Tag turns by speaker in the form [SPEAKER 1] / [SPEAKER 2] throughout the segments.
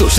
[SPEAKER 1] los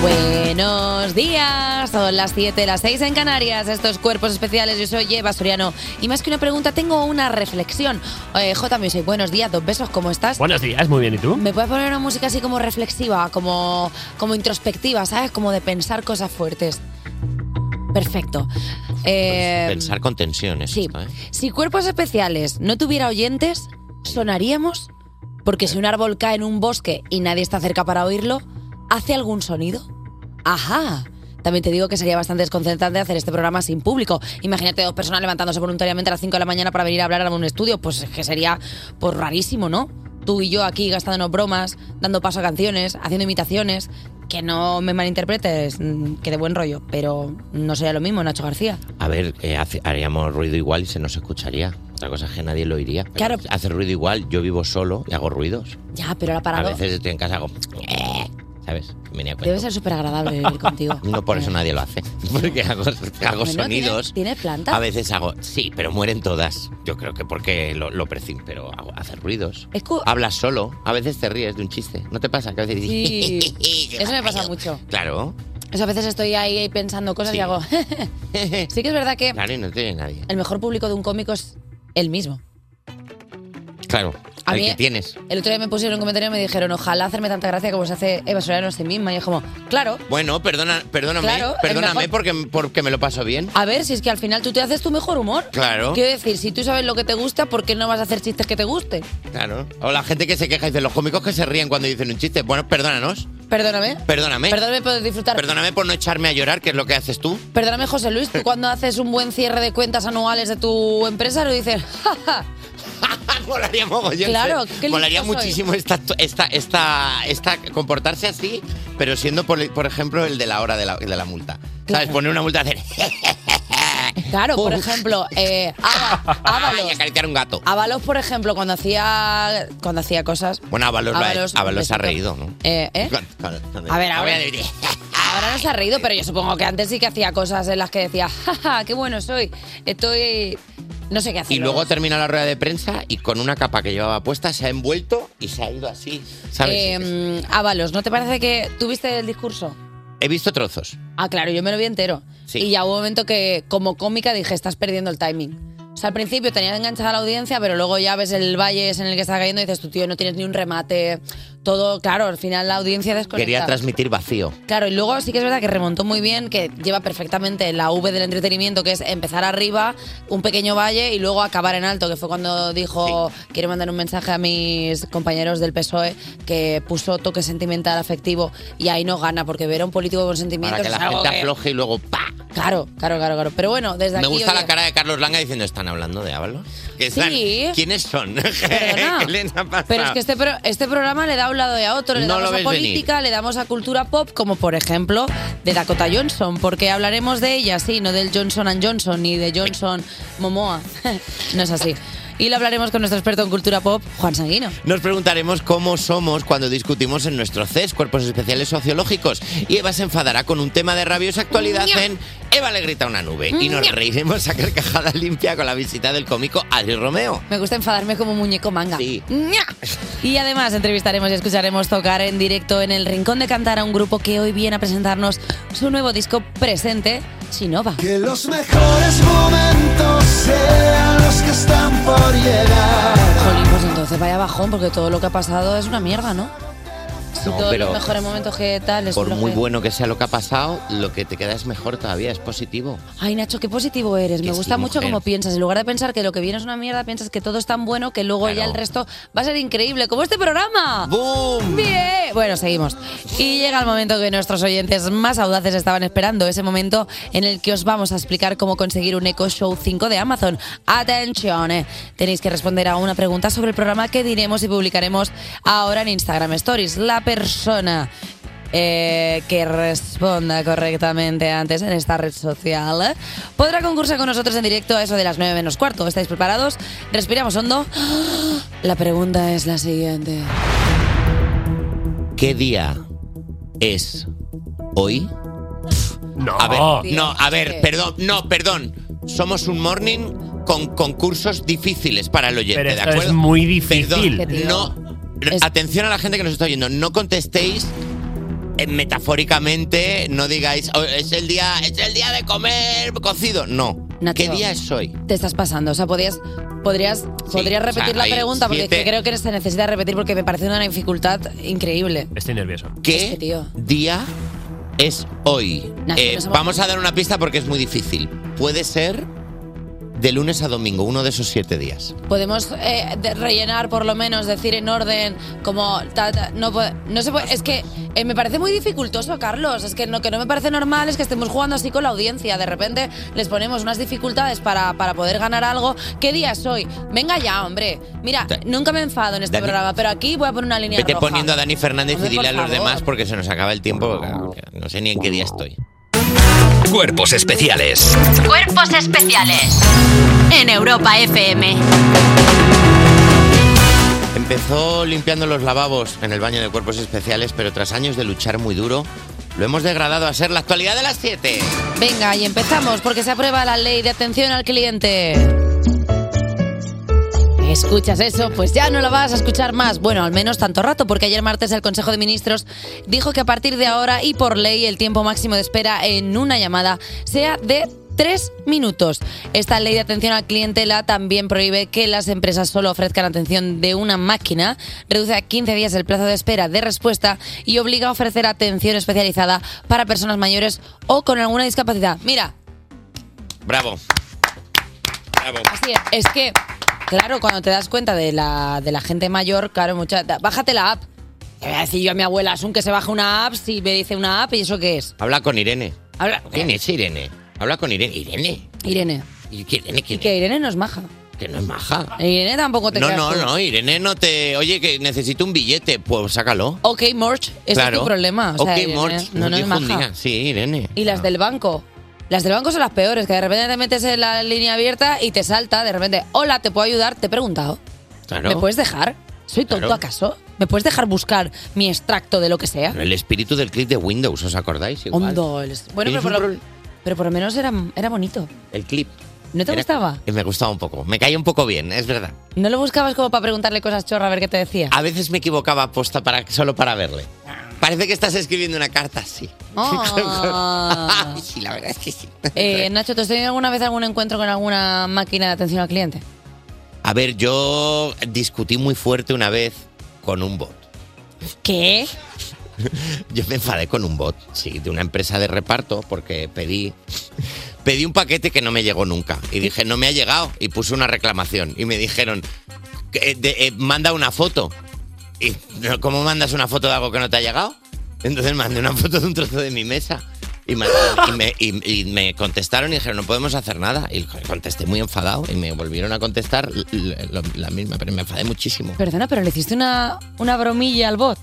[SPEAKER 2] Buenos días, son las 7, las 6 en Canarias. Estos cuerpos especiales, yo soy Eva Soriano. Y más que una pregunta, tengo una reflexión. Eh, J Music, buenos días, dos besos, ¿cómo estás?
[SPEAKER 3] Buenos días, muy bien, ¿y tú?
[SPEAKER 2] ¿Me puedes poner una música así como reflexiva, como, como introspectiva, ¿sabes? Como de pensar cosas fuertes. Perfecto. Eh,
[SPEAKER 4] Pensar con tensión, eso
[SPEAKER 2] Sí.
[SPEAKER 4] está, ¿eh?
[SPEAKER 2] Si cuerpos especiales no tuviera oyentes, sonaríamos. Porque si un árbol cae en un bosque y nadie está cerca para oírlo, ¿hace algún sonido? Ajá. También te digo que sería bastante desconcentrante hacer este programa sin público. Imagínate dos personas levantándose voluntariamente a las 5 de la mañana para venir a hablar a un estudio. Pues es que sería pues, rarísimo, ¿no? Tú y yo aquí gastándonos bromas, dando paso a canciones, haciendo imitaciones. Que no me malinterpretes, mm, que de buen rollo. Pero no sería lo mismo, Nacho García.
[SPEAKER 4] A ver, eh, hace- haríamos ruido igual y se nos escucharía. Otra cosa es que nadie lo oiría. Pero
[SPEAKER 2] Claro.
[SPEAKER 4] Hacer ruido igual, yo vivo solo y hago ruidos.
[SPEAKER 2] Ya, pero ahora
[SPEAKER 4] A
[SPEAKER 2] para
[SPEAKER 4] veces estoy en casa hago... ¿Sabes? Me ni a cuenta. Ah,
[SPEAKER 2] Debe ser Eh. súper agradable vivir contigo.
[SPEAKER 4] No por eso nadie lo hace. Porque hago, hago
[SPEAKER 2] Bueno,
[SPEAKER 4] sonidos.
[SPEAKER 2] ¿Tienes, tienes plantas?
[SPEAKER 4] A veces hago... Sí, pero mueren todas. Yo creo que porque lo, lo percibo, pero hago, hacer ruidos.
[SPEAKER 2] Es cu-
[SPEAKER 4] Hablas solo. A veces te ríes de un chiste. ¿No te pasa? Que a veces dices...
[SPEAKER 2] Sí. Eso me pasa mucho.
[SPEAKER 4] Claro.
[SPEAKER 2] Eso a veces estoy ahí pensando cosas y
[SPEAKER 4] Sí.
[SPEAKER 2] hago. sí que es verdad que
[SPEAKER 4] Claro, y no tiene nadie.
[SPEAKER 2] el mejor público de un cómico es el mismo.
[SPEAKER 4] Claro.
[SPEAKER 2] A
[SPEAKER 4] al
[SPEAKER 2] mí- eh.
[SPEAKER 4] que tienes.
[SPEAKER 2] El otro día me pusieron un comentario y me dijeron, ojalá hacerme tanta gracia como se hace Eva Soriano a sí misma. Y es como, claro,
[SPEAKER 4] Bueno, perdona, perdóname,
[SPEAKER 2] Claro, el
[SPEAKER 4] perdóname
[SPEAKER 2] mejor-
[SPEAKER 4] porque, porque me lo paso bien.
[SPEAKER 2] a ver si es que al final tú te haces tu mejor humor.
[SPEAKER 4] Claro.
[SPEAKER 2] Quiero decir, si tú sabes lo que te gusta, ¿por qué no vas a hacer chistes que te guste?
[SPEAKER 4] Claro. O la gente que se queja y dice, los cómicos que se ríen cuando dicen un chiste. Bueno, perdónanos.
[SPEAKER 2] Perdóname.
[SPEAKER 4] Perdóname.
[SPEAKER 2] Perdóname por disfrutar.
[SPEAKER 4] Perdóname por no echarme a llorar, que es lo que haces tú.
[SPEAKER 2] Perdóname, José Luis, tú cuando haces un buen cierre de cuentas anuales de tu empresa, lo dices, "Ja, ja,
[SPEAKER 4] Molaría mogollón.
[SPEAKER 2] Claro,
[SPEAKER 4] ser-
[SPEAKER 2] qué listo
[SPEAKER 4] Molaría
[SPEAKER 2] soy.
[SPEAKER 4] muchísimo esta, esta, esta, esta- comportarse así, pero siendo, por, por ejemplo, el de la hora de la, de la multa. ¿Sabes? Poner una multa y hacer...
[SPEAKER 2] Claro, por
[SPEAKER 4] Pum.
[SPEAKER 2] ejemplo, eh, Ava-
[SPEAKER 4] Y
[SPEAKER 2] Ábalos.
[SPEAKER 4] acariciar un gato.
[SPEAKER 2] Ábalos, por ejemplo, cuando hacía cuando hacía cosas.
[SPEAKER 4] Bueno, Ábalos, lo ha-
[SPEAKER 2] Ábalos, un
[SPEAKER 4] Ábalos se ha
[SPEAKER 2] besito.
[SPEAKER 4] reído, Ah. ¿no?
[SPEAKER 2] Eh, ¿eh? A ver, ahora. Ahora no se ha reído, pero yo supongo que antes sí que hacía cosas en las que decía, jaja, qué bueno soy. Estoy. No sé qué hacer.
[SPEAKER 4] Y luego termina la rueda de prensa y con una capa que llevaba puesta se ha envuelto y se ha ido así. ¿Sabes?
[SPEAKER 2] Eh, Ábalos, ¿no te parece que tuviste el discurso?
[SPEAKER 4] He visto trozos.
[SPEAKER 2] Ah, claro, yo me lo vi entero.
[SPEAKER 4] Sí.
[SPEAKER 2] Y ya hubo un momento que, como cómica, dije, estás perdiendo el timing. O sea, al principio tenías enganchada la audiencia, pero luego ya ves el valle ese en el que está cayendo y dices, tú, tío, no tienes ni un remate. Todo, claro, al final la audiencia desconecta.
[SPEAKER 4] Quería transmitir vacío.
[SPEAKER 2] Claro, y luego sí que es verdad que remontó muy bien, que lleva perfectamente la V del entretenimiento, que es empezar arriba, un pequeño valle y luego acabar en alto, que fue cuando dijo, quiero mandar un mensaje a mis compañeros del PSOE, E", que puso toque sentimental afectivo y ahí no gana, porque ver a un político con sentimientos
[SPEAKER 4] Para que
[SPEAKER 2] es
[SPEAKER 4] la
[SPEAKER 2] algo
[SPEAKER 4] gente
[SPEAKER 2] que-
[SPEAKER 4] afloje y luego ¡pa!
[SPEAKER 2] Claro, claro, claro, claro. Pero bueno, desde
[SPEAKER 4] Me
[SPEAKER 2] aquí...
[SPEAKER 4] gusta
[SPEAKER 2] oye,
[SPEAKER 4] la cara de Carlos Langa diciendo, ¿están hablando de Ábalos? Que
[SPEAKER 2] Sí.
[SPEAKER 4] están- ¿Quiénes son?
[SPEAKER 2] Perdona.
[SPEAKER 4] ¿Qué les ha pasado?
[SPEAKER 2] Pero es que este, pro- este programa le da a un lado y a otro. Le
[SPEAKER 4] No
[SPEAKER 2] damos
[SPEAKER 4] lo
[SPEAKER 2] a
[SPEAKER 4] ves
[SPEAKER 2] política, le damos a cultura pop, como por ejemplo de Dakota Johnson, porque hablaremos de ella, sí, no del Johnson and Johnson ni de Johnson Momoa. no es así. Y lo hablaremos con nuestro experto en cultura pop, Juan Sanguino.
[SPEAKER 4] Nos preguntaremos cómo somos cuando discutimos en nuestro CES, Cuerpos Especiales Sociológicos. Y Eva se enfadará con un tema de rabiosa actualidad en Eva le grita a una nube. Y nos reiremos a carcajada limpia con la visita del cómico Adri Romeo.
[SPEAKER 2] Me gusta enfadarme como muñeco manga.
[SPEAKER 4] Sí.
[SPEAKER 2] ¡Nya! Y además entrevistaremos y escucharemos tocar en directo en el Rincón de Cantar a un grupo que hoy viene a presentarnos su nuevo disco presente, Sinova.
[SPEAKER 5] Que los mejores momentos sean los que están por llegar.
[SPEAKER 2] Jolín, pues entonces vaya bajón, porque todo lo que ha pasado es una mierda, ¿no? Si
[SPEAKER 4] No,
[SPEAKER 2] todos
[SPEAKER 4] pero-
[SPEAKER 2] los mejores momentos que tal es
[SPEAKER 4] Por
[SPEAKER 2] lo
[SPEAKER 4] muy
[SPEAKER 2] que-
[SPEAKER 4] bueno que sea lo que ha pasado, lo que te queda es mejor todavía, es positivo.
[SPEAKER 2] Ay, Nacho, qué positivo eres. Me
[SPEAKER 4] Que sí,
[SPEAKER 2] gusta mucho
[SPEAKER 4] mujer.
[SPEAKER 2] cómo piensas. En lugar de pensar que lo que viene es una mierda, piensas que todo es tan bueno que luego ya
[SPEAKER 4] Claro.
[SPEAKER 2] el resto va a ser increíble. ¡Como este programa!
[SPEAKER 4] ¡Boom!
[SPEAKER 2] Bien. Bueno, seguimos. Y llega el momento que nuestros oyentes más audaces estaban esperando, ese momento en el que os vamos a explicar cómo conseguir un Echo Show 5 de Amazon. Atención, eh. tenéis que responder a una pregunta sobre el programa que diremos y publicaremos ahora en Instagram Stories. La persona eh, que responda correctamente antes en esta red social eh, podrá concursar con nosotros en directo a eso de las 9 menos cuarto. ¿Estáis preparados? Respiramos hondo. La pregunta es la siguiente.
[SPEAKER 4] ¿Qué día es hoy? No. A ver, no, a ver, perdón, no, perdón. Somos un morning con concursos difíciles para el oyente,
[SPEAKER 3] Pero
[SPEAKER 4] ¿de
[SPEAKER 3] esto es
[SPEAKER 4] acuerdo?
[SPEAKER 3] muy difícil.
[SPEAKER 4] Perdón,
[SPEAKER 3] Qué tío.
[SPEAKER 4] no. Atención a la gente que nos está oyendo, no contestéis eh, metafóricamente, no digáis "Oh, es el día, es el día de comer cocido. No. ¿Qué día es hoy?
[SPEAKER 2] Te estás pasando. O sea, podrías, podrías, podrías
[SPEAKER 4] o sea,
[SPEAKER 2] repetir
[SPEAKER 4] hay
[SPEAKER 2] la pregunta porque es que
[SPEAKER 4] siete-
[SPEAKER 2] creo que se necesita repetir porque me parece una dificultad increíble.
[SPEAKER 4] Estoy nervioso. ¿Qué día es hoy?
[SPEAKER 2] Nació en
[SPEAKER 4] Eh,
[SPEAKER 2] ese
[SPEAKER 4] vamos a dar una pista porque es muy difícil. Puede ser de lunes a domingo, uno de esos siete días.
[SPEAKER 2] Podemos eh, de- rellenar, por lo menos, decir en orden, como. ta, ta, no, po- no se puede. Es que eh, me parece muy dificultoso, Carlos. Es que no, que no me parece normal es que estemos jugando así con la audiencia. De repente les ponemos unas dificultades para, para poder ganar algo. ¿Qué día es hoy? Venga ya, hombre. Mira,
[SPEAKER 4] Da-
[SPEAKER 2] nunca me enfado en este
[SPEAKER 4] Dani-
[SPEAKER 2] programa, pero aquí voy a poner una línea
[SPEAKER 4] Vete
[SPEAKER 2] roja.
[SPEAKER 4] poniendo a Dani Fernández
[SPEAKER 2] Hombre,
[SPEAKER 4] y dile
[SPEAKER 2] por
[SPEAKER 4] a los
[SPEAKER 2] favor.
[SPEAKER 4] demás porque se nos acaba el tiempo. porque, claro, que No sé ni en qué día estoy.
[SPEAKER 1] Cuerpos especiales.
[SPEAKER 6] Cuerpos especiales en Europa FM.
[SPEAKER 4] Empezó limpiando los lavabos en el baño de cuerpos especiales, pero tras años de luchar muy duro, lo hemos degradado a ser la actualidad de las 7.
[SPEAKER 2] Venga, y empezamos porque se aprueba la ley de atención al cliente. Escuchas eso, pues ya no lo vas a escuchar más. Bueno, al menos tanto rato, porque ayer martes el Consejo de Ministros dijo que a partir de ahora y por ley el tiempo máximo de espera en una llamada sea de tres minutos. Esta ley de atención al clientela también prohíbe que las empresas solo ofrezcan atención de una máquina, reduce a 15 días el plazo de espera de respuesta y obliga a ofrecer atención especializada para personas mayores o con alguna discapacidad. Mira,
[SPEAKER 4] Bravo. Bravo.
[SPEAKER 2] Así es. Es que, claro, cuando te das cuenta de la, de la gente mayor, claro, mucha. da- Bájate la app. Le voy a decir yo a mi abuela, Asun, que se baje una app si me dice una app y eso qué es.
[SPEAKER 4] Habla con Irene.
[SPEAKER 2] Habla-
[SPEAKER 4] ¿Quién es Irene? Habla con Irene. Irene.
[SPEAKER 2] Irene.
[SPEAKER 4] ¿Y qué- Irene quién
[SPEAKER 2] Que Irene no es maja.
[SPEAKER 4] es? Que no es maja.
[SPEAKER 2] Irene tampoco te
[SPEAKER 4] No,
[SPEAKER 2] creas
[SPEAKER 4] no,
[SPEAKER 2] tú.
[SPEAKER 4] no, Irene no te. Oye, que necesito un billete. Pues sácalo.
[SPEAKER 2] Ok, Morch, ese
[SPEAKER 4] Claro.
[SPEAKER 2] es tu problema. O sea,
[SPEAKER 4] ok,
[SPEAKER 2] Irene
[SPEAKER 4] Morch.
[SPEAKER 2] No, no
[SPEAKER 4] nos
[SPEAKER 2] es
[SPEAKER 4] dijo un
[SPEAKER 2] maja.
[SPEAKER 4] día. Sí, Irene.
[SPEAKER 2] Y las del banco. Las del banco son las peores, que de repente te metes en la línea abierta y te salta, de repente, hola, ¿te puedo ayudar? Te he preguntado.
[SPEAKER 4] Claro.
[SPEAKER 2] ¿Me puedes dejar? ¿Soy tonto
[SPEAKER 4] Claro.
[SPEAKER 2] acaso? ¿Me puedes dejar buscar mi extracto de lo que sea?
[SPEAKER 4] El espíritu del clip de Windows, ¿os acordáis? Igual.
[SPEAKER 2] Hondo, el- Bueno, pero
[SPEAKER 4] ¿Tienes
[SPEAKER 2] por,
[SPEAKER 4] un
[SPEAKER 2] lo, pero por lo menos era, era bonito.
[SPEAKER 4] El clip.
[SPEAKER 2] ¿No te
[SPEAKER 4] Era-
[SPEAKER 2] gustaba?
[SPEAKER 4] Eh, Me gustaba un poco. Me caía un poco bien, es verdad.
[SPEAKER 2] ¿No lo buscabas como para preguntarle cosas chorra a ver qué te decía?
[SPEAKER 4] A veces me equivocaba aposta para, solo para verle. Parece que estás escribiendo una carta, sí.
[SPEAKER 2] Ah.
[SPEAKER 4] sí, la verdad es que sí.
[SPEAKER 2] Eh, Nacho, ¿te has tenido alguna vez algún encuentro con alguna máquina de atención al cliente?
[SPEAKER 4] A ver, yo discutí muy fuerte una vez con un bot.
[SPEAKER 2] ¿Qué?
[SPEAKER 4] Yo me enfadé con un bot, sí, de una empresa de reparto, porque pedí, pedí un paquete que no me llegó nunca. Y dije, no me ha llegado. Y puse una reclamación. Y me dijeron, "Eh, de- eh, manda una foto. ¿Y no, cómo mandas una foto de algo que no te ha llegado? Entonces mandé una foto de un trozo de mi mesa. Y me, y me- y- y me contestaron y dijeron, no podemos hacer nada. Y contesté muy enfadado y me volvieron a contestar l- l- lo- la misma, pero me enfadé muchísimo.
[SPEAKER 2] Perdona, pero le hiciste una, una bromilla al bot.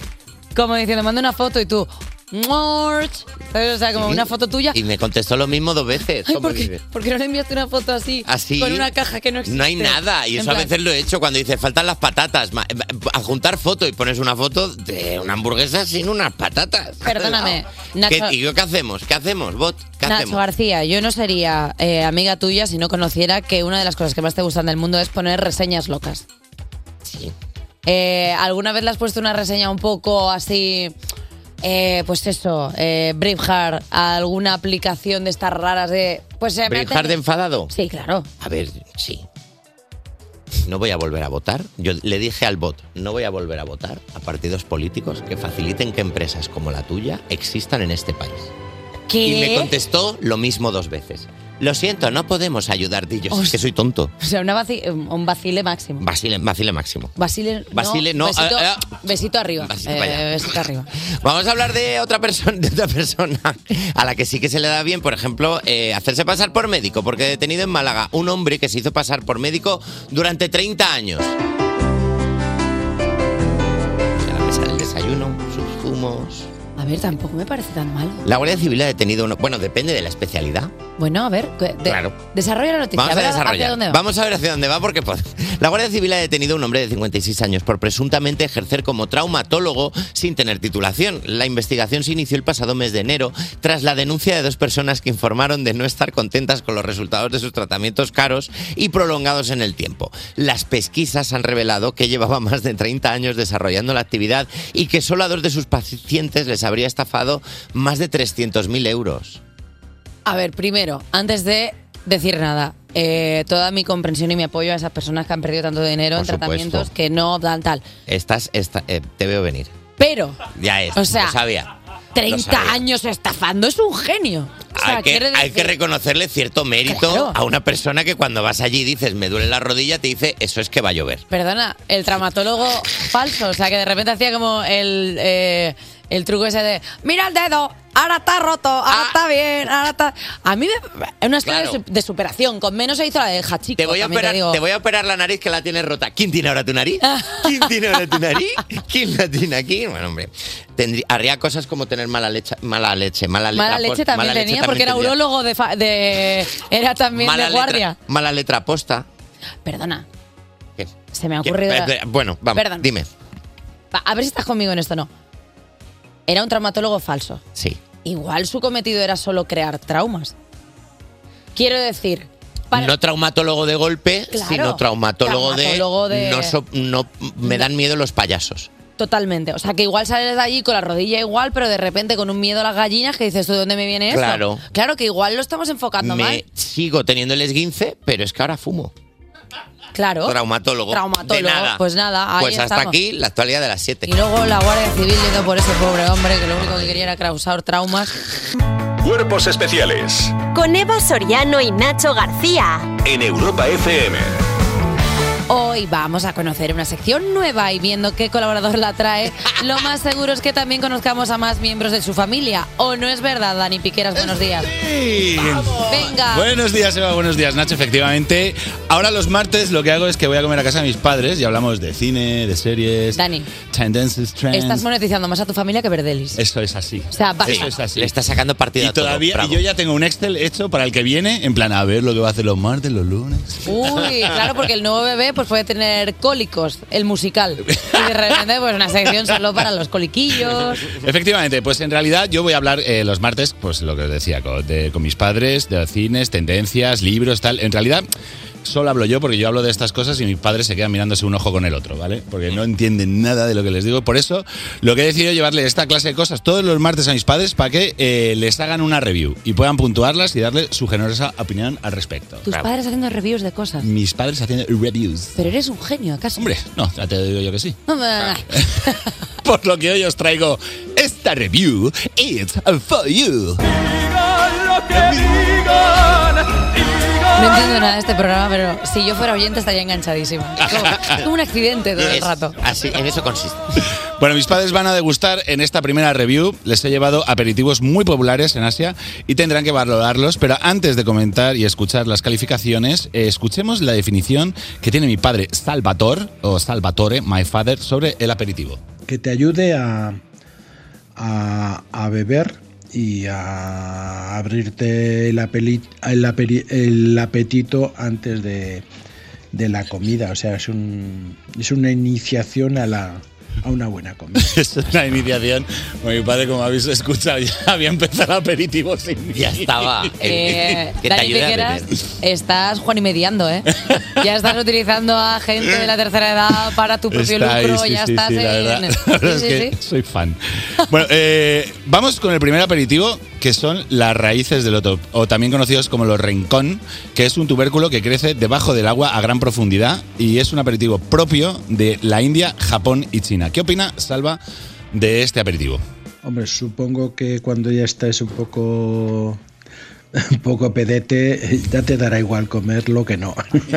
[SPEAKER 2] Como diciendo, manda una foto y tú. "Morch". ¿Sabes? O sea, como
[SPEAKER 4] Sí.
[SPEAKER 2] una foto tuya.
[SPEAKER 4] Y me contestó lo mismo dos veces.
[SPEAKER 2] Ay,
[SPEAKER 4] Hombre,
[SPEAKER 2] ¿por qué,
[SPEAKER 4] dice,
[SPEAKER 2] por qué no le enviaste una foto así?
[SPEAKER 4] Así.
[SPEAKER 2] Con una caja que no existe.
[SPEAKER 4] No hay nada. Y
[SPEAKER 2] En
[SPEAKER 4] eso a
[SPEAKER 2] plan,
[SPEAKER 4] veces lo he hecho cuando dices faltan las patatas. Ma- eh, A juntar foto y pones una foto de una hamburguesa sin unas patatas. Ah,
[SPEAKER 2] Perdóname, Nacho.
[SPEAKER 4] ¿Qué- ¿Y yo qué hacemos? ¿Qué hacemos, bot? ¿Qué
[SPEAKER 2] Nacho
[SPEAKER 4] hacemos?
[SPEAKER 2] García, yo no sería eh, amiga tuya si no conociera que una de las cosas que más te gustan del mundo es poner reseñas locas.
[SPEAKER 4] Sí.
[SPEAKER 2] Eh, ¿Alguna vez le has puesto una reseña un poco así, eh, pues eso, eh, Braveheart, a alguna aplicación de estas raras de... Pues se me ha
[SPEAKER 4] ¿Brijar de
[SPEAKER 2] tenido-
[SPEAKER 4] enfadado?
[SPEAKER 2] Sí, claro.
[SPEAKER 4] A ver, sí. No voy a volver a votar. Yo le dije al bot, no voy a volver a votar a partidos políticos que faciliten que empresas como la tuya existan en este país.
[SPEAKER 2] ¿Qué?
[SPEAKER 4] Y me contestó lo mismo dos veces. Lo siento, no podemos ayudarte. Y yo, es que soy tonto.
[SPEAKER 2] O sea, una vaci- un vacile máximo.
[SPEAKER 4] Basile, Basile máximo.
[SPEAKER 2] Basile, no,
[SPEAKER 4] Basile, no,
[SPEAKER 2] Besito,
[SPEAKER 4] ah,
[SPEAKER 2] besito arriba. eh,
[SPEAKER 4] para allá.
[SPEAKER 2] besito arriba.
[SPEAKER 4] Vamos a hablar de otra persona, de otra persona a la que sí que se le da bien, por ejemplo, eh, hacerse pasar por médico, porque detenido en Málaga un hombre que se hizo pasar por médico durante 30 años. A la mesa del desayuno, sus zumos,
[SPEAKER 2] A A ver, tampoco me parece tan mal.
[SPEAKER 4] La Guardia Civil ha detenido uno. Bueno, depende de la especialidad.
[SPEAKER 2] Bueno, a ver, que- de-
[SPEAKER 4] Claro.
[SPEAKER 2] desarrolla la noticia.
[SPEAKER 4] Vamos a
[SPEAKER 2] ver hacia
[SPEAKER 4] desarrollar.
[SPEAKER 2] dónde va.
[SPEAKER 4] Vamos a ver hacia dónde va porque pues, la Guardia Civil ha detenido a un hombre de 56 años por presuntamente ejercer como traumatólogo sin tener titulación. La investigación se inició el pasado mes de enero tras la denuncia de dos personas que informaron de no estar contentas con los resultados de sus tratamientos caros y prolongados en el tiempo. Las pesquisas han revelado que llevaba más de 30 años desarrollando la actividad y que solo a dos de sus pacientes les habría estafado más de 300.000 euros.
[SPEAKER 2] A ver, primero, antes de decir nada, eh, toda mi comprensión y mi apoyo a esas personas que han perdido tanto dinero en
[SPEAKER 4] Por supuesto.
[SPEAKER 2] tratamientos que no dan tal.
[SPEAKER 4] Estás, esta- eh, te veo venir.
[SPEAKER 2] Pero
[SPEAKER 4] Ya es,
[SPEAKER 2] O sea,
[SPEAKER 4] lo sabía.
[SPEAKER 2] 30
[SPEAKER 4] sabía.
[SPEAKER 2] años estafando es un genio. O sea,
[SPEAKER 4] hay, que,
[SPEAKER 2] quiere
[SPEAKER 4] hay
[SPEAKER 2] decir-
[SPEAKER 4] que reconocerle cierto mérito a una persona que cuando vas allí y dices me duele la rodilla, te dice eso es que va a llover.
[SPEAKER 2] Perdona, el traumatólogo falso, o sea, que de repente hacía como el, eh, el truco ese de, mira el dedo, ahora está roto, ahora
[SPEAKER 4] Ah.
[SPEAKER 2] está bien, ahora está... A mí me... Es una historia de, su- de superación, con menos se hizo la de Hachico.
[SPEAKER 4] Te voy, a
[SPEAKER 2] también
[SPEAKER 4] operar,
[SPEAKER 2] digo.
[SPEAKER 4] te voy a operar la nariz que la tienes rota. ¿Quién tiene ahora tu nariz? ¿Quién tiene ahora tu nariz? ¿Quién la tiene aquí? Bueno, hombre, tendría, haría cosas como tener mala leche, mala leche, mala, le-
[SPEAKER 2] Mala
[SPEAKER 4] la pos-
[SPEAKER 2] leche también
[SPEAKER 4] mala leche
[SPEAKER 2] tenía porque era
[SPEAKER 4] tendría.
[SPEAKER 2] urólogo de, fa- de- Era también
[SPEAKER 4] Mala
[SPEAKER 2] de
[SPEAKER 4] letra-
[SPEAKER 2] guardia.
[SPEAKER 4] mala letra posta.
[SPEAKER 2] Perdona,
[SPEAKER 4] ¿Qué?
[SPEAKER 2] se me ha
[SPEAKER 4] ¿Qué?
[SPEAKER 2] ocurrido...
[SPEAKER 4] Eh, eh, Bueno, vamos,
[SPEAKER 2] Perdón.
[SPEAKER 4] dime.
[SPEAKER 2] Va, A ver si estás conmigo en esto, no. Era un traumatólogo falso.
[SPEAKER 4] Sí.
[SPEAKER 2] Igual su cometido era solo crear traumas. Quiero decir, Para-
[SPEAKER 4] No traumatólogo de golpe,
[SPEAKER 2] Claro.
[SPEAKER 4] sino traumatólogo,
[SPEAKER 2] Traumatólogo
[SPEAKER 4] de...
[SPEAKER 2] de-
[SPEAKER 4] No, so- no- me dan miedo los payasos.
[SPEAKER 2] Totalmente. O sea, que igual sales de allí con la rodilla igual, pero de repente con un miedo a las gallinas que dices, ¿tú de dónde me viene eso?
[SPEAKER 4] Claro.
[SPEAKER 2] Claro que igual lo estamos enfocando
[SPEAKER 4] Me
[SPEAKER 2] mal.
[SPEAKER 4] sigo teniendo el esguince, pero es que ahora fumo.
[SPEAKER 2] Claro.
[SPEAKER 4] Traumatólogo.
[SPEAKER 2] Traumatólogo.
[SPEAKER 4] De nada.
[SPEAKER 2] Pues nada, ahí
[SPEAKER 4] Pues hasta
[SPEAKER 2] estamos.
[SPEAKER 4] aquí la actualidad de las 7.
[SPEAKER 2] Y luego la Guardia Civil yendo por ese pobre hombre que lo único que quería era causar traumas.
[SPEAKER 3] Cuerpos especiales
[SPEAKER 6] Con Eva Soriano y Nacho García.
[SPEAKER 3] en Europa FM.
[SPEAKER 2] Hoy vamos a conocer una sección nueva y viendo qué colaborador la trae, lo más seguro es que también conozcamos a más miembros de su familia. ¿O no es verdad, Dani Piqueras? Buenos días.
[SPEAKER 7] Sí.
[SPEAKER 2] Venga.
[SPEAKER 7] Buenos días, Eva. Buenos días, Nacho. Efectivamente, ahora los martes lo que hago es que voy a comer a casa de mis padres y hablamos de cine, de series,
[SPEAKER 2] Dani,
[SPEAKER 7] tendencias, trends.
[SPEAKER 2] estás monetizando más a tu familia que Verdelis.
[SPEAKER 7] Eso es así.
[SPEAKER 2] O sea, va-
[SPEAKER 7] Eso es así.
[SPEAKER 4] Le está sacando partido
[SPEAKER 7] y
[SPEAKER 4] a todo,
[SPEAKER 7] todavía y
[SPEAKER 4] bravo.
[SPEAKER 7] yo ya tengo un Excel hecho para el que viene, en plan a ver lo que va a hacer los martes, los lunes.
[SPEAKER 2] Uy, claro, porque el nuevo bebé pues puede tener cólicos, el musical. Y de repente, pues una sección solo para los coliquillos.
[SPEAKER 7] Efectivamente, pues en realidad yo voy a hablar eh, los martes, pues lo que os decía, con, de- con mis padres, de cines, tendencias, libros, tal. En realidad solo hablo yo porque yo hablo de estas cosas y mis padres se quedan mirándose un ojo con el otro, ¿vale? Porque no entienden nada de lo que les digo. Por eso lo que he decidido es llevarle esta clase de cosas todos los martes a mis padres para que eh, les hagan una review y puedan puntuarlas y darle su generosa opinión al respecto.
[SPEAKER 2] Tus padres haciendo reviews de cosas.
[SPEAKER 7] Mis padres haciendo reviews.
[SPEAKER 2] Pero eres un genio, ¿acaso?
[SPEAKER 7] Hombre, no, ya te digo yo que sí.
[SPEAKER 2] Ah,
[SPEAKER 7] Por lo que hoy os traigo esta review, it's for you.
[SPEAKER 2] No entiendo nada de este programa, pero si yo fuera oyente estaría enganchadísima. Como, como un accidente todo el
[SPEAKER 7] Es-
[SPEAKER 2] rato.
[SPEAKER 4] Así, en eso consiste.
[SPEAKER 7] Bueno, mis padres van a degustar en esta primera review. Les he llevado aperitivos muy populares en Asia y tendrán que valorarlos. Pero antes de comentar y escuchar las calificaciones, eh, escuchemos la definición que tiene mi padre Salvatore, o Salvatore, my father, sobre el aperitivo.
[SPEAKER 8] que te ayude a, a- a beber y a abrirte el, apeli- el aperi- el apetito antes de, de la comida. O sea, es, un- es una iniciación a, la, a una buena comida.
[SPEAKER 7] Es una iniciación. Bueno, mi padre, como habéis escuchado, ya había empezado el aperitivo sin mí.
[SPEAKER 4] Ya estaba.
[SPEAKER 2] Eh,
[SPEAKER 4] que te
[SPEAKER 2] Dani
[SPEAKER 4] ayude a
[SPEAKER 2] Piqueras,
[SPEAKER 4] beber.
[SPEAKER 2] estás Juan y mediando, ¿eh? Ya estás utilizando a gente de la tercera edad para tu propio
[SPEAKER 7] Estáis,
[SPEAKER 2] lucro,
[SPEAKER 7] sí,
[SPEAKER 2] ya
[SPEAKER 7] sí,
[SPEAKER 2] estás
[SPEAKER 7] sí, la verdad.
[SPEAKER 2] en.
[SPEAKER 7] La verdad es
[SPEAKER 2] sí, sí,
[SPEAKER 7] que
[SPEAKER 2] sí.
[SPEAKER 7] soy fan. Bueno, eh, vamos con el primer aperitivo, que son las raíces del loto, o también conocidos como los rincón, que es un tubérculo que crece debajo del agua a gran profundidad y es un aperitivo propio de la India, Japón y China. ¿Qué opina Salva de este aperitivo?
[SPEAKER 8] Hombre, supongo que cuando ya estés un poco un poco pedete, ya te dará igual comerlo que no.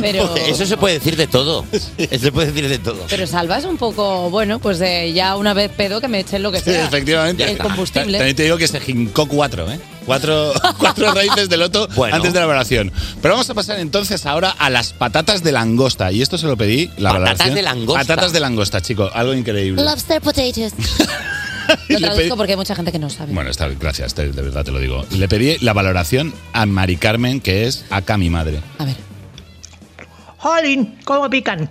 [SPEAKER 2] Pero-
[SPEAKER 4] Eso se puede decir de todo. Eso se puede decir de todo.
[SPEAKER 2] Pero salvas un poco, bueno, pues de ya una vez pedo que me echen lo que sea.
[SPEAKER 7] Efectivamente.
[SPEAKER 2] El combustible.
[SPEAKER 7] También te digo que se jincó cuatro, ¿eh? Cuatro, cuatro raíces de loto antes de la valoración. Pero vamos a pasar entonces ahora a las patatas de langosta. Y esto se lo pedí la
[SPEAKER 4] Patatas
[SPEAKER 7] valoración.
[SPEAKER 4] de langosta.
[SPEAKER 7] Patatas de langosta, chico. Algo increíble.
[SPEAKER 2] Lobster potatoes. Lo
[SPEAKER 7] le pedí-
[SPEAKER 2] traduzco porque hay mucha gente que no sabe.
[SPEAKER 7] Bueno, está, gracias, te- de verdad te lo digo. Le pedí la valoración a Mari Carmen, que es acá mi madre.
[SPEAKER 9] ¡Jolín! ¿Cómo pican?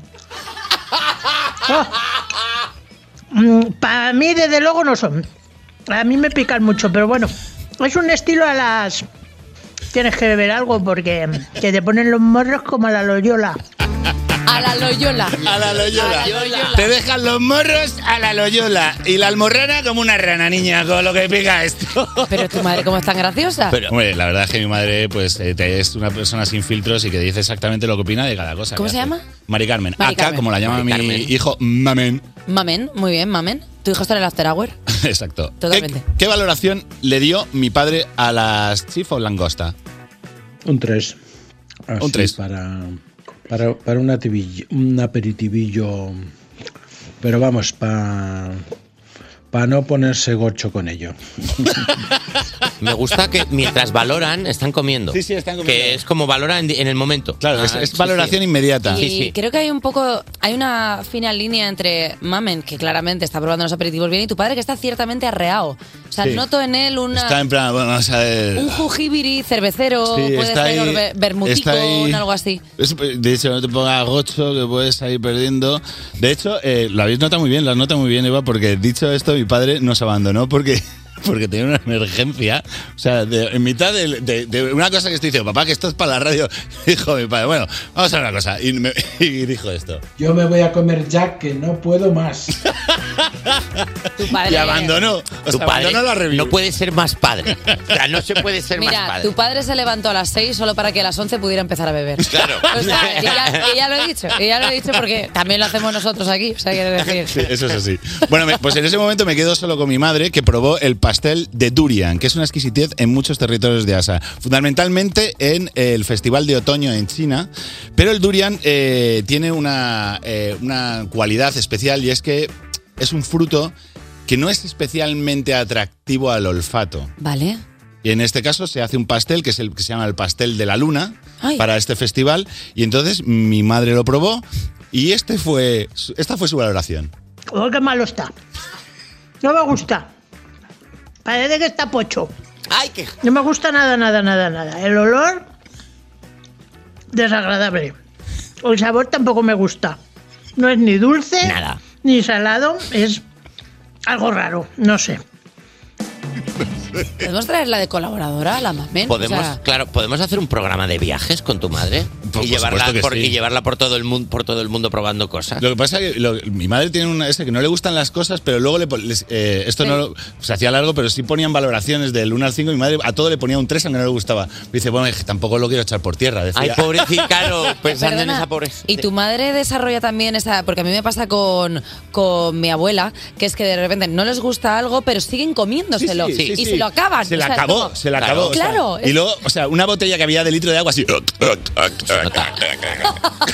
[SPEAKER 9] Para Mm, mí, desde luego, no son. A mí me pican mucho, pero bueno. Es un estilo a las. Tienes que beber algo porque que te ponen los morros como a la Loyola.
[SPEAKER 2] A la Loyola.
[SPEAKER 7] A la Loyola. Te dejan los morros a la Loyola y la almorrana como una rana, niña, con lo que pica esto.
[SPEAKER 2] Pero tu madre, ¿cómo es tan graciosa?
[SPEAKER 7] Pero, hombre, la verdad es que mi madre pues eh, te- es una persona sin filtros y que dice exactamente lo que opina de cada cosa.
[SPEAKER 2] ¿Cómo
[SPEAKER 7] que
[SPEAKER 2] se
[SPEAKER 7] hace.
[SPEAKER 2] llama?
[SPEAKER 7] Mari Carmen.
[SPEAKER 2] Mari
[SPEAKER 7] acá,
[SPEAKER 2] Carmen.
[SPEAKER 7] como la llama
[SPEAKER 2] Mari
[SPEAKER 7] mi
[SPEAKER 2] Carmen.
[SPEAKER 7] hijo, mamen.
[SPEAKER 2] Mamen, muy bien, mamen. Tu hijo está en el after hour.
[SPEAKER 7] Exacto.
[SPEAKER 2] Totalmente.
[SPEAKER 7] ¿Qué, qué valoración le dio mi padre a las chifo langosta?
[SPEAKER 8] Un 3.
[SPEAKER 7] Un tres.
[SPEAKER 8] Para, para, para un, ativillo- un aperitivillo. Pero vamos, para para no ponerse gocho con ello.
[SPEAKER 4] Me gusta que mientras valoran, están comiendo.
[SPEAKER 8] Sí, sí, están comiendo.
[SPEAKER 4] Que es como valoran en el momento. Ah, Claro,
[SPEAKER 7] es- es valoración inmediata.
[SPEAKER 2] Y creo que hay un poco, hay una fina línea entre Mamen, que claramente está probando los aperitivos bien, y tu padre, que está ciertamente arreado. O sea,
[SPEAKER 7] Sí.
[SPEAKER 2] noto en él una,
[SPEAKER 7] Está en plan, bueno, vamos a ver.
[SPEAKER 2] un jujibiri cervecero,
[SPEAKER 7] Sí,
[SPEAKER 2] puede
[SPEAKER 7] está
[SPEAKER 2] ser
[SPEAKER 7] ahí-
[SPEAKER 2] orbe- bermutico,
[SPEAKER 7] está ahí-
[SPEAKER 2] algo así.
[SPEAKER 7] Es- de hecho, no te pongas gocho, que puedes salir perdiendo. De hecho, eh, lo habéis notado muy bien, lo has notado muy bien, Eva, porque dicho esto, mi padre nos abandonó porque, porque tenía una emergencia. O sea, de- en mitad del- de, de una cosa que estoy diciendo, papá, que esto es para la radio, dijo mi padre, bueno, vamos a ver una cosa. Y, me- y dijo esto.
[SPEAKER 8] Yo me voy a comer ya que no puedo más.
[SPEAKER 2] eh,
[SPEAKER 7] Y abandonó. O
[SPEAKER 4] Tu
[SPEAKER 7] sea,
[SPEAKER 4] padre
[SPEAKER 7] abandonó la review.
[SPEAKER 4] no puede ser más padre. O sea, no se puede ser
[SPEAKER 2] Mira,
[SPEAKER 4] más padre.
[SPEAKER 2] tu padre se levantó a las 6 solo para que a las 11 pudiera empezar a beber.
[SPEAKER 4] Claro.
[SPEAKER 2] O sea, y ya, y ya lo he dicho, y ya lo he dicho porque también lo hacemos nosotros aquí, o sea, quiero decir.
[SPEAKER 7] Sí, eso es así. Bueno, me- pues en ese momento me quedo solo con mi madre que probó el pastel de durian, que es una exquisitez en muchos territorios de Asia, fundamentalmente en el Festival de Otoño en China. Pero el durian eh, tiene una, eh, una cualidad especial y es que es un fruto que no es especialmente atractivo al olfato.
[SPEAKER 2] Vale.
[SPEAKER 7] Y en este caso se hace un pastel que es el que se llama el pastel de la luna
[SPEAKER 2] Ay.
[SPEAKER 7] para este festival y entonces mi madre lo probó y este fue su- esta fue su valoración.
[SPEAKER 9] ¡Oh, qué malo está! No me gusta. Parece que está pocho.
[SPEAKER 4] ¡Ay, qué!
[SPEAKER 9] No me gusta nada, nada, nada, nada. El olor. desagradable. El sabor tampoco me gusta. No es ni dulce. Ni salado. Es algo raro. No sé.
[SPEAKER 2] ¿Podemos traerla de colaboradora, la Mamen? O
[SPEAKER 4] Podemos,
[SPEAKER 2] sea,
[SPEAKER 4] claro, podemos hacer un programa de viajes con tu madre
[SPEAKER 7] Por
[SPEAKER 4] y llevarla,
[SPEAKER 7] supuesto que
[SPEAKER 4] por,
[SPEAKER 7] sí.
[SPEAKER 4] y llevarla por todo el mundo, por todo el mundo probando cosas.
[SPEAKER 7] Lo que pasa es que lo- mi madre tiene una ese que no le gustan las cosas, pero luego le, pon- les- eh, esto no lo- se hacía largo, pero sí ponían valoraciones del 1 al 5 y mi madre a todo le ponía un 3 aunque no le gustaba. Me dice, bueno, es que tampoco lo quiero echar por tierra, decía.
[SPEAKER 4] Ay, pobrecito, claro, pensando
[SPEAKER 2] Perdona,
[SPEAKER 4] en esa pobreza.
[SPEAKER 2] Y tu madre desarrolla también esa. Porque a mí me pasa con, con mi abuela, que es que de repente no les gusta algo, pero siguen comiéndoselo.
[SPEAKER 7] Sí, sí, sí,
[SPEAKER 2] y
[SPEAKER 7] sí.
[SPEAKER 2] se lo acaban.
[SPEAKER 7] Se
[SPEAKER 2] o
[SPEAKER 7] la
[SPEAKER 2] sea, es
[SPEAKER 7] acabó,
[SPEAKER 2] como-
[SPEAKER 7] se la acabó. o sea,
[SPEAKER 2] Claro.
[SPEAKER 7] y luego, o sea, una botella que había de litro de agua así.
[SPEAKER 4] Ah,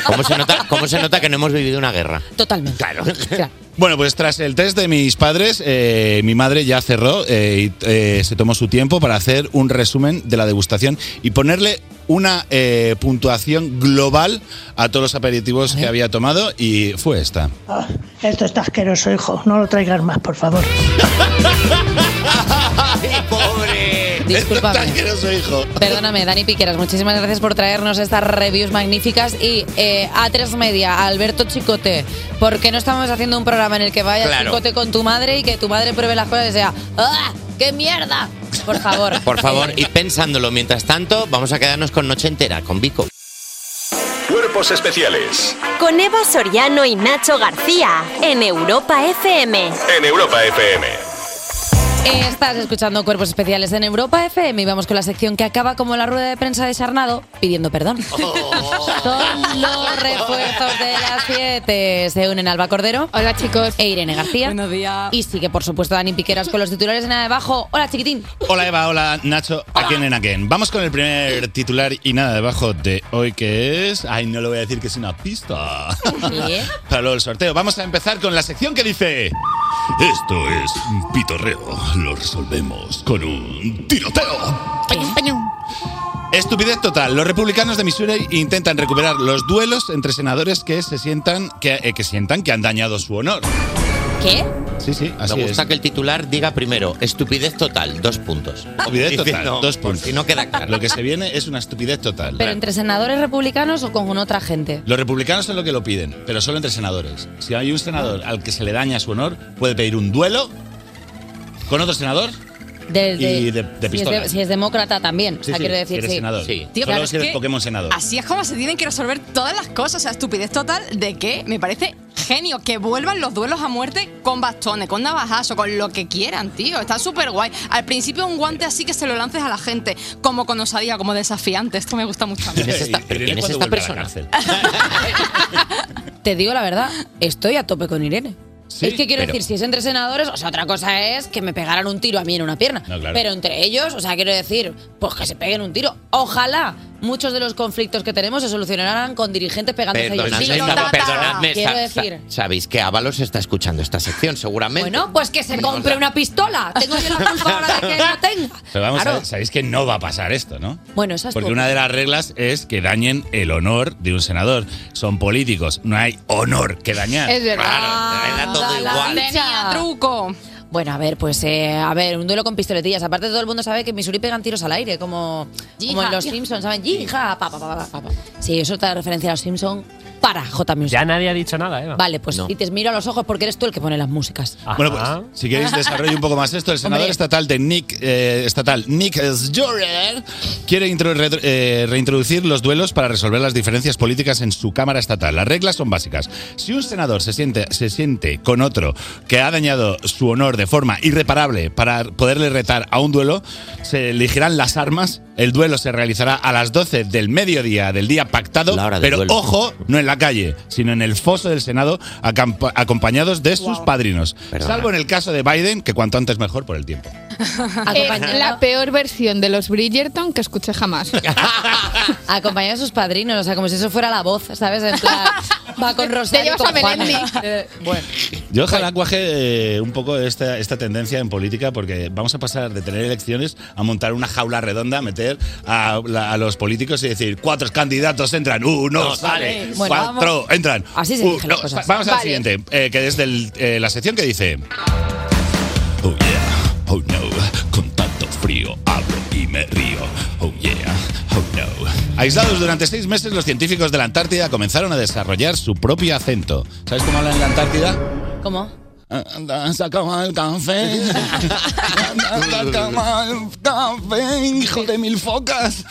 [SPEAKER 4] ¿Cómo se, nota, ¿Cómo se nota que no hemos vivido una guerra?
[SPEAKER 2] Totalmente.
[SPEAKER 4] Claro.
[SPEAKER 7] Bueno, pues tras el test de mis padres, eh, mi madre ya cerró eh, y eh, se tomó su tiempo para hacer un resumen de la degustación y ponerle una eh, puntuación global a todos los aperitivos que había tomado y fue esta.
[SPEAKER 9] Ah, esto está asqueroso, hijo. No lo traigas más, por favor.
[SPEAKER 4] ¡Ay, pobre!
[SPEAKER 2] Discúlpame.
[SPEAKER 7] su hijo.
[SPEAKER 2] Perdóname, Dani Piqueras, muchísimas gracias por traernos estas reviews magníficas. Y eh, A3 Media, Alberto Chicote, ¿por qué no estamos haciendo un programa en el que vaya
[SPEAKER 4] Claro.
[SPEAKER 2] Chicote con tu madre y que tu madre pruebe las cosas y sea ¡Ah! ¡Qué mierda! Por favor.
[SPEAKER 4] Por favor, id pensándolo. Mientras tanto, vamos a quedarnos con noche entera, con Vico.
[SPEAKER 3] Cuerpos especiales
[SPEAKER 6] Con Eva Soriano y Nacho García en Europa FM.
[SPEAKER 3] en Europa FM.
[SPEAKER 2] Estás escuchando Cuerpos Especiales en Europa FM y vamos con la sección que acaba como la rueda de prensa de Sarnado pidiendo perdón. Son los refuerzos de las 7. Se unen Alba Cordero. Hola chicos. E Irene García. Buenos días. Y sigue, por supuesto, Dani Piqueras con los titulares en abajo. Hola chiquitín.
[SPEAKER 7] Hola Eva, hola Nacho, again en again. Vamos con el primer titular y nada debajo de hoy que es... Ay, no lo voy a decir que es una pista.
[SPEAKER 2] Bien.
[SPEAKER 7] Para luego el sorteo. Vamos a empezar con la sección que dice...
[SPEAKER 10] Esto es un pitorreo. Lo resolvemos con un tiroteo.
[SPEAKER 7] Estupidez total. Los republicanos de Missouri intentan recuperar los duelos entre senadores que se sientan que, eh, que sientan que han dañado su honor.
[SPEAKER 2] ¿Qué?
[SPEAKER 7] Sí, sí,
[SPEAKER 4] Me gusta que el titular diga primero, estupidez total, dos puntos.
[SPEAKER 7] Estupidez total,
[SPEAKER 4] Diciendo,
[SPEAKER 7] dos
[SPEAKER 4] por
[SPEAKER 7] puntos.
[SPEAKER 4] si no queda claro.
[SPEAKER 7] Lo que se viene es una estupidez total.
[SPEAKER 2] ¿Pero entre senadores republicanos o con otra gente?
[SPEAKER 7] Los republicanos son lo que lo piden, pero solo entre senadores. Si hay un senador al que se le daña su honor, puede pedir un duelo con otro senador.
[SPEAKER 2] Desde,
[SPEAKER 7] Y de- de
[SPEAKER 2] si, es
[SPEAKER 7] pistola.
[SPEAKER 2] de- si es demócrata también. o sea, quiero decir,
[SPEAKER 7] eres
[SPEAKER 2] sí.
[SPEAKER 7] senador.
[SPEAKER 11] Tío,
[SPEAKER 7] solo
[SPEAKER 11] claro, es
[SPEAKER 7] si eres
[SPEAKER 11] que
[SPEAKER 7] Pokémon senador.
[SPEAKER 11] Así es como se tienen que resolver todas las cosas. O sea, estupidez total de que me parece genio que vuelvan los duelos a muerte con bastones, con navajazo, con lo que quieran, tío. Está súper guay. Al principio un guante así que se lo lances a la gente, como con osadía, como desafiante. Esto me gusta mucho. a mí.
[SPEAKER 4] ¿Quién es esta, pero quién es esta persona?
[SPEAKER 2] Te digo la verdad, estoy a tope con Irene.
[SPEAKER 4] Sí,
[SPEAKER 2] es que quiero
[SPEAKER 4] pero-
[SPEAKER 2] decir, si es entre senadores, o sea, otra cosa es que me pegaran un tiro a mí en una pierna.
[SPEAKER 4] No, claro.
[SPEAKER 2] Pero entre ellos, o sea, quiero decir, pues que se peguen un tiro. Ojalá muchos de los conflictos que tenemos se solucionaran con dirigentes pegándose ellos.
[SPEAKER 4] Perdonadme,
[SPEAKER 2] mismos.
[SPEAKER 4] sab- perdonadme,
[SPEAKER 2] Quiero
[SPEAKER 4] sab-
[SPEAKER 2] decir.
[SPEAKER 4] sab- sabéis que Ábalos está escuchando esta sección, seguramente.
[SPEAKER 2] Bueno, pues que se compre una pistola. Tengo yo la culpa ahora de que no tenga.
[SPEAKER 7] Pero vamos a
[SPEAKER 2] Claro.
[SPEAKER 7] ver, sabéis que no va a pasar esto, ¿no?
[SPEAKER 2] Bueno, esa es
[SPEAKER 7] Porque
[SPEAKER 2] tu
[SPEAKER 7] una de las reglas es que dañen el honor de un senador. Son políticos, no hay honor que dañar.
[SPEAKER 2] Es verdad.
[SPEAKER 7] Claro, de verdad, todo igual.
[SPEAKER 11] Tenía truco.
[SPEAKER 2] Bueno, a ver, pues eh, a ver, un duelo con pistoletillas. Aparte todo el mundo sabe que en Missouri pegan tiros al aire, como, como
[SPEAKER 11] Yija.
[SPEAKER 2] en los Simpsons, ¿saben? Yija, pa, pa, pa, pa, pa, pa. Sí, eso te da referencia a los Simpsons para J Music.
[SPEAKER 12] Ya nadie ha dicho nada, Eva.
[SPEAKER 2] Vale, pues y te miro a los ojos porque eres tú el que pone las músicas.
[SPEAKER 7] Bueno, pues si queréis desarrollo un poco más esto, el senador
[SPEAKER 2] Hombre.
[SPEAKER 7] estatal de Nick eh, estatal Nick Sjorer quiere intro- retro- eh, reintroducir los duelos para resolver las diferencias políticas en su cámara estatal. Las reglas son básicas. Si un senador se siente se siente con otro que ha dañado su honor de forma irreparable para poderle retar a un duelo, se elegirán las armas. El duelo se realizará a las 12 del mediodía del día pactado,
[SPEAKER 4] La hora del
[SPEAKER 7] pero
[SPEAKER 4] duelo.
[SPEAKER 7] ojo, no en la calle, sino en el foso del Senado, acampa- acompañados de sus padrinos. Salvo en el caso de Biden, que cuanto antes mejor por el tiempo.
[SPEAKER 13] Es la peor versión de los Bridgerton que escuché jamás.
[SPEAKER 2] Acompañado de sus padrinos, o sea, como si eso fuera la voz, ¿sabes? En plan, va con Rosario
[SPEAKER 13] llevas
[SPEAKER 2] con
[SPEAKER 13] a Melendi.
[SPEAKER 2] Juana. Eh, Bueno,
[SPEAKER 7] Yo ojalá cuaje eh, un poco esta, esta tendencia en política, porque vamos a pasar de tener elecciones a montar una jaula redonda, meter a, la- a los políticos y decir, cuatro candidatos entran, uno
[SPEAKER 10] No
[SPEAKER 7] sale,
[SPEAKER 10] sale". Bueno,
[SPEAKER 7] cuatro
[SPEAKER 10] vamos.
[SPEAKER 7] entran.
[SPEAKER 10] Así se
[SPEAKER 7] uno-
[SPEAKER 10] eligen las cosas.
[SPEAKER 7] Vamos al
[SPEAKER 10] Vale.
[SPEAKER 7] siguiente, eh, que es del, eh, la sección que dice...
[SPEAKER 10] Oh yeah, oh no, con tanto frío hablo y me río. Oh yeah, oh no.
[SPEAKER 7] Aislados durante seis meses, los científicos de la Antártida comenzaron a desarrollar su propio acento. ¿Sabes cómo hablan en la Antártida?
[SPEAKER 2] ¿Cómo?
[SPEAKER 7] Anda, saca mal café. Anda, saca mal café, hijo de mil focas.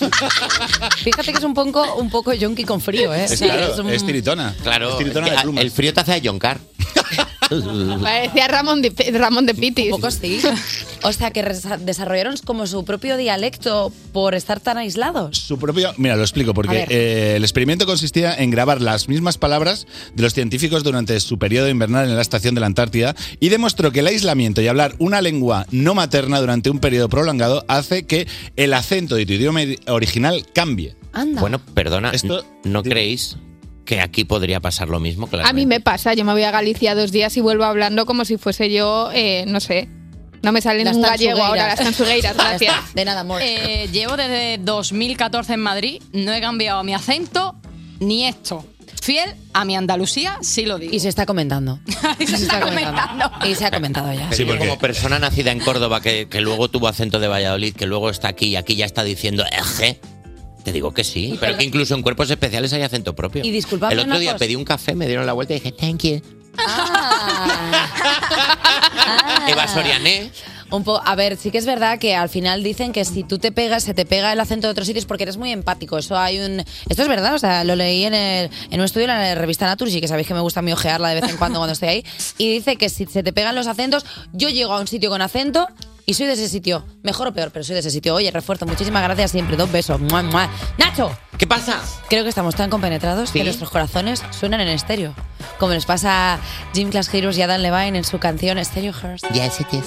[SPEAKER 2] fíjate que es un poco, un poco yonki con frío, ¿eh?
[SPEAKER 7] Es,
[SPEAKER 2] Sí,
[SPEAKER 7] claro,
[SPEAKER 2] es un-
[SPEAKER 7] es tiritona.
[SPEAKER 4] Claro,
[SPEAKER 7] es tiritona
[SPEAKER 4] es que ah,
[SPEAKER 7] de plumas.
[SPEAKER 4] el frío te hace ayoncar.
[SPEAKER 13] Parecía Ramón de, Ramón de Pitis.
[SPEAKER 2] Un poco sí. O sea, que resa- desarrollaron como su propio dialecto por estar tan aislados.
[SPEAKER 7] Su propio. Mira, lo explico,
[SPEAKER 2] A
[SPEAKER 7] porque
[SPEAKER 2] ver.
[SPEAKER 7] eh, el experimento consistía en grabar las mismas palabras de los científicos durante su periodo invernal en la estación de la Antártida y demostró que el aislamiento y hablar una lengua no materna durante un periodo prolongado hace que el acento de tu idioma original cambie.
[SPEAKER 2] Anda.
[SPEAKER 4] Bueno, perdona,
[SPEAKER 7] Esto-
[SPEAKER 4] ¿no creéis que aquí podría pasar lo mismo? Claro.
[SPEAKER 13] A mí me pasa, yo me voy a Galicia dos días y vuelvo hablando como si fuese yo, eh, no sé. No me sale
[SPEAKER 2] Las
[SPEAKER 13] ningún gallego
[SPEAKER 2] tanzugueiras.
[SPEAKER 13] ahora, las tanzugueiras, gracias.
[SPEAKER 2] De nada, amor.
[SPEAKER 11] Eh, llevo desde 2014 en Madrid, no he cambiado mi acento ni esto. Fiel a mi Andalucía, sí lo digo.
[SPEAKER 2] Y se está comentando.
[SPEAKER 11] Y se está comentando.
[SPEAKER 2] Y se ha comentado ya.
[SPEAKER 4] Pero yo como persona nacida en Córdoba que, que luego tuvo acento de Valladolid, que luego está aquí y aquí ya está diciendo eje. Te digo que sí, pero que incluso en cuerpos especiales hay acento propio.
[SPEAKER 2] Y disculpadme
[SPEAKER 4] El
[SPEAKER 2] una
[SPEAKER 4] otro día
[SPEAKER 2] cosa.
[SPEAKER 4] pedí un café, me dieron la vuelta y dije, thank you.
[SPEAKER 2] Ah.
[SPEAKER 4] Eva Soriané.
[SPEAKER 2] Un po- a ver, sí que es verdad que al final dicen que si tú te pegas, se te pega el acento de otros sitios porque eres muy empático. Eso hay un. Esto es verdad, o sea, lo leí en, el- en un estudio en la revista Naturgy, que sabéis que me gusta mi ojearla de vez en cuando cuando estoy ahí. Y dice que si se te pegan los acentos, yo llego a un sitio con acento. Y soy de ese sitio, mejor o peor, pero soy de ese sitio. Oye, refuerzo, muchísimas gracias siempre. Dos besos. Mua, mua. ¡Nacho!
[SPEAKER 4] ¿Qué pasa?
[SPEAKER 2] Creo que estamos tan compenetrados que nuestros corazones suenan en estéreo. Como les pasa a Jim Class Heroes y Adam Levine en su canción Stereo Hearts.
[SPEAKER 4] Yes, it is.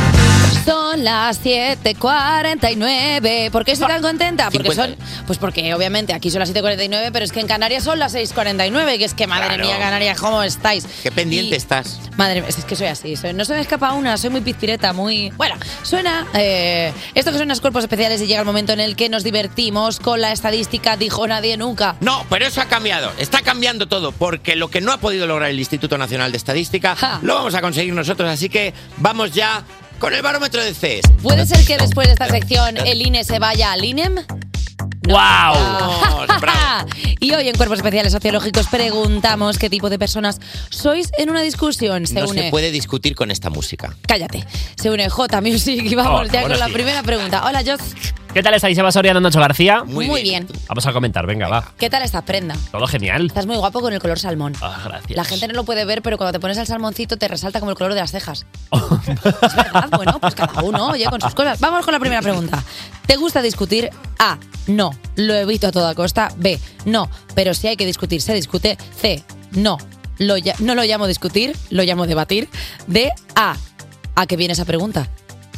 [SPEAKER 2] Son las 7.49. ¿Por qué estoy tan contenta? Porque son, pues porque obviamente aquí son las 7.49, pero es que en Canarias son las 6.49, que es que madre
[SPEAKER 4] Claro.
[SPEAKER 2] mía, Canarias, ¿cómo estáis?
[SPEAKER 4] Qué pendiente
[SPEAKER 2] Y-
[SPEAKER 4] estás.
[SPEAKER 2] Madre mía, es que soy así. soy- no se me escapa una, soy muy pizpireta, muy. Bueno, suena. eh, esto que son los cuerpos especiales y llega el momento en el que nos divertimos con la estadística, dijo nadie nunca.
[SPEAKER 4] No, pero eso ha cambiado. Está cambiando todo, porque lo que no ha podido lograr el Instituto Nacional de Estadística lo vamos a conseguir nosotros. Así que vamos ya con el barómetro de CES.
[SPEAKER 2] ¿Puede ser que después de esta sección el INE se vaya al INEM?
[SPEAKER 4] ¡Wow!
[SPEAKER 2] y hoy en Cuerpos Especiales Sociológicos preguntamos qué tipo de personas sois en una discusión. Se
[SPEAKER 4] No
[SPEAKER 2] une.
[SPEAKER 4] se puede discutir con esta música.
[SPEAKER 2] Cállate. Se une J Music y vamos
[SPEAKER 12] Hola,
[SPEAKER 4] Oh,
[SPEAKER 2] ya con
[SPEAKER 12] buenos
[SPEAKER 2] la
[SPEAKER 12] días.
[SPEAKER 2] primera pregunta. Hola, Jos.
[SPEAKER 12] ¿Qué tal estáis, Eva Soriano, Nacho García?
[SPEAKER 2] Muy, bien.
[SPEAKER 12] Vamos a comentar, venga, va.
[SPEAKER 2] ¿Qué tal esta prenda?
[SPEAKER 12] Todo genial.
[SPEAKER 2] Estás muy guapo con el color salmón.
[SPEAKER 12] Ah, gracias.
[SPEAKER 2] La gente no lo puede ver, pero cuando te pones el salmoncito te resalta como el color de las cejas. es verdad, bueno, pues cada uno, oye, con sus cosas. Vamos con la primera pregunta. ¿Te gusta discutir? A. No, lo evito a toda costa. B. No, pero si hay que discutir, se discute. C. No, lo lla- no lo llamo discutir, lo llamo debatir. D. A. ¿A qué viene esa pregunta?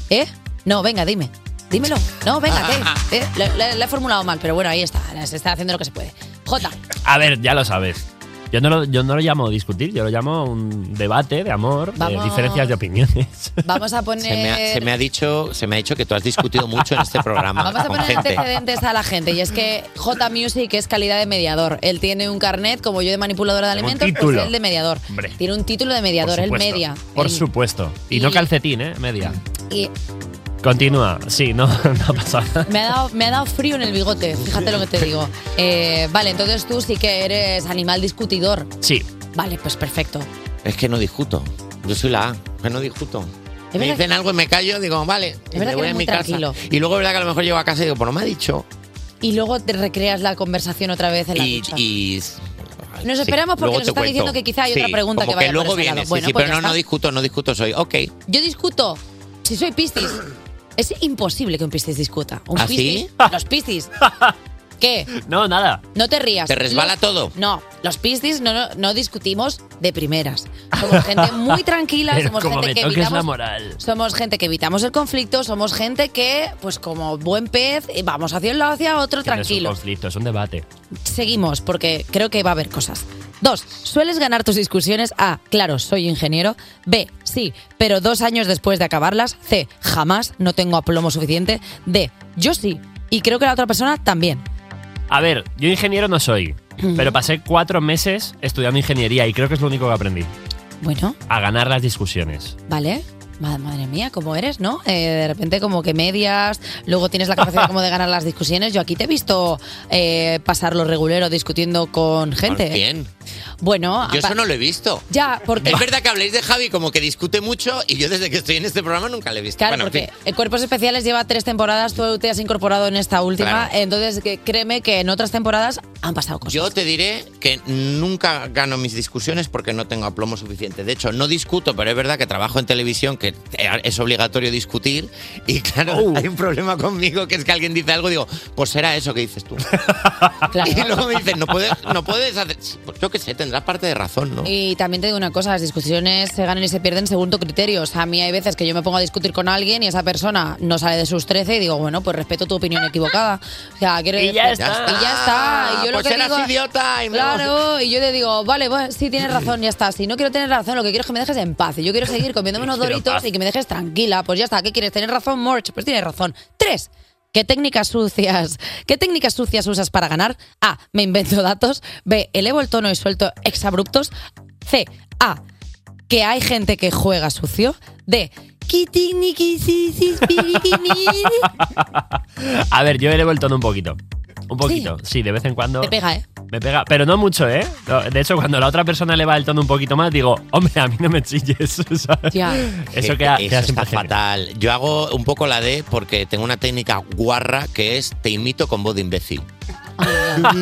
[SPEAKER 2] ¿Eh? No, venga, dime. Dímelo. No, venga, ¿qué? ¿Eh? La- la- la he formulado mal, pero bueno, ahí está. Se está haciendo lo que se puede. J.
[SPEAKER 12] A ver, ya lo sabes. Yo no lo, yo no lo llamo discutir, yo lo llamo un debate de amor, de
[SPEAKER 2] Vamos.
[SPEAKER 12] diferencias de opiniones.
[SPEAKER 2] Vamos a poner.
[SPEAKER 4] Se me, ha, se me ha dicho, se me ha dicho que tú has discutido mucho en este programa
[SPEAKER 2] Vamos a
[SPEAKER 4] con
[SPEAKER 2] poner
[SPEAKER 4] gente.
[SPEAKER 2] antecedentes a la gente. Y es que J Music es calidad de mediador. Él tiene un carnet, como yo de manipuladora de
[SPEAKER 12] Un
[SPEAKER 2] alimentos, pues
[SPEAKER 12] título.
[SPEAKER 2] él de mediador.
[SPEAKER 12] Hombre.
[SPEAKER 2] Tiene un título de mediador,
[SPEAKER 12] Por
[SPEAKER 2] él
[SPEAKER 12] supuesto.
[SPEAKER 2] media.
[SPEAKER 12] Por
[SPEAKER 2] Él-
[SPEAKER 12] supuesto. Y no calcetín, ¿eh? Media.
[SPEAKER 2] y
[SPEAKER 12] Continúa. Sí, no, no ha pasado nada.
[SPEAKER 2] me, ha dado, me ha dado frío en el bigote, fíjate lo que te digo. Eh, vale, entonces tú sí que eres animal discutidor.
[SPEAKER 12] Sí.
[SPEAKER 2] Vale, pues perfecto.
[SPEAKER 4] Es que no discuto. Yo soy la A, que no discuto.
[SPEAKER 2] Es
[SPEAKER 4] Me
[SPEAKER 2] verdad-
[SPEAKER 4] dicen algo y me callo, digo, vale, y me
[SPEAKER 2] verdad que
[SPEAKER 4] voy
[SPEAKER 2] eres
[SPEAKER 4] a
[SPEAKER 2] muy
[SPEAKER 4] mi casa.
[SPEAKER 2] tranquilo.
[SPEAKER 4] Y luego es verdad que a lo mejor llego a casa y digo, pues no me ha dicho.
[SPEAKER 2] Y luego te recreas la conversación otra vez en la
[SPEAKER 4] Y,
[SPEAKER 2] ducha.
[SPEAKER 4] y-
[SPEAKER 2] Nos
[SPEAKER 4] sí,
[SPEAKER 2] esperamos porque
[SPEAKER 4] luego
[SPEAKER 2] nos
[SPEAKER 4] te
[SPEAKER 2] están
[SPEAKER 4] cuento.
[SPEAKER 2] diciendo que quizá hay otra
[SPEAKER 4] Sí,
[SPEAKER 2] pregunta
[SPEAKER 4] como
[SPEAKER 2] que vaya por
[SPEAKER 4] luego
[SPEAKER 2] ese
[SPEAKER 4] viene,
[SPEAKER 2] lado.
[SPEAKER 4] sí,
[SPEAKER 2] Bueno,
[SPEAKER 4] sí,
[SPEAKER 2] pues
[SPEAKER 4] pero
[SPEAKER 2] ya
[SPEAKER 4] no, no
[SPEAKER 2] está.
[SPEAKER 4] discuto, no discuto, soy, ok.
[SPEAKER 2] Yo discuto. Si soy piscis, es imposible que un piscis discuta. Un
[SPEAKER 4] ¿Ah,
[SPEAKER 2] piscis, Los piscis. ¿Qué?
[SPEAKER 12] No, nada.
[SPEAKER 2] No te rías.
[SPEAKER 4] ¿Te resbala
[SPEAKER 2] Los-
[SPEAKER 4] todo?
[SPEAKER 2] No, los piscis no, no, no discutimos de primeras. Somos gente muy tranquila,
[SPEAKER 12] Pero
[SPEAKER 2] somos
[SPEAKER 12] como
[SPEAKER 2] gente
[SPEAKER 12] me
[SPEAKER 2] que
[SPEAKER 12] toques
[SPEAKER 2] evitamos.
[SPEAKER 12] la moral.
[SPEAKER 2] Somos gente que evitamos el conflicto, somos gente que, pues como buen pez, eh, vamos hacia un lado, hacia otro,
[SPEAKER 12] Que no Es un
[SPEAKER 2] tranquilo.
[SPEAKER 12] conflicto, es un debate.
[SPEAKER 2] Seguimos, porque creo que va a haber cosas. Dos, ¿sueles ganar tus discusiones? A, claro, soy ingeniero. B, sí, pero dos años después de acabarlas. C, jamás, no tengo aplomo suficiente. D, yo sí, y creo que la otra persona también.
[SPEAKER 12] A ver, yo ingeniero no soy, pero pasé cuatro meses estudiando ingeniería y creo que es lo único que aprendí.
[SPEAKER 2] Bueno.
[SPEAKER 12] A ganar las discusiones.
[SPEAKER 2] ¿Vale? Ma- Madre mía, ¿cómo eres, no? Eh, de repente como que medias, luego tienes la capacidad como de ganar las discusiones. Yo aquí te he visto eh, pasar lo regulero discutiendo con gente. ¿eh?
[SPEAKER 4] Bien.
[SPEAKER 2] Bueno,
[SPEAKER 4] Yo
[SPEAKER 2] apa-
[SPEAKER 4] eso no lo he visto.
[SPEAKER 2] Ya, porque...
[SPEAKER 4] Es verdad que habléis de Javi como que discute mucho y yo desde que estoy en este programa nunca le he visto.
[SPEAKER 2] Claro,
[SPEAKER 4] Bueno, en
[SPEAKER 2] porque
[SPEAKER 4] fin.
[SPEAKER 2] eh, Cuerpos Especiales lleva tres temporadas, tú te has incorporado en esta última,
[SPEAKER 4] Claro.
[SPEAKER 2] entonces que- créeme que en otras temporadas han pasado cosas.
[SPEAKER 4] Yo te diré que nunca gano mis discusiones porque no tengo aplomo suficiente. De hecho, no discuto, pero es verdad que trabajo en televisión, que es obligatorio discutir. Y claro,
[SPEAKER 2] Oh.
[SPEAKER 4] hay un problema conmigo que es que alguien dice algo y digo, pues será eso que dices tú. Y luego me dicen, no puedes, no puedes hacer. Pues yo qué sé, tendrás parte de razón, ¿no?
[SPEAKER 2] Y también te digo una cosa, las discusiones se ganan y se pierden según tu criterio. O sea, a mí hay veces que yo me pongo a discutir con alguien y esa persona no sale de sus 13 y digo, bueno, pues respeto tu opinión equivocada. O sea, quiero
[SPEAKER 4] Y ya
[SPEAKER 2] decir-
[SPEAKER 4] está.
[SPEAKER 2] Y ya está. Y yo lo
[SPEAKER 4] Pues
[SPEAKER 2] que
[SPEAKER 4] eras
[SPEAKER 2] digo,
[SPEAKER 4] idiota y me-
[SPEAKER 2] Claro, y yo le digo, vale, pues sí tienes razón, ya está. Si no quiero tener razón, lo que quiero es que me dejes en paz. Yo quiero seguir comiéndome unos
[SPEAKER 14] Quiero
[SPEAKER 2] doritos
[SPEAKER 14] paz.
[SPEAKER 2] y que me dejes tranquila. Pues ya está, ¿qué quieres? ¿Tener razón, Morch? Pues tienes razón. Tres. ¿Qué técnicas sucias? ¿Qué técnicas sucias usas para ganar? A. Me invento datos. B. Elevo el tono y suelto exabruptos. C. A. Que hay gente que juega sucio. D. Kitiniquisisis, piriquini.
[SPEAKER 12] A ver, yo elevo el tono un poquito. Un poquito, sí, de vez en cuando.
[SPEAKER 2] Te pega, ¿eh?
[SPEAKER 12] Me pega, pero no mucho, ¿eh? No, De hecho, cuando la otra persona eleva el tono un poquito más, digo, hombre, a mí no me chilles, ¿sabes?
[SPEAKER 2] Ya.
[SPEAKER 12] Eso
[SPEAKER 4] Que-
[SPEAKER 12] queda,
[SPEAKER 4] eso
[SPEAKER 12] queda
[SPEAKER 4] está
[SPEAKER 12] siempre genial.
[SPEAKER 4] fatal. Yo hago un poco la D porque tengo una técnica guarra que es te imito con voz de imbécil.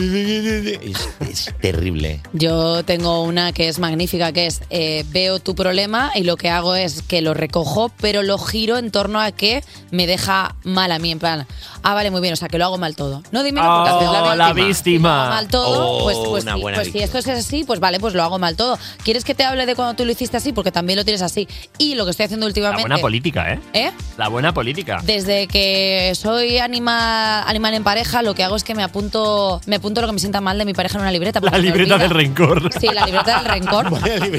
[SPEAKER 4] Es, es terrible.
[SPEAKER 2] Yo tengo una que es magnífica, que es eh, veo tu problema y lo que hago es que lo recojo, pero lo giro en torno a que me deja mal a mí, en plan, ah, vale, muy bien, o sea, que lo hago mal todo. No dime no, porque haces
[SPEAKER 12] Oh, la víctima.
[SPEAKER 2] mal todo,
[SPEAKER 12] Oh,
[SPEAKER 2] pues, pues,
[SPEAKER 12] una
[SPEAKER 2] sí,
[SPEAKER 12] buena
[SPEAKER 2] pues si esto es así, pues vale, pues lo hago mal todo. ¿Quieres que te hable de cuando tú lo hiciste así? Porque también lo tienes así. Y lo que estoy haciendo
[SPEAKER 12] La
[SPEAKER 2] últimamente...
[SPEAKER 12] buena política, ¿eh?
[SPEAKER 2] ¿Eh?
[SPEAKER 12] La buena política.
[SPEAKER 2] Desde que soy animal, animal en pareja, lo que hago es que me apunto, me apunto lo que me sienta mal de mi pareja en una libreta.
[SPEAKER 12] La
[SPEAKER 2] porque se me
[SPEAKER 12] libreta
[SPEAKER 2] olvida.
[SPEAKER 12] del rencor.
[SPEAKER 2] Sí, la libreta del rencor.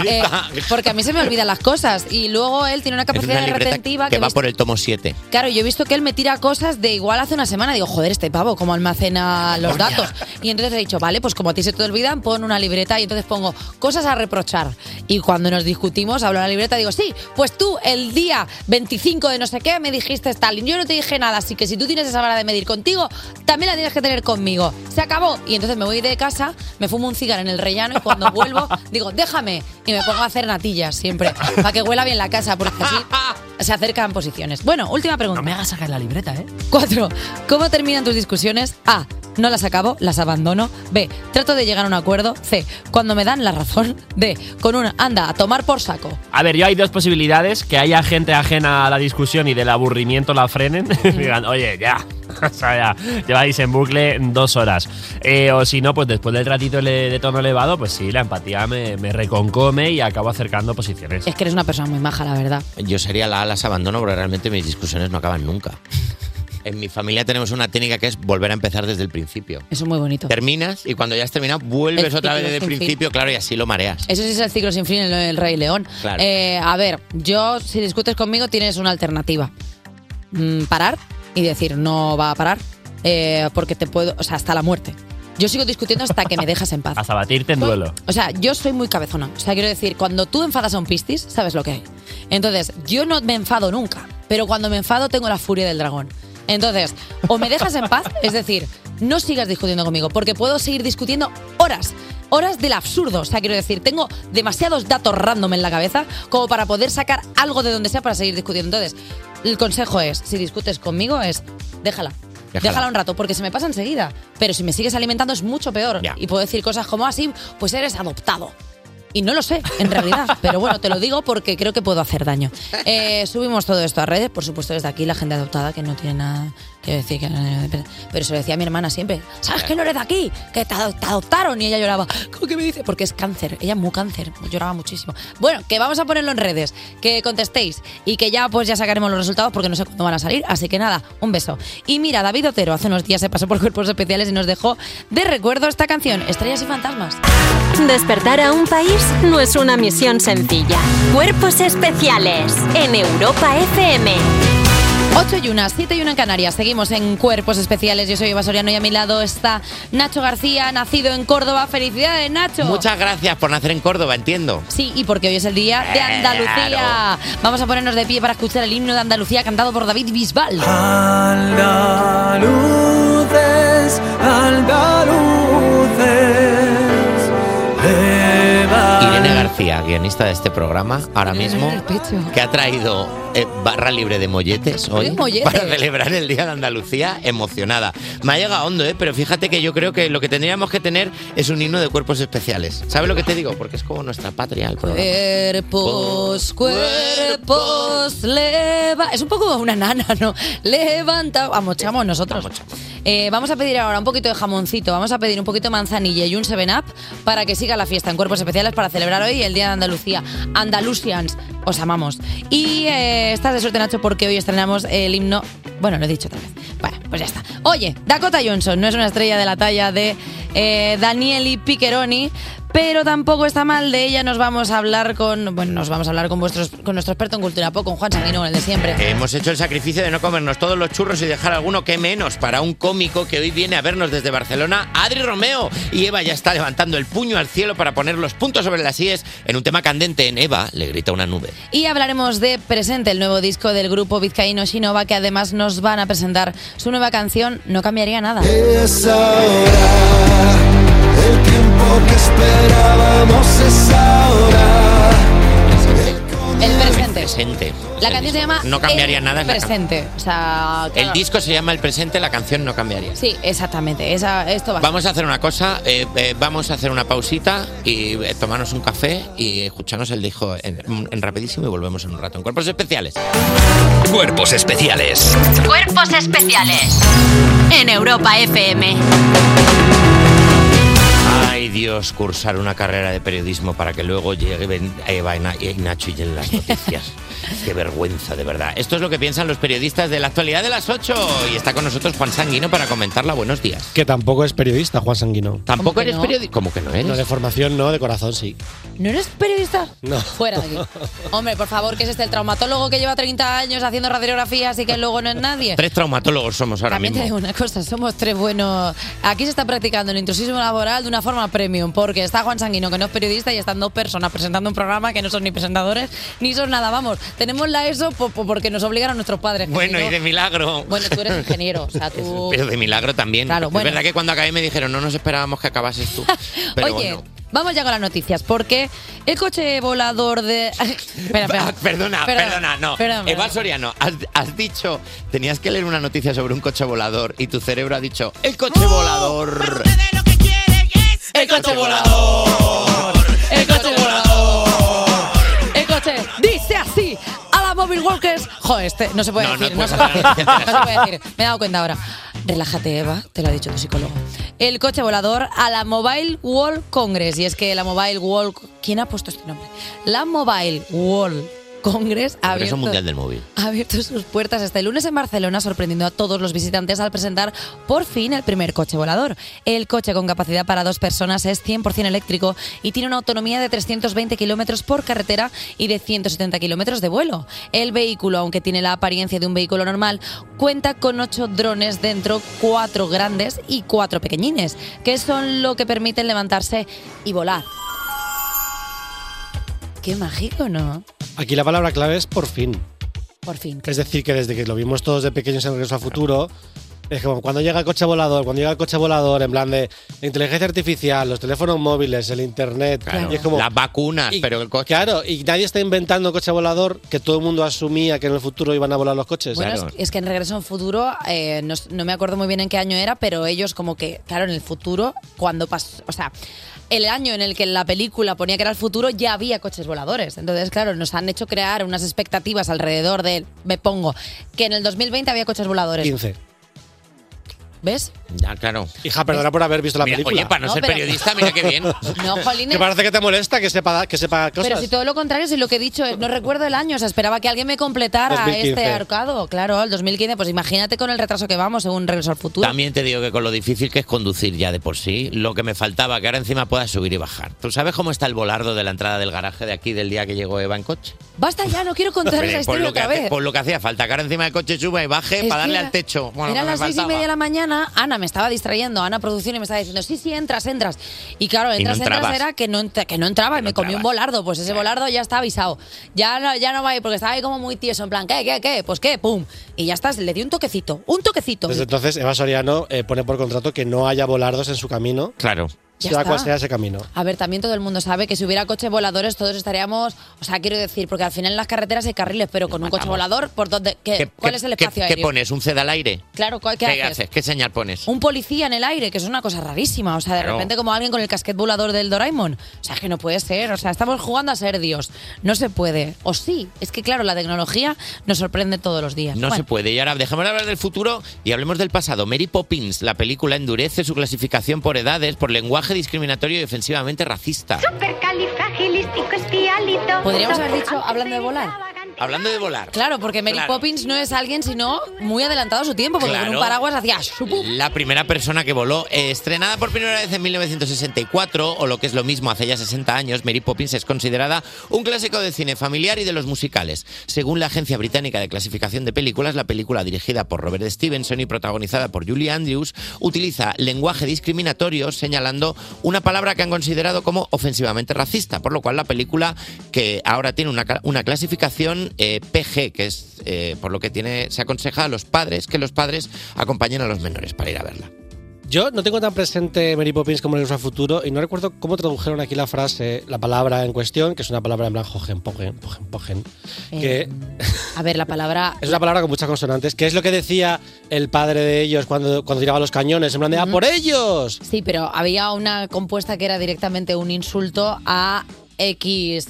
[SPEAKER 2] Eh, porque a mí se me olvidan las cosas. Y luego él tiene una
[SPEAKER 4] Es una
[SPEAKER 2] capacidad de
[SPEAKER 4] libreta
[SPEAKER 2] retentiva
[SPEAKER 4] que
[SPEAKER 2] que.
[SPEAKER 4] va
[SPEAKER 2] ves-
[SPEAKER 4] por el tomo 7.
[SPEAKER 2] Claro, yo he visto que él me tira cosas de igual hace una semana. Digo, joder, este pavo, ¿cómo almacena los datos? Y entonces he dicho, vale, pues como a ti se te olvidan, pon una libreta y entonces pongo cosas a reprochar. Y cuando nos discutimos, hablo en la libreta, digo, sí, pues tú el día 25 de no sé qué me dijiste tal. Y yo no te dije nada, así que si tú tienes esa vara de medir contigo, también la tienes que tener conmigo. Se acabó. Y entonces me voy de casa, me fumo un cigarro en el rellano y cuando vuelvo, digo, déjame. Y me pongo a hacer natillas siempre, para que huela bien la casa, porque así se acercan posiciones. Bueno, última pregunta. No me hagas sacar la libreta, ¿eh? Cuatro. ¿Cómo terminan tus discusiones? A. No las acabo, las abandono. B. Trato de llegar a un acuerdo. C. Cuando me dan la razón. D. Con una anda a tomar por saco.
[SPEAKER 12] A ver, yo hay dos posibilidades, que haya gente ajena a la discusión y del aburrimiento la frenen. y Digan, oye, ya. O sea, ya lleváis en bucle dos horas. Eh, o si no, pues después del ratito le- de tono elevado, pues sí, la empatía me, me reconcome y acabo acercando posiciones.
[SPEAKER 2] Es que eres una persona muy maja, la verdad.
[SPEAKER 4] Yo sería la A, las abandono porque realmente mis discusiones no acaban nunca. En mi familia tenemos una técnica que es volver a empezar desde el principio.
[SPEAKER 2] Eso es muy bonito.
[SPEAKER 4] Terminas y cuando ya has terminado vuelves
[SPEAKER 2] El
[SPEAKER 4] otra vez
[SPEAKER 2] ciclo
[SPEAKER 4] desde el
[SPEAKER 2] sin fin.
[SPEAKER 4] principio, claro, y así lo mareas.
[SPEAKER 2] Eso sí es el ciclo sin fin en el Rey León.
[SPEAKER 4] Claro.
[SPEAKER 2] Eh, a ver, yo, si discutes conmigo, tienes una alternativa. Mm, parar y decir, no va a parar, eh, porque te puedo, o sea, hasta la muerte. Yo sigo discutiendo hasta que me dejas en paz.
[SPEAKER 12] Hasta batirte en duelo.
[SPEAKER 2] O sea, yo soy muy cabezona. O sea, quiero decir, cuando tú enfadas a un pistis, sabes lo que hay. Entonces, yo no me enfado nunca, pero cuando me enfado tengo la furia del dragón. Entonces, o me dejas en paz, es decir, no sigas discutiendo conmigo, porque puedo seguir discutiendo horas, horas del absurdo. O sea, quiero decir, tengo demasiados datos random en la cabeza como para poder sacar algo de donde sea para seguir discutiendo. Entonces, el consejo es, si discutes conmigo, es déjala.
[SPEAKER 4] Déjala.
[SPEAKER 2] Déjala. un rato, porque se me pasa enseguida. Pero si me sigues alimentando es mucho peor. Y puedo decir cosas como así, pues eres adoptado. Y no lo sé, en realidad. Pero bueno, te lo digo porque creo que puedo hacer daño. Eh, subimos todo esto a redes, por supuesto, desde aquí la gente adoptada que no tiene nada que decir. Que, pero se lo decía a mi hermana siempre: ¿Sabes que no eres de aquí? Que te, ado- te adoptaron. Y ella lloraba. ¿Cómo que me dice? Porque es cáncer. Ella es muy cáncer. pues Lloraba muchísimo. Bueno, que vamos a ponerlo en redes. Que contestéis. Y que ya, pues ya sacaremos los resultados porque no sé cuándo van a salir. Así que nada, un beso. Y mira, David Otero hace unos días se pasó por cuerpos especiales y nos dejó de recuerdo esta canción: Estrellas y Fantasmas.
[SPEAKER 6] Despertar a un país no es una misión sencilla. Cuerpos especiales en Europa FM.
[SPEAKER 2] 8 y 1, 7 y 1 en Canarias. Seguimos en Cuerpos Especiales. Yo soy Eva Soriano y a mi lado está Nacho García, nacido en Córdoba. ¡Felicidades, Nacho!
[SPEAKER 4] Muchas gracias por nacer en Córdoba, entiendo.
[SPEAKER 2] Sí, y porque hoy es el día de Andalucía.
[SPEAKER 4] Eh, Claro.
[SPEAKER 2] Vamos a ponernos de pie para escuchar el himno de Andalucía cantado por David Bisbal.
[SPEAKER 14] Andaluces, andaluces,
[SPEAKER 4] Irene García, guionista de este programa, ahora mismo, que ha traído eh, barra libre de molletes hoy
[SPEAKER 2] Ay, molletes.
[SPEAKER 4] para celebrar el Día de Andalucía, emocionada. Me ha llegado hondo, ¿eh? pero fíjate que yo creo que lo que tendríamos que tener es un himno de cuerpos especiales. ¿Sabes lo que te digo? Porque es como nuestra patria el programa.
[SPEAKER 2] Cuerpos, cuerpos, leva. Es un poco una nana, ¿no? Levanta. Vamos, chamos nosotros. Eh, vamos a pedir ahora un poquito de jamoncito, vamos a pedir un poquito de manzanilla y un 7-up para que siga la fiesta en cuerpos especiales para celebrar hoy el Día de Andalucía. Andalusians, os amamos. Y eh, estás de suerte, Nacho, porque hoy estrenamos el himno. Bueno, lo he dicho otra vez. Bueno, pues ya está. Oye, Dakota Johnson no es una estrella de la talla de eh, Danieli Piccheroni, pero tampoco está mal de ella. Nos vamos a hablar con, bueno, nos vamos a hablar con vuestros, con nuestro experto en cultura pop, con Juan Sanguino, con el de siempre.
[SPEAKER 4] Hemos hecho el sacrificio de no comernos todos los churros y dejar alguno que menos para un cómico que hoy viene a vernos desde Barcelona, Adri Romeo. Y Eva ya está levantando el puño al cielo para poner los puntos sobre las IES en un tema candente. En Eva le grita una nube.
[SPEAKER 2] Y hablaremos de Presente, el nuevo disco del grupo vizcaíno Shinova, que además nos van a presentar su nueva canción No cambiaría nada.
[SPEAKER 5] Es ahora, el tiempo que esperábamos es ahora.
[SPEAKER 2] El presente.
[SPEAKER 4] presente.
[SPEAKER 2] La canción se llama
[SPEAKER 4] No cambiaría
[SPEAKER 2] El
[SPEAKER 4] nada. es la can-
[SPEAKER 2] Presente. O sea, claro.
[SPEAKER 4] El disco se llama El Presente, la canción no cambiaría.
[SPEAKER 2] Sí, exactamente. Esa, esto va.
[SPEAKER 4] Vamos a hacer una cosa, eh, eh, vamos a hacer una pausita y eh, tomarnos un café y escucharnos el disco en, en rapidísimo y volvemos en un rato. En cuerpos especiales.
[SPEAKER 1] Cuerpos especiales.
[SPEAKER 6] Cuerpos especiales en Europa FM.
[SPEAKER 4] Ay Dios, cursar una carrera de periodismo para que luego lleguen Eva y Na- y Nacho y lleguen las noticias. Qué vergüenza, de verdad. Esto es lo que piensan los periodistas de la actualidad de las 8. Y está con nosotros Juan Sanguino para comentarla. Buenos días.
[SPEAKER 15] Que tampoco es periodista, Juan Sanguino.
[SPEAKER 4] ¿Tampoco eres periodista? ¿Cómo que no eres?
[SPEAKER 15] No, de formación no, de corazón sí.
[SPEAKER 2] ¿No eres periodista?
[SPEAKER 15] No.
[SPEAKER 2] Fuera de aquí. Hombre, por favor, que es este el traumatólogo que lleva 30 años haciendo radiografías y que luego no es nadie?
[SPEAKER 4] Tres traumatólogos somos ahora
[SPEAKER 2] También te digo
[SPEAKER 4] mismo.
[SPEAKER 2] una cosa, somos tres buenos. Aquí se está practicando el intrusismo laboral de una forma premium, porque está Juan Sanguino, que no es periodista, y están dos personas presentando un programa que no son ni presentadores ni son nada. Vamos, tenemos la ESO po- po- porque nos obligaron nuestros padres. que
[SPEAKER 4] Bueno,
[SPEAKER 2] si no-
[SPEAKER 4] y de milagro.
[SPEAKER 2] Bueno, tú eres ingeniero, o sea, tú.
[SPEAKER 4] Pero de milagro también.
[SPEAKER 2] Claro, bueno.
[SPEAKER 4] Es verdad que cuando acabé me dijeron, no nos esperábamos que acabases tú. Pero
[SPEAKER 2] Oye,
[SPEAKER 4] bueno.
[SPEAKER 2] vamos ya con las noticias, porque el coche volador de. Espera, espera.
[SPEAKER 4] Ah, Perdona,
[SPEAKER 2] Perdona,
[SPEAKER 4] perdona, no.
[SPEAKER 2] perdona,
[SPEAKER 4] Eva
[SPEAKER 2] perdona.
[SPEAKER 4] Soriano, has, has dicho, tenías que leer una noticia sobre un coche volador y tu cerebro ha dicho, "Eh, el coche
[SPEAKER 5] Uh,
[SPEAKER 4] volador.
[SPEAKER 2] El coche volador. El coche volador. El coche dice así a la Mobile Walkers. Joder, este no se puede
[SPEAKER 4] No, no
[SPEAKER 2] decir. No,
[SPEAKER 4] puedes
[SPEAKER 2] se puede
[SPEAKER 4] hacer
[SPEAKER 2] decir.
[SPEAKER 4] nada.
[SPEAKER 2] no se puede decir. Me he dado cuenta ahora. Relájate, Eva, te lo ha dicho tu psicólogo. El coche volador a la Mobile World Congress. Y es que la Mobile World. ¿Quién ha puesto este nombre? La Mobile World Congress ha
[SPEAKER 4] Congreso
[SPEAKER 2] abierto
[SPEAKER 4] Mundial del Móvil.
[SPEAKER 2] ha abierto sus puertas este lunes en Barcelona, sorprendiendo a todos los visitantes al presentar por fin el primer coche volador. El coche con capacidad para dos personas es 100% eléctrico y tiene una autonomía de 320 kilómetros por carretera y de 170 kilómetros de vuelo. El vehículo, aunque tiene la apariencia de un vehículo normal, cuenta con ocho drones dentro, cuatro grandes y cuatro pequeñines, que son lo que permiten levantarse y volar. Qué mágico, ¿no?
[SPEAKER 15] Aquí la palabra clave es por fin.
[SPEAKER 2] Por fin.
[SPEAKER 15] Es decir, que desde que lo vimos todos de pequeños en Regreso a Futuro, es como cuando llega el coche volador, cuando llega el coche volador, en plan de la inteligencia artificial, los teléfonos móviles, el internet,
[SPEAKER 4] Claro.
[SPEAKER 15] y es como,
[SPEAKER 4] Las vacunas, pero el coche.
[SPEAKER 15] Claro, y nadie está inventando coche volador que todo el mundo asumía que en el futuro iban a volar los coches.
[SPEAKER 2] Bueno, es- es que en Regreso en Futuro, eh, no, s- no me acuerdo muy bien en qué año era, pero ellos como que, claro, en el futuro, cuando pasó, o sea, el año en el que la película ponía que era el futuro, ya había coches voladores. Entonces, claro, nos han hecho crear unas expectativas alrededor de, me pongo, que en el 2020 había coches voladores.
[SPEAKER 15] 15.
[SPEAKER 2] ¿Ves?
[SPEAKER 4] Ya, claro.
[SPEAKER 15] Hija, perdona por haber visto la
[SPEAKER 4] Mira,
[SPEAKER 15] película.
[SPEAKER 4] oye, para no No, ser pero- periodista, mira qué bien. No,
[SPEAKER 2] jolines.
[SPEAKER 15] Que parece que te molesta que sepa, que sepa cosas.
[SPEAKER 2] Pero si todo lo contrario, si lo que he dicho es, no recuerdo el año, o sea, esperaba que alguien me completara
[SPEAKER 15] 2015.
[SPEAKER 2] este arcado. Claro, el 2015, pues imagínate con el retraso que vamos según Regreso al Futuro.
[SPEAKER 4] También te digo que con lo difícil que es conducir ya de por sí, lo que me faltaba, que ahora encima pueda subir y bajar. ¿Tú sabes cómo está el volardo de la entrada del garaje de aquí del día que llegó Eva en coche?
[SPEAKER 2] Basta ya, no quiero contar
[SPEAKER 4] Hombre,
[SPEAKER 2] esa
[SPEAKER 4] por,
[SPEAKER 2] historia
[SPEAKER 4] lo que
[SPEAKER 2] otra
[SPEAKER 4] hace-
[SPEAKER 2] vez.
[SPEAKER 4] por lo que hacía falta, que ahora encima el coche suba y baje
[SPEAKER 2] Es
[SPEAKER 4] para
[SPEAKER 2] que
[SPEAKER 4] darle
[SPEAKER 2] era-
[SPEAKER 4] al techo. Bueno, lo
[SPEAKER 2] Eran
[SPEAKER 4] que
[SPEAKER 2] las
[SPEAKER 4] me
[SPEAKER 2] seis y
[SPEAKER 4] faltaba.
[SPEAKER 2] media de la mañana, Ana me estaba distrayendo, Ana Producción, y me estaba diciendo, sí, sí, entras, entras. Y claro,
[SPEAKER 4] Y no
[SPEAKER 2] entras, entras,
[SPEAKER 4] entrabas.
[SPEAKER 2] era que no, entra- que no entraba y me comí un
[SPEAKER 4] entrabas.
[SPEAKER 2] volardo. Pues ese volardo ya está avisado. Ya no, ya no va a ir porque estaba ahí como muy tieso, en plan, ¿qué, qué, qué? Pues qué, pum. Y ya estás, le di un toquecito, un toquecito.
[SPEAKER 15] Desde entonces, Eva Soriano eh, pone por contrato que no haya volardos en su camino.
[SPEAKER 4] Claro.
[SPEAKER 2] Ya
[SPEAKER 15] Sea
[SPEAKER 2] está.
[SPEAKER 15] cual sea ese camino.
[SPEAKER 2] A ver, también todo el mundo sabe que si hubiera coches voladores todos estaríamos, o sea, quiero decir, porque al final en las carreteras hay carriles, pero con un coche
[SPEAKER 4] matamos.
[SPEAKER 2] volador, ¿por dónde, qué-
[SPEAKER 4] ¿Qué-
[SPEAKER 2] ¿cuál
[SPEAKER 4] qué-
[SPEAKER 2] es el
[SPEAKER 4] qué-
[SPEAKER 2] espacio
[SPEAKER 4] ¿Qué,
[SPEAKER 2] aéreo?
[SPEAKER 4] pones? ¿Un ced al aire?
[SPEAKER 2] Claro, ¿cuál, ¿qué, haces?
[SPEAKER 4] ¿Qué señal pones?
[SPEAKER 2] un policía en el aire, que es una cosa rarísima. O sea, de
[SPEAKER 4] Claro.
[SPEAKER 2] repente como alguien con el casquete volador del Doraemon. O sea, es que no puede ser. O sea, estamos jugando a ser Dios. No se puede. O sí. Es que claro, la tecnología nos sorprende todos los días.
[SPEAKER 4] No se
[SPEAKER 2] Bueno,
[SPEAKER 4] puede. Y ahora dejemos de hablar del futuro y hablemos del pasado. Mary Poppins, la película, endurece su clasificación por edades, por lenguaje discriminatorio y ofensivamente racista.
[SPEAKER 2] Podríamos haber dicho, hablando de volar.
[SPEAKER 4] Hablando de volar.
[SPEAKER 2] Claro, porque Mary
[SPEAKER 4] Claro.
[SPEAKER 2] Poppins no es alguien sino muy adelantado a su tiempo, porque con
[SPEAKER 4] Claro.
[SPEAKER 2] un paraguas hacía... shupu.
[SPEAKER 4] La primera persona que voló, eh, estrenada por primera vez en 1964, o lo que es lo mismo, hace ya 60 años, Mary Poppins es considerada un clásico del cine familiar y de los musicales. Según la Agencia Británica de Clasificación de Películas, la película dirigida por Robert Stevenson y protagonizada por Julie Andrews utiliza lenguaje discriminatorio señalando una palabra que han considerado como ofensivamente racista, por lo cual la película que ahora tiene una, ca- una clasificación eh, PG, que es eh, por lo que tiene, se aconseja a los padres que los padres acompañen a los menores para ir a verla.
[SPEAKER 15] Yo no tengo tan presente Mary Poppins como Regreso al Futuro y no recuerdo cómo tradujeron aquí la frase, la palabra en cuestión, que es una palabra en plan jogen, pogen, pogen, pogen,
[SPEAKER 2] Eh.
[SPEAKER 15] que
[SPEAKER 2] A ver, la palabra.
[SPEAKER 15] es una palabra con muchas consonantes, que es lo que decía el padre de ellos cuando, cuando tiraba los cañones, en plan de ¡A por ellos!
[SPEAKER 2] Sí, pero había una compuesta que era directamente un insulto a X.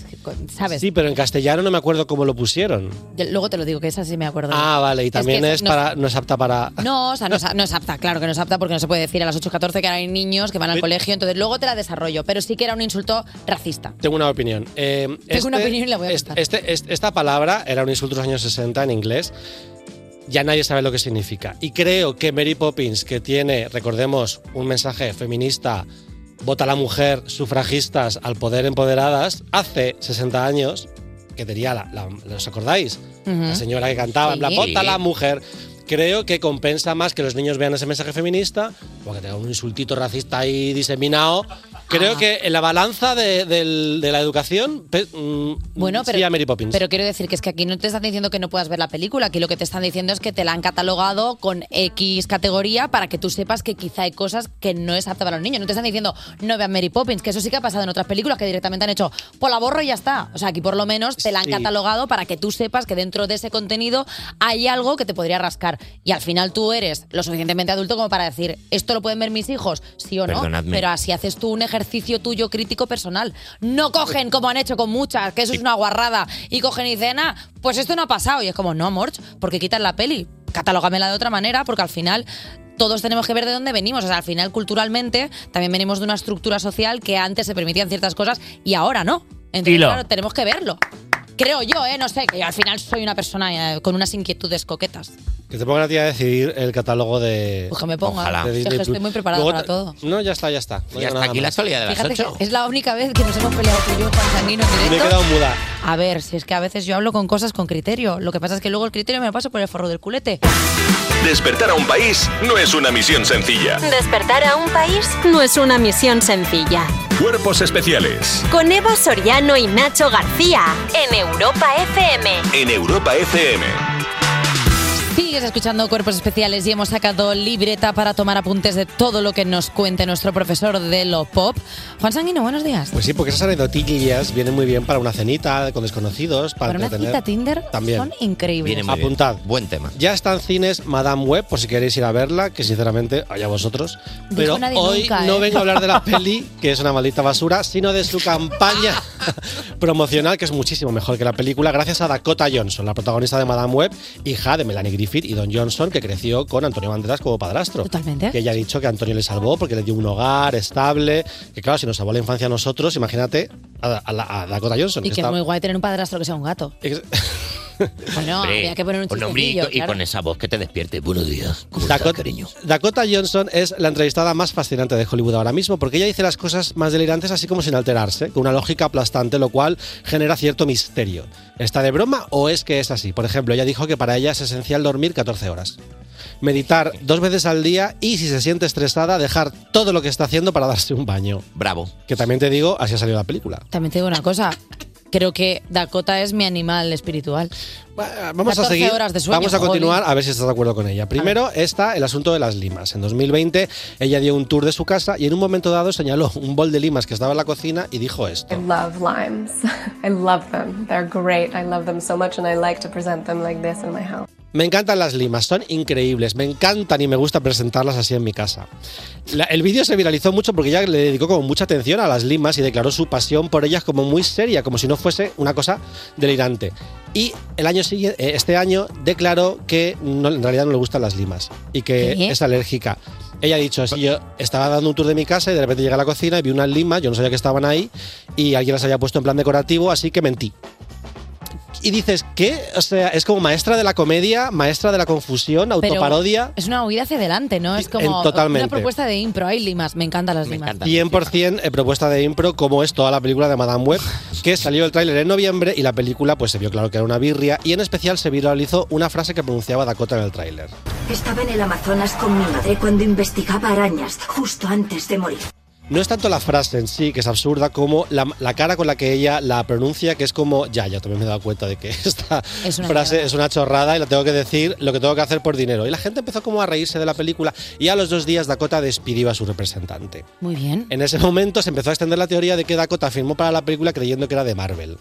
[SPEAKER 2] ¿Sabes?
[SPEAKER 15] Sí, pero en castellano no me acuerdo cómo lo pusieron.
[SPEAKER 2] Yo Luego te lo digo, que esa sí me acuerdo.
[SPEAKER 15] Ah, vale, y
[SPEAKER 2] Es que
[SPEAKER 15] también
[SPEAKER 2] esa-
[SPEAKER 15] es,
[SPEAKER 2] no-
[SPEAKER 15] para, no es apta para...
[SPEAKER 2] No, o sea, no es, no es apta, claro que no es apta porque no se puede decir a las 8.14 que ahora hay niños que van al colegio, entonces luego te la desarrollo, pero sí que era un insulto racista.
[SPEAKER 15] Tengo una opinión. Eh,
[SPEAKER 2] Tengo una
[SPEAKER 15] este-
[SPEAKER 2] opinión y la voy a contar.
[SPEAKER 15] Este, este- esta palabra era un insulto de los años 60 en inglés. Ya nadie sabe lo que significa. Y creo que Mary Poppins, que tiene, recordemos, un mensaje feminista, vota a la mujer, sufragistas, al poder empoderadas, hace 60 años, que tenía la, la- ¿los acordáis?
[SPEAKER 16] Ujú.
[SPEAKER 15] La señora que cantaba, en plan,
[SPEAKER 16] Sí.
[SPEAKER 15] vota a la mujer. Creo que compensa más que los niños vean ese mensaje feminista, porque tenga un insultito racista ahí diseminado.
[SPEAKER 2] Ah.
[SPEAKER 15] Creo que en la balanza de, del- de la educación, pe- mm,
[SPEAKER 2] Bueno, pero,
[SPEAKER 15] sí a Mary Poppins.
[SPEAKER 2] pero quiero decir que es que aquí no te están diciendo que no puedas ver la película, aquí lo que te están diciendo es que te la han catalogado con X categoría para que tú sepas que quizá hay cosas que no es apta para los niños. No te están diciendo no vean Mary Poppins, que eso sí que ha pasado en otras películas que directamente han hecho por la borro y ya está. O sea, aquí por lo menos te la han
[SPEAKER 15] Sí.
[SPEAKER 2] catalogado para que tú sepas que dentro de ese contenido hay algo que te podría rascar. Y al final tú eres lo suficientemente adulto como para decir esto lo pueden ver mis hijos, sí o no.
[SPEAKER 4] Perdonadme.
[SPEAKER 2] Pero así Ah, haces tú un ejercicio tuyo crítico personal. No cogen como han hecho con muchas, que eso es una guarrada, y cogen y dicen, ah, pues esto no ha pasado. Y es como, no, Morch, porque quitan la peli. Catalógamela de otra manera, porque al final todos tenemos que ver de dónde venimos. O sea, al final, culturalmente, también venimos de una estructura social que antes se permitían ciertas cosas y ahora no. Entonces,
[SPEAKER 12] Dilo.
[SPEAKER 2] claro, tenemos que verlo. Creo yo, ¿eh? No sé, que yo al final soy una persona eh, con unas inquietudes coquetas.
[SPEAKER 15] que te pongan a ti a decidir el catálogo de.
[SPEAKER 2] Pues que me ponga.
[SPEAKER 15] Ojalá.
[SPEAKER 2] Es que estoy
[SPEAKER 15] Plus.
[SPEAKER 2] muy preparada
[SPEAKER 15] Luego
[SPEAKER 2] para
[SPEAKER 15] ta-
[SPEAKER 2] todo.
[SPEAKER 15] No, ya está, ya está. No digo
[SPEAKER 4] hasta
[SPEAKER 15] nada
[SPEAKER 4] aquí la
[SPEAKER 15] más.
[SPEAKER 4] actualidad de
[SPEAKER 2] Fíjate que es la única vez que nos hemos peleado tú y yo, Juan Sanguino, en
[SPEAKER 15] Me he
[SPEAKER 2] directo.
[SPEAKER 15] quedado muda.
[SPEAKER 2] A ver, si es que a veces yo hablo con cosas con criterio. Lo que pasa es que luego el criterio me lo paso por el forro del culete.
[SPEAKER 3] Despertar a un país no es una misión sencilla.
[SPEAKER 6] Despertar a un país no es una misión sencilla.
[SPEAKER 3] Cuerpos especiales
[SPEAKER 6] Con Eva Soriano y Nacho García en Europa FM.
[SPEAKER 3] en Europa FM.
[SPEAKER 2] Sigues escuchando Cuerpos Especiales y hemos sacado libreta para tomar apuntes de todo lo que nos cuente nuestro profesor de lo pop. Juan Sanguino, buenos días.
[SPEAKER 15] Pues sí, porque esas anecdotillas vienen muy bien para una cenita con desconocidos, para,
[SPEAKER 2] Para una
[SPEAKER 15] entretener.
[SPEAKER 2] cita Tinder
[SPEAKER 15] También.
[SPEAKER 2] son increíbles.
[SPEAKER 15] Apuntad.
[SPEAKER 4] Buen tema.
[SPEAKER 15] Ya está en cines Madame Web, por si queréis ir a verla, que sinceramente, allá vosotros. Pero
[SPEAKER 2] nadie
[SPEAKER 15] hoy
[SPEAKER 2] nunca, ¿eh?
[SPEAKER 15] no vengo a hablar de la peli, que es una maldita basura, sino de su campaña
[SPEAKER 2] Ah.
[SPEAKER 15] promocional, que es muchísimo mejor que la película, gracias a Dakota Johnson, la protagonista de Madame Web, hija de Melanie Griffith y Don Johnson, que creció con Antonio Banderas como padrastro.
[SPEAKER 2] Totalmente.
[SPEAKER 15] Que ella ha dicho que Antonio le salvó porque le dio un hogar estable, que claro, si nos salvó la infancia a nosotros, imagínate a, a la- a Dakota Johnson.
[SPEAKER 2] Y que es
[SPEAKER 15] está-
[SPEAKER 2] muy guay tener un padrastro que sea un gato.
[SPEAKER 15] Ex-
[SPEAKER 2] Bueno,
[SPEAKER 4] Hombre,
[SPEAKER 2] había que poner un
[SPEAKER 4] Eh, con nombre y,
[SPEAKER 2] chistecillo,
[SPEAKER 4] y
[SPEAKER 2] claro.
[SPEAKER 4] con esa voz que te despierte. Buenos días. ¿Cómo estás,
[SPEAKER 15] Dakota,
[SPEAKER 4] cariño?
[SPEAKER 15] Dakota Johnson es la entrevistada más fascinante de Hollywood ahora mismo porque ella dice las cosas más delirantes así como sin alterarse, con una lógica aplastante, lo cual genera cierto misterio. ¿Está de broma o es que es así? Por ejemplo, ella dijo que para ella es esencial dormir 14 horas, meditar dos veces al día y si se siente estresada, dejar todo lo que está haciendo para darse un baño.
[SPEAKER 4] Bravo.
[SPEAKER 15] Que también te digo, así ha salido la película.
[SPEAKER 2] También te digo una cosa. Creo que Dakota es mi animal espiritual.
[SPEAKER 15] Vamos a
[SPEAKER 2] 14
[SPEAKER 15] seguir.
[SPEAKER 2] horas de sueño,
[SPEAKER 15] vamos a continuar
[SPEAKER 2] jolín.
[SPEAKER 15] a ver si estás de acuerdo con ella. Primero está el asunto de las limas. En 2020 ella dio un tour de su casa y en un momento dado señaló un bol de limas que estaba en la cocina y dijo esto.
[SPEAKER 17] I love limes. I love them. They're great. I love them so much and I like to present them like this in my house.
[SPEAKER 15] Me encantan las limas, son increíbles, me encantan y me gusta presentarlas así en mi casa. La- el vídeo se viralizó mucho porque ella le dedicó como mucha atención a las limas y declaró su pasión por ellas como muy seria, como si no fuese una cosa delirante. Y el año siguiente, eh, este año declaró que no- en realidad no le gustan las limas y que
[SPEAKER 16] ¿Qué?
[SPEAKER 15] es alérgica. Ella ha dicho, si yo estaba dando un tour de mi casa y de repente llegué a la cocina y vi unas limas, yo no sabía que estaban ahí y alguien las había puesto en plan decorativo, así que mentí y dices, ¿qué? O sea, es como maestra de la comedia, maestra de la confusión,
[SPEAKER 2] Pero
[SPEAKER 15] autoparodia.
[SPEAKER 2] Es una huida hacia adelante, ¿no? Es como
[SPEAKER 15] totalmente.
[SPEAKER 2] una propuesta de impro. Hay limas, me encantan las limas.
[SPEAKER 15] 100% eh, propuesta de impro, como es toda la película de Madame Web, que salió el tráiler en noviembre y la película pues se vio claro que era una birria y en especial se viralizó una frase que pronunciaba Dakota en el tráiler.
[SPEAKER 18] Estaba en el Amazonas con mi madre cuando investigaba arañas, justo antes de morir.
[SPEAKER 15] No es tanto la frase en sí, que es absurda, como la, la cara con la que ella la pronuncia, que es como, ya, ya también me he dado cuenta de que esta
[SPEAKER 2] Es una
[SPEAKER 15] frase
[SPEAKER 2] mierda.
[SPEAKER 15] es una chorrada y la tengo que decir lo que tengo que hacer por dinero. Y la gente empezó como a reírse de la película y a los dos días Dakota despidió a su representante.
[SPEAKER 2] Muy bien.
[SPEAKER 15] En ese momento se empezó a extender la teoría de que Dakota firmó para la película creyendo que era de Marvel.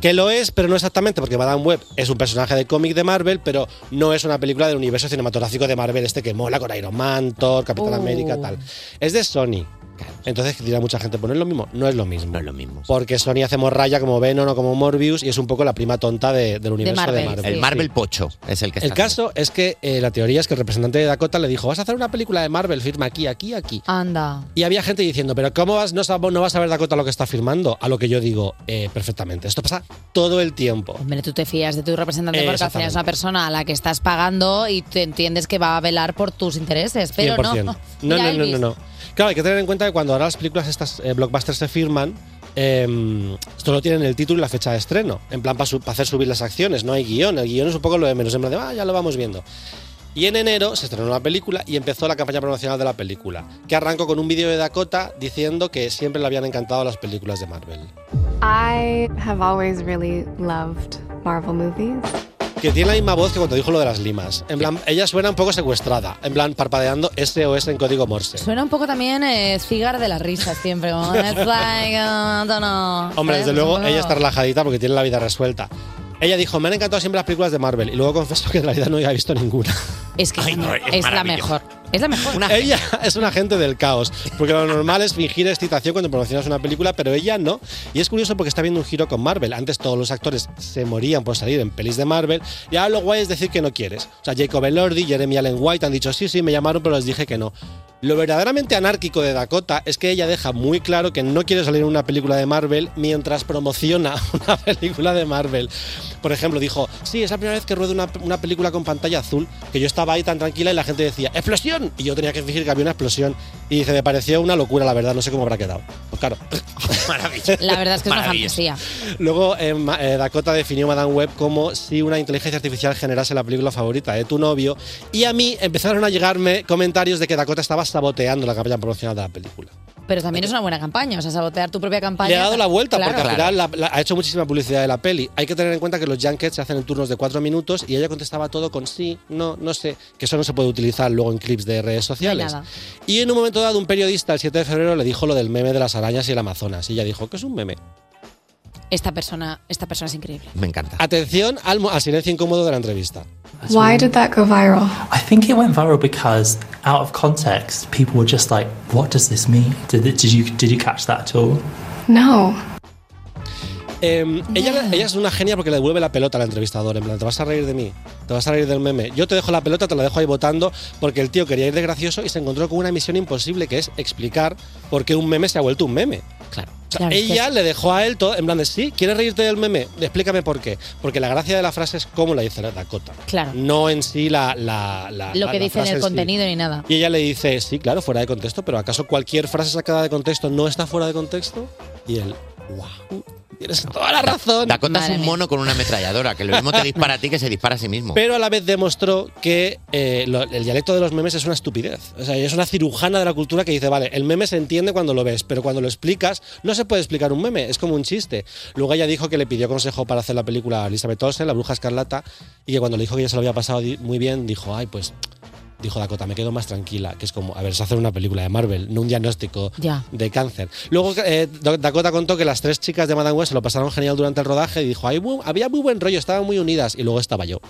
[SPEAKER 15] Que lo es, pero no exactamente, porque Madame Web es un personaje de cómic de Marvel, pero no es una película del universo cinematográfico de Marvel, este que mola con Iron Man, Thor, Capitán
[SPEAKER 16] Oh.
[SPEAKER 15] América, tal. Es de Sony. Entonces dirá mucha gente, pues no es lo mismo. No es lo mismo. No es lo mismo. Porque Sony hace morralla como Venom o como Morbius y es un poco la prima tonta de- del universo de Marvel.
[SPEAKER 4] Marvel, El sí. Marvel pocho es el que
[SPEAKER 15] El
[SPEAKER 4] está
[SPEAKER 15] caso es que eh, la teoría es que el representante de Dakota le dijo, vas a hacer una película de Marvel, firma aquí, aquí, aquí.
[SPEAKER 13] Anda.
[SPEAKER 15] Y había gente diciendo, pero ¿cómo vas, no, sab- no vas a ver Dakota lo que está firmando? A lo que yo digo, "Eh, perfectamente. Esto pasa todo el tiempo.
[SPEAKER 2] Hombre, tú te fías de tu representante porque al final
[SPEAKER 15] Exactamente.
[SPEAKER 2] es una persona a la que estás pagando y te entiendes que va a velar por tus intereses, pero
[SPEAKER 15] 100%. No,
[SPEAKER 2] no.
[SPEAKER 15] no,
[SPEAKER 2] Mira,
[SPEAKER 15] no,
[SPEAKER 2] Elvis.
[SPEAKER 15] no, no. Claro, hay que tener en cuenta que cuando ahora las películas estas eh, blockbusters se firman, eh, solo tienen el título y la fecha de estreno. En plan, para hacer subir las acciones, no hay guión. El guión es un poco lo de menos, en plan de, ah, ya lo vamos viendo. Y en enero se estrenó la película y empezó la campaña promocional de la película, que arrancó con un vídeo de Dakota diciendo que siempre le habían encantado las películas de Marvel.
[SPEAKER 17] I have always really loved Marvel movies.
[SPEAKER 15] Que tiene la misma voz que cuando dijo lo de las limas. En plan, ella suena un poco secuestrada, en plan parpadeando SOS en código Morse.
[SPEAKER 2] Suena un poco también eh, cigar de las risas siempre. como, It's like, uh, I don't know.
[SPEAKER 15] Hombre, desde
[SPEAKER 2] ¿Sabes?
[SPEAKER 15] luego
[SPEAKER 2] Un poco-
[SPEAKER 15] ella está relajadita porque tiene la vida resuelta. Ella dijo, me han encantado siempre las películas de Marvel y luego confesó que en realidad no había visto ninguna.
[SPEAKER 2] Es que es, la mejor. Es la mejor.
[SPEAKER 15] ella es un agente del caos, porque lo normal es fingir excitación cuando promocionas una película, pero ella no. Y es curioso porque está viendo un giro con Marvel. Antes todos los actores se morían por salir en pelis de Marvel y ahora lo guay es decir que no quieres. O sea, Jacob Elordi, Jeremy Allen White han dicho, sí, sí, me llamaron, pero les dije que no. Lo verdaderamente anárquico de Dakota es que ella deja muy claro que no quiere salir en una película de Marvel mientras promociona una película de Marvel. Por ejemplo, dijo, sí, es la primera vez que ruedo una, una película con pantalla azul, que yo estaba ahí tan tranquila y la gente decía, ¡explosión! Y yo tenía que fingir que había una explosión. Y dice, me pareció una locura, la verdad, no sé cómo habrá quedado. Pues claro.
[SPEAKER 2] La verdad es que es una
[SPEAKER 15] Maravilloso.
[SPEAKER 2] fantasía.
[SPEAKER 15] Luego eh, Ma- eh, Dakota definió Madame Web como si una inteligencia artificial generase la película favorita de tu novio y a mí empezaron a llegarme comentarios de que Dakota estaba saboteando la campaña promocional de la película.
[SPEAKER 2] Pero también es una buena campaña, o sea, sabotear tu propia campaña.
[SPEAKER 15] Le ha dado la vuelta
[SPEAKER 2] Claro.
[SPEAKER 15] porque al final la- la- ha hecho muchísima publicidad de la peli. Hay que tener en cuenta que los junkets se hacen en turnos de cuatro minutos y ella contestaba todo con sí, no, no sé, que eso no se puede utilizar luego en clips de redes sociales.
[SPEAKER 2] nada.
[SPEAKER 15] y en un momento dado un periodista el 7 de febrero le dijo lo del meme de las arañas y el Amazonas y ella dijo que es un meme.
[SPEAKER 2] Esta persona, esta persona es increíble.
[SPEAKER 4] Me encanta.
[SPEAKER 15] Atención al, mo- al silencio incómodo de la entrevista.
[SPEAKER 17] Why did that go viral?
[SPEAKER 18] I think it went viral because out of context, people were just like, "What does this mean? Did, it, did you did you catch that at all?"
[SPEAKER 17] No.
[SPEAKER 15] Eh, ella, ella es una genia porque le devuelve la pelota al entrevistador. En plan, te vas a reír de mí, te vas a reír del meme. Yo te dejo la pelota, te la dejo ahí votando porque el tío quería ir de gracioso y se encontró con una misión imposible que es explicar por qué un meme se ha vuelto un meme.
[SPEAKER 4] Claro.
[SPEAKER 15] O sea,
[SPEAKER 4] Claro, es que
[SPEAKER 15] ella
[SPEAKER 4] es-
[SPEAKER 15] le dejó a él todo en plan de sí, ¿quieres reírte del meme? Explícame por qué. Porque la gracia de la frase es cómo la dice la Dakota.
[SPEAKER 2] Claro.
[SPEAKER 15] No en sí la. la- la-
[SPEAKER 2] Lo
[SPEAKER 15] Ah, la-
[SPEAKER 2] que
[SPEAKER 15] la
[SPEAKER 2] dice en
[SPEAKER 15] frase
[SPEAKER 2] el
[SPEAKER 15] sí.
[SPEAKER 2] contenido ni nada.
[SPEAKER 15] Y ella le dice, sí, claro, fuera de contexto, pero ¿acaso cualquier frase sacada de contexto no está fuera de contexto? Y él, wow, tienes toda la razón.
[SPEAKER 4] Dakota es un mono con una ametralladora, que lo mismo te dispara a ti que se dispara a sí mismo.
[SPEAKER 15] Pero a la vez demostró que eh, lo- el dialecto de los memes es una estupidez. O sea, es una cirujana de la cultura que dice, vale, el meme se entiende cuando lo ves, pero cuando lo explicas, no se puede explicar un meme, es como un chiste. Luego ella dijo que le pidió consejo para hacer la película a Elizabeth Olsen, La Bruja Escarlata, y que cuando le dijo que ya se lo había pasado di- muy bien, dijo, ay, pues... Dijo Dakota, me quedo más tranquila, que es como, a ver, es hacer una película de Marvel, no un diagnóstico
[SPEAKER 2] Ya.
[SPEAKER 15] de cáncer. Luego eh, Do- Dakota contó que las tres chicas de Madame Web se lo pasaron genial durante el rodaje y dijo, "Hay mu- había muy buen rollo, estaban muy unidas y luego estaba yo.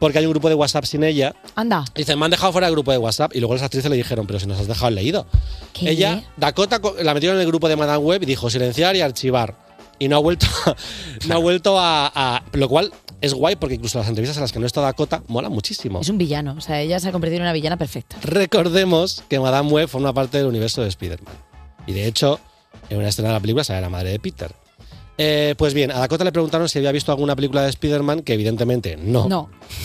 [SPEAKER 15] Porque hay un grupo de WhatsApp sin ella.
[SPEAKER 2] Anda.
[SPEAKER 15] Dice, me han dejado fuera del grupo de WhatsApp y luego las actrices le dijeron, pero si nos has dejado el leído.
[SPEAKER 2] ¿Qué?
[SPEAKER 15] Ella, Dakota, co- la metieron en el grupo de Madame Web y dijo, silenciar y archivar. Y no ha vuelto, no ha vuelto a, a- Lo cual es guay porque incluso las entrevistas en las que no está Dakota mola muchísimo.
[SPEAKER 2] Es un villano, o sea, ella se ha convertido en una villana perfecta.
[SPEAKER 15] Recordemos que Madame Web forma parte del universo de Spider-Man. Y de hecho, en una escena de la película sale la madre de Peter. Eh, pues bien, a Dakota le preguntaron si había visto alguna película de Spider-Man, que evidentemente no.
[SPEAKER 2] No.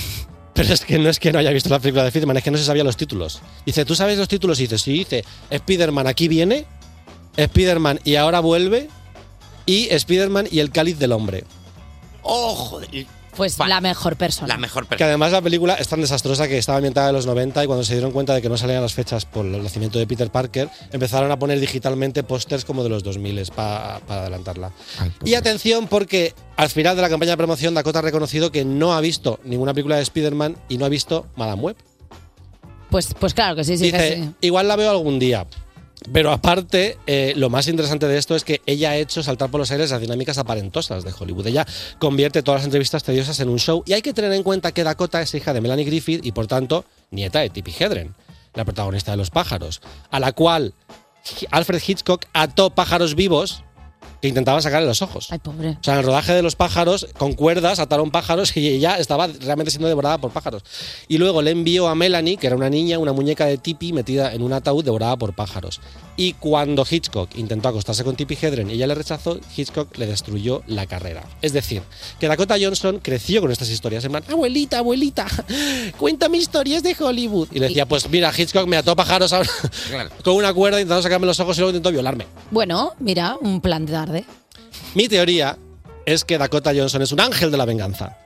[SPEAKER 15] Pero es que no es que no haya visto la película de Spider-Man, es que no se sabía los títulos. Dice, ¿tú sabes los títulos? Y dice, sí, dice, Spider-Man aquí viene, Spider-Man y ahora vuelve, y Spider-Man y el cáliz del hombre.
[SPEAKER 4] ¡Oh, joder!
[SPEAKER 2] Pues la mejor persona. La
[SPEAKER 4] mejor
[SPEAKER 15] Que además la película es tan desastrosa que estaba ambientada en los 90 y cuando se dieron cuenta de que no salían las fechas por el nacimiento de Peter Parker, empezaron a poner digitalmente pósters como de los 2000 para adelantarla. y atención porque al final de la campaña de promoción Dakota ha reconocido que no ha visto ninguna película de Spider-Man y no ha visto Madame Web.
[SPEAKER 2] Pues, pues claro que sí, sí, que
[SPEAKER 15] Dice,
[SPEAKER 2] sí.
[SPEAKER 15] igual la veo algún día. Pero aparte, eh, lo más interesante de esto es que ella ha hecho saltar por los aires las dinámicas aparentosas de Hollywood. Ella convierte todas las entrevistas tediosas en un show y hay que tener en cuenta que Dakota es hija de Melanie Griffith y por tanto nieta de Tippi Hedren, la protagonista de Los pájaros, a la cual Alfred Hitchcock ató pájaros vivos que intentaban sacarle los ojos.
[SPEAKER 2] Ay, pobre.
[SPEAKER 15] O sea, en el rodaje de los pájaros, con cuerdas ataron pájaros y ella estaba realmente siendo devorada por pájaros. Y luego le envió a Melanie, que era una niña, una muñeca de Tippi metida en un ataúd devorada por pájaros. Y cuando Hitchcock intentó acostarse con Tippi Hedren y ella le rechazó, Hitchcock le destruyó la carrera. Es decir, que Dakota Johnson creció con estas historias. En plan, Abuelita, abuelita, cuéntame historias de Hollywood. y le decía, pues mira, Hitchcock me ató pájaros ahora con una cuerda intentando sacarme los ojos y luego intentó violarme.
[SPEAKER 2] Bueno, mira, un plan de tarde.
[SPEAKER 15] Mi teoría es que Dakota Johnson es un ángel de la venganza.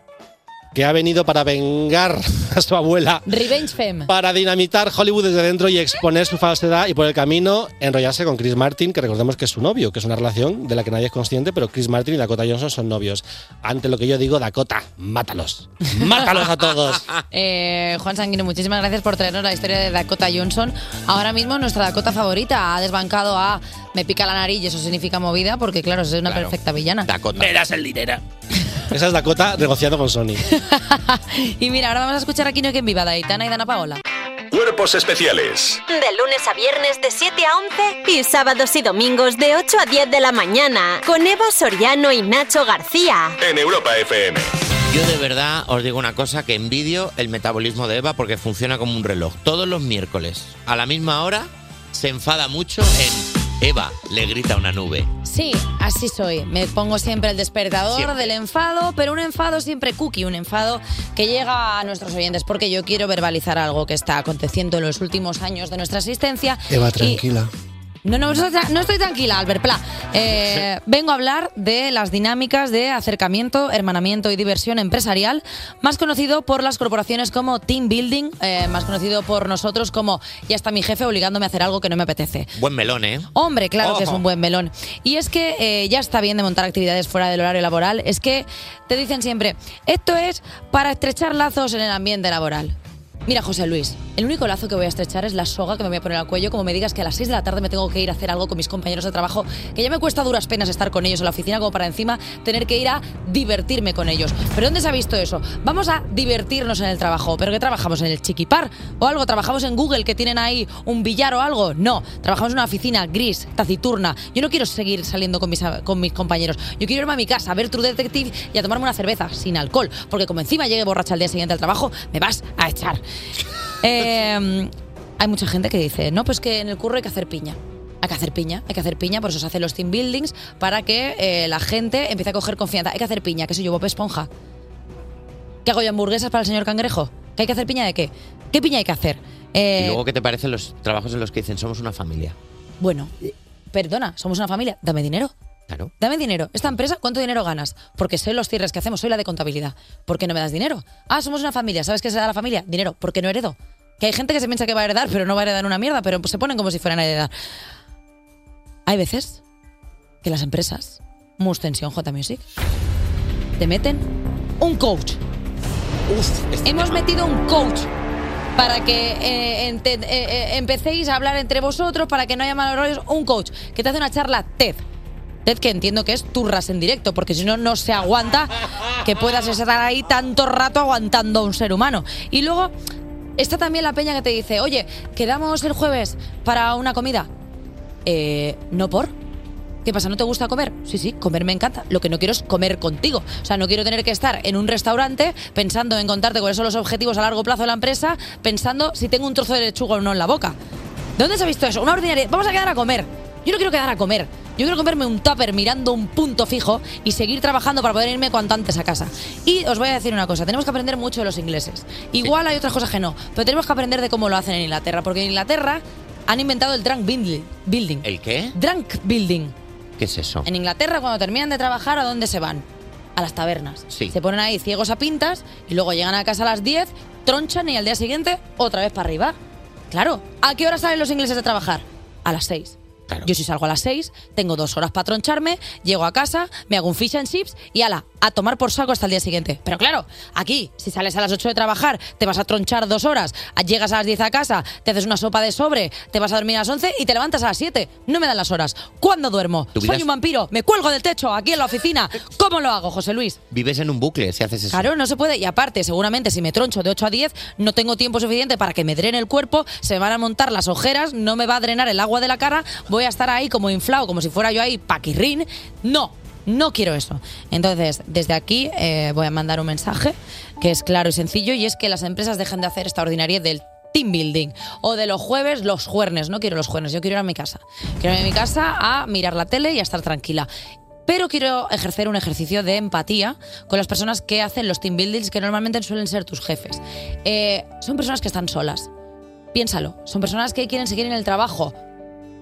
[SPEAKER 15] Que ha venido para vengar a su abuela.
[SPEAKER 2] Revenge Femme.
[SPEAKER 15] Para dinamitar Hollywood desde dentro y exponer su falsedad y por el camino enrollarse con Chris Martin, que recordemos que es su novio, que es una relación de la que nadie es consciente, pero Chris Martin y Dakota Johnson son novios. Ante lo que yo digo, Dakota, mátalos. Mátalos a todos.
[SPEAKER 2] Eh, Juan Sanguino, muchísimas gracias por traernos la historia de Dakota Johnson. Ahora mismo nuestra Dakota favorita ha desbancado a Me pica la nariz y eso significa movida porque claro, es una
[SPEAKER 15] Claro.
[SPEAKER 2] perfecta villana.
[SPEAKER 15] Me das el dinero. Esa es Dakota negociando con Sony.
[SPEAKER 2] Y mira, ahora vamos a escuchar a Kino que en viva, de Aitana y Dana Paola.
[SPEAKER 3] Cuerpos especiales
[SPEAKER 6] De lunes a viernes de 7 a 11 y sábados y domingos de 8 a 10 de la mañana con Eva Soriano y Nacho García.
[SPEAKER 3] en Europa FM.
[SPEAKER 4] Yo de verdad os digo una cosa que envidio el metabolismo de Eva porque funciona como un reloj. Todos los miércoles, a la misma hora, se enfada mucho en Eva, le grita una nube.
[SPEAKER 2] Sí, así soy. Me pongo siempre el despertador
[SPEAKER 4] Siempre.
[SPEAKER 2] del enfado, pero un enfado siempre cookie, un enfado que llega a nuestros oyentes porque yo quiero verbalizar algo que está aconteciendo en los últimos años de nuestra existencia.
[SPEAKER 16] Eva,
[SPEAKER 2] Y-
[SPEAKER 16] tranquila.
[SPEAKER 2] No, no, no estoy- no estoy tranquila, Albert Pla. Eh, vengo a hablar de las dinámicas de acercamiento, hermanamiento y diversión empresarial, más conocido por las corporaciones como team building, eh, más conocido por nosotros como ya está mi jefe obligándome a hacer algo que no me apetece.
[SPEAKER 4] Buen melón, ¿eh?
[SPEAKER 2] Hombre, claro que es
[SPEAKER 4] Ojo.
[SPEAKER 2] un buen melón. Y es que eh, ya está bien de montar actividades fuera del horario laboral. Es que te dicen siempre, esto es para estrechar lazos en el ambiente laboral. Mira, José Luis, el único lazo que voy a estrechar es la soga que me voy a poner al cuello, como me digas que a las 6 de la tarde me tengo que ir a hacer algo con mis compañeros de trabajo, que ya me cuesta a duras penas estar con ellos en la oficina, como para encima tener que ir a divertirme con ellos. ¿Pero dónde se ha visto eso? Vamos a divertirnos en el trabajo. ¿Pero qué trabajamos? ¿En el chiquipar o algo? ¿Trabajamos en Google que tienen ahí un billar o algo? No, trabajamos en una oficina gris, taciturna. Yo no quiero seguir saliendo con mis, con mis compañeros. Yo quiero irme a mi casa a ver True Detective y a tomarme una cerveza sin alcohol, porque como encima llegue borracha al día siguiente al trabajo, me vas a echar. Eh, hay mucha gente que dice, no, pues que en el curro hay que hacer piña. Hay que hacer piña, hay que hacer piña, por eso se hacen los team buildings, para que eh, la gente empiece a coger confianza. Hay que hacer piña, que soy yo, Bob Esponja. ¿Qué hago yo, hamburguesas para el señor cangrejo? ¿Que hay que hacer piña de qué? ¿Qué piña hay que hacer? Eh,
[SPEAKER 4] Y luego, ¿qué te parecen los trabajos en los que dicen somos una familia?
[SPEAKER 2] Bueno, perdona, somos una familia, dame dinero.
[SPEAKER 4] Claro.
[SPEAKER 2] Dame dinero. Esta empresa, ¿cuánto dinero ganas? Porque sé los cierres que hacemos, soy la de contabilidad. ¿Por qué no me das dinero? Ah, somos una familia. ¿Sabes qué se da a la familia? Dinero. ¿Por qué no heredo? Que hay gente que se piensa que va a heredar, pero no va a heredar una mierda, pero se ponen como si fueran a heredar. Hay veces que las empresas, Mus Tensión J Music, te meten un coach. Hemos metido un coach para que eh, ente- eh, eh, empecéis a hablar entre vosotros, para que no haya malos rollos. Un coach que te hace una charla TED. TED que entiendo que es turras en directo, porque si no, no se aguanta que puedas estar ahí tanto rato aguantando a un ser humano. Y luego está también la peña que te dice, oye, quedamos el jueves para una comida. Eh, no por. ¿Qué pasa? ¿No te gusta comer? Sí, sí, comer me encanta. Lo que no quiero es comer contigo. O sea, no quiero tener que estar en un restaurante pensando en contarte cuáles son los objetivos a largo plazo de la empresa, pensando si tengo un trozo de lechuga o no en la boca. ¿De dónde se ha visto eso? Una ordinaria. Vamos a quedar a comer. Yo no quiero quedar a comer. Yo quiero comerme un tupper mirando un punto fijo y seguir trabajando para poder irme cuanto antes a casa. Y os voy a decir una cosa, tenemos que aprender mucho de los ingleses. Igual hay otras cosas que no, pero tenemos que aprender de cómo lo hacen en Inglaterra, porque en Inglaterra han inventado el drunk building. building.
[SPEAKER 4] ¿El qué?
[SPEAKER 2] Drunk building.
[SPEAKER 4] ¿Qué es eso?
[SPEAKER 2] En Inglaterra, cuando terminan de trabajar, ¿a dónde se van? a las tabernas.
[SPEAKER 4] Sí.
[SPEAKER 2] Se ponen ahí ciegos a pintas y luego llegan a casa a las 10, tronchan y al día siguiente otra vez para arriba. Claro, ¿a qué hora salen los ingleses a trabajar? A las 6. Yo si salgo a las 6, tengo dos horas para troncharme, llego a casa, me hago un fish and chips y ala, a tomar por saco hasta el día siguiente. Pero claro, aquí, si sales a las 8 de trabajar, te vas a tronchar dos horas, llegas a las 10 a casa, te haces una sopa de sobre, te vas a dormir a las 11 y te levantas a las 7. No me dan las horas. ¿Cuándo duermo?
[SPEAKER 4] Tu vida
[SPEAKER 2] Soy
[SPEAKER 4] es-
[SPEAKER 2] un vampiro, me cuelgo del techo aquí en la oficina. ¿Cómo lo hago, José Luis?
[SPEAKER 4] Vives en un bucle si haces eso.
[SPEAKER 2] Claro, no se puede. Y aparte, seguramente si me troncho de 8 a 10, no tengo tiempo suficiente para que me drene el cuerpo, se me van a montar las ojeras, no me va a drenar el agua de la cara, voy a estar ahí como inflado, como si fuera yo ahí paquirrín. No, no quiero eso. Entonces, desde aquí eh, voy a mandar un mensaje que es claro y sencillo y es que las empresas dejen de hacer esta ordinariedad del team building o de los jueves los juernes. No quiero los juernes, yo quiero ir a mi casa. Quiero ir a mi casa a mirar la tele y a estar tranquila. Pero quiero ejercer un ejercicio de empatía con las personas que hacen los team buildings, que normalmente suelen ser tus jefes. Eh, son personas que están solas. Piénsalo. Son personas que quieren seguir en el trabajo.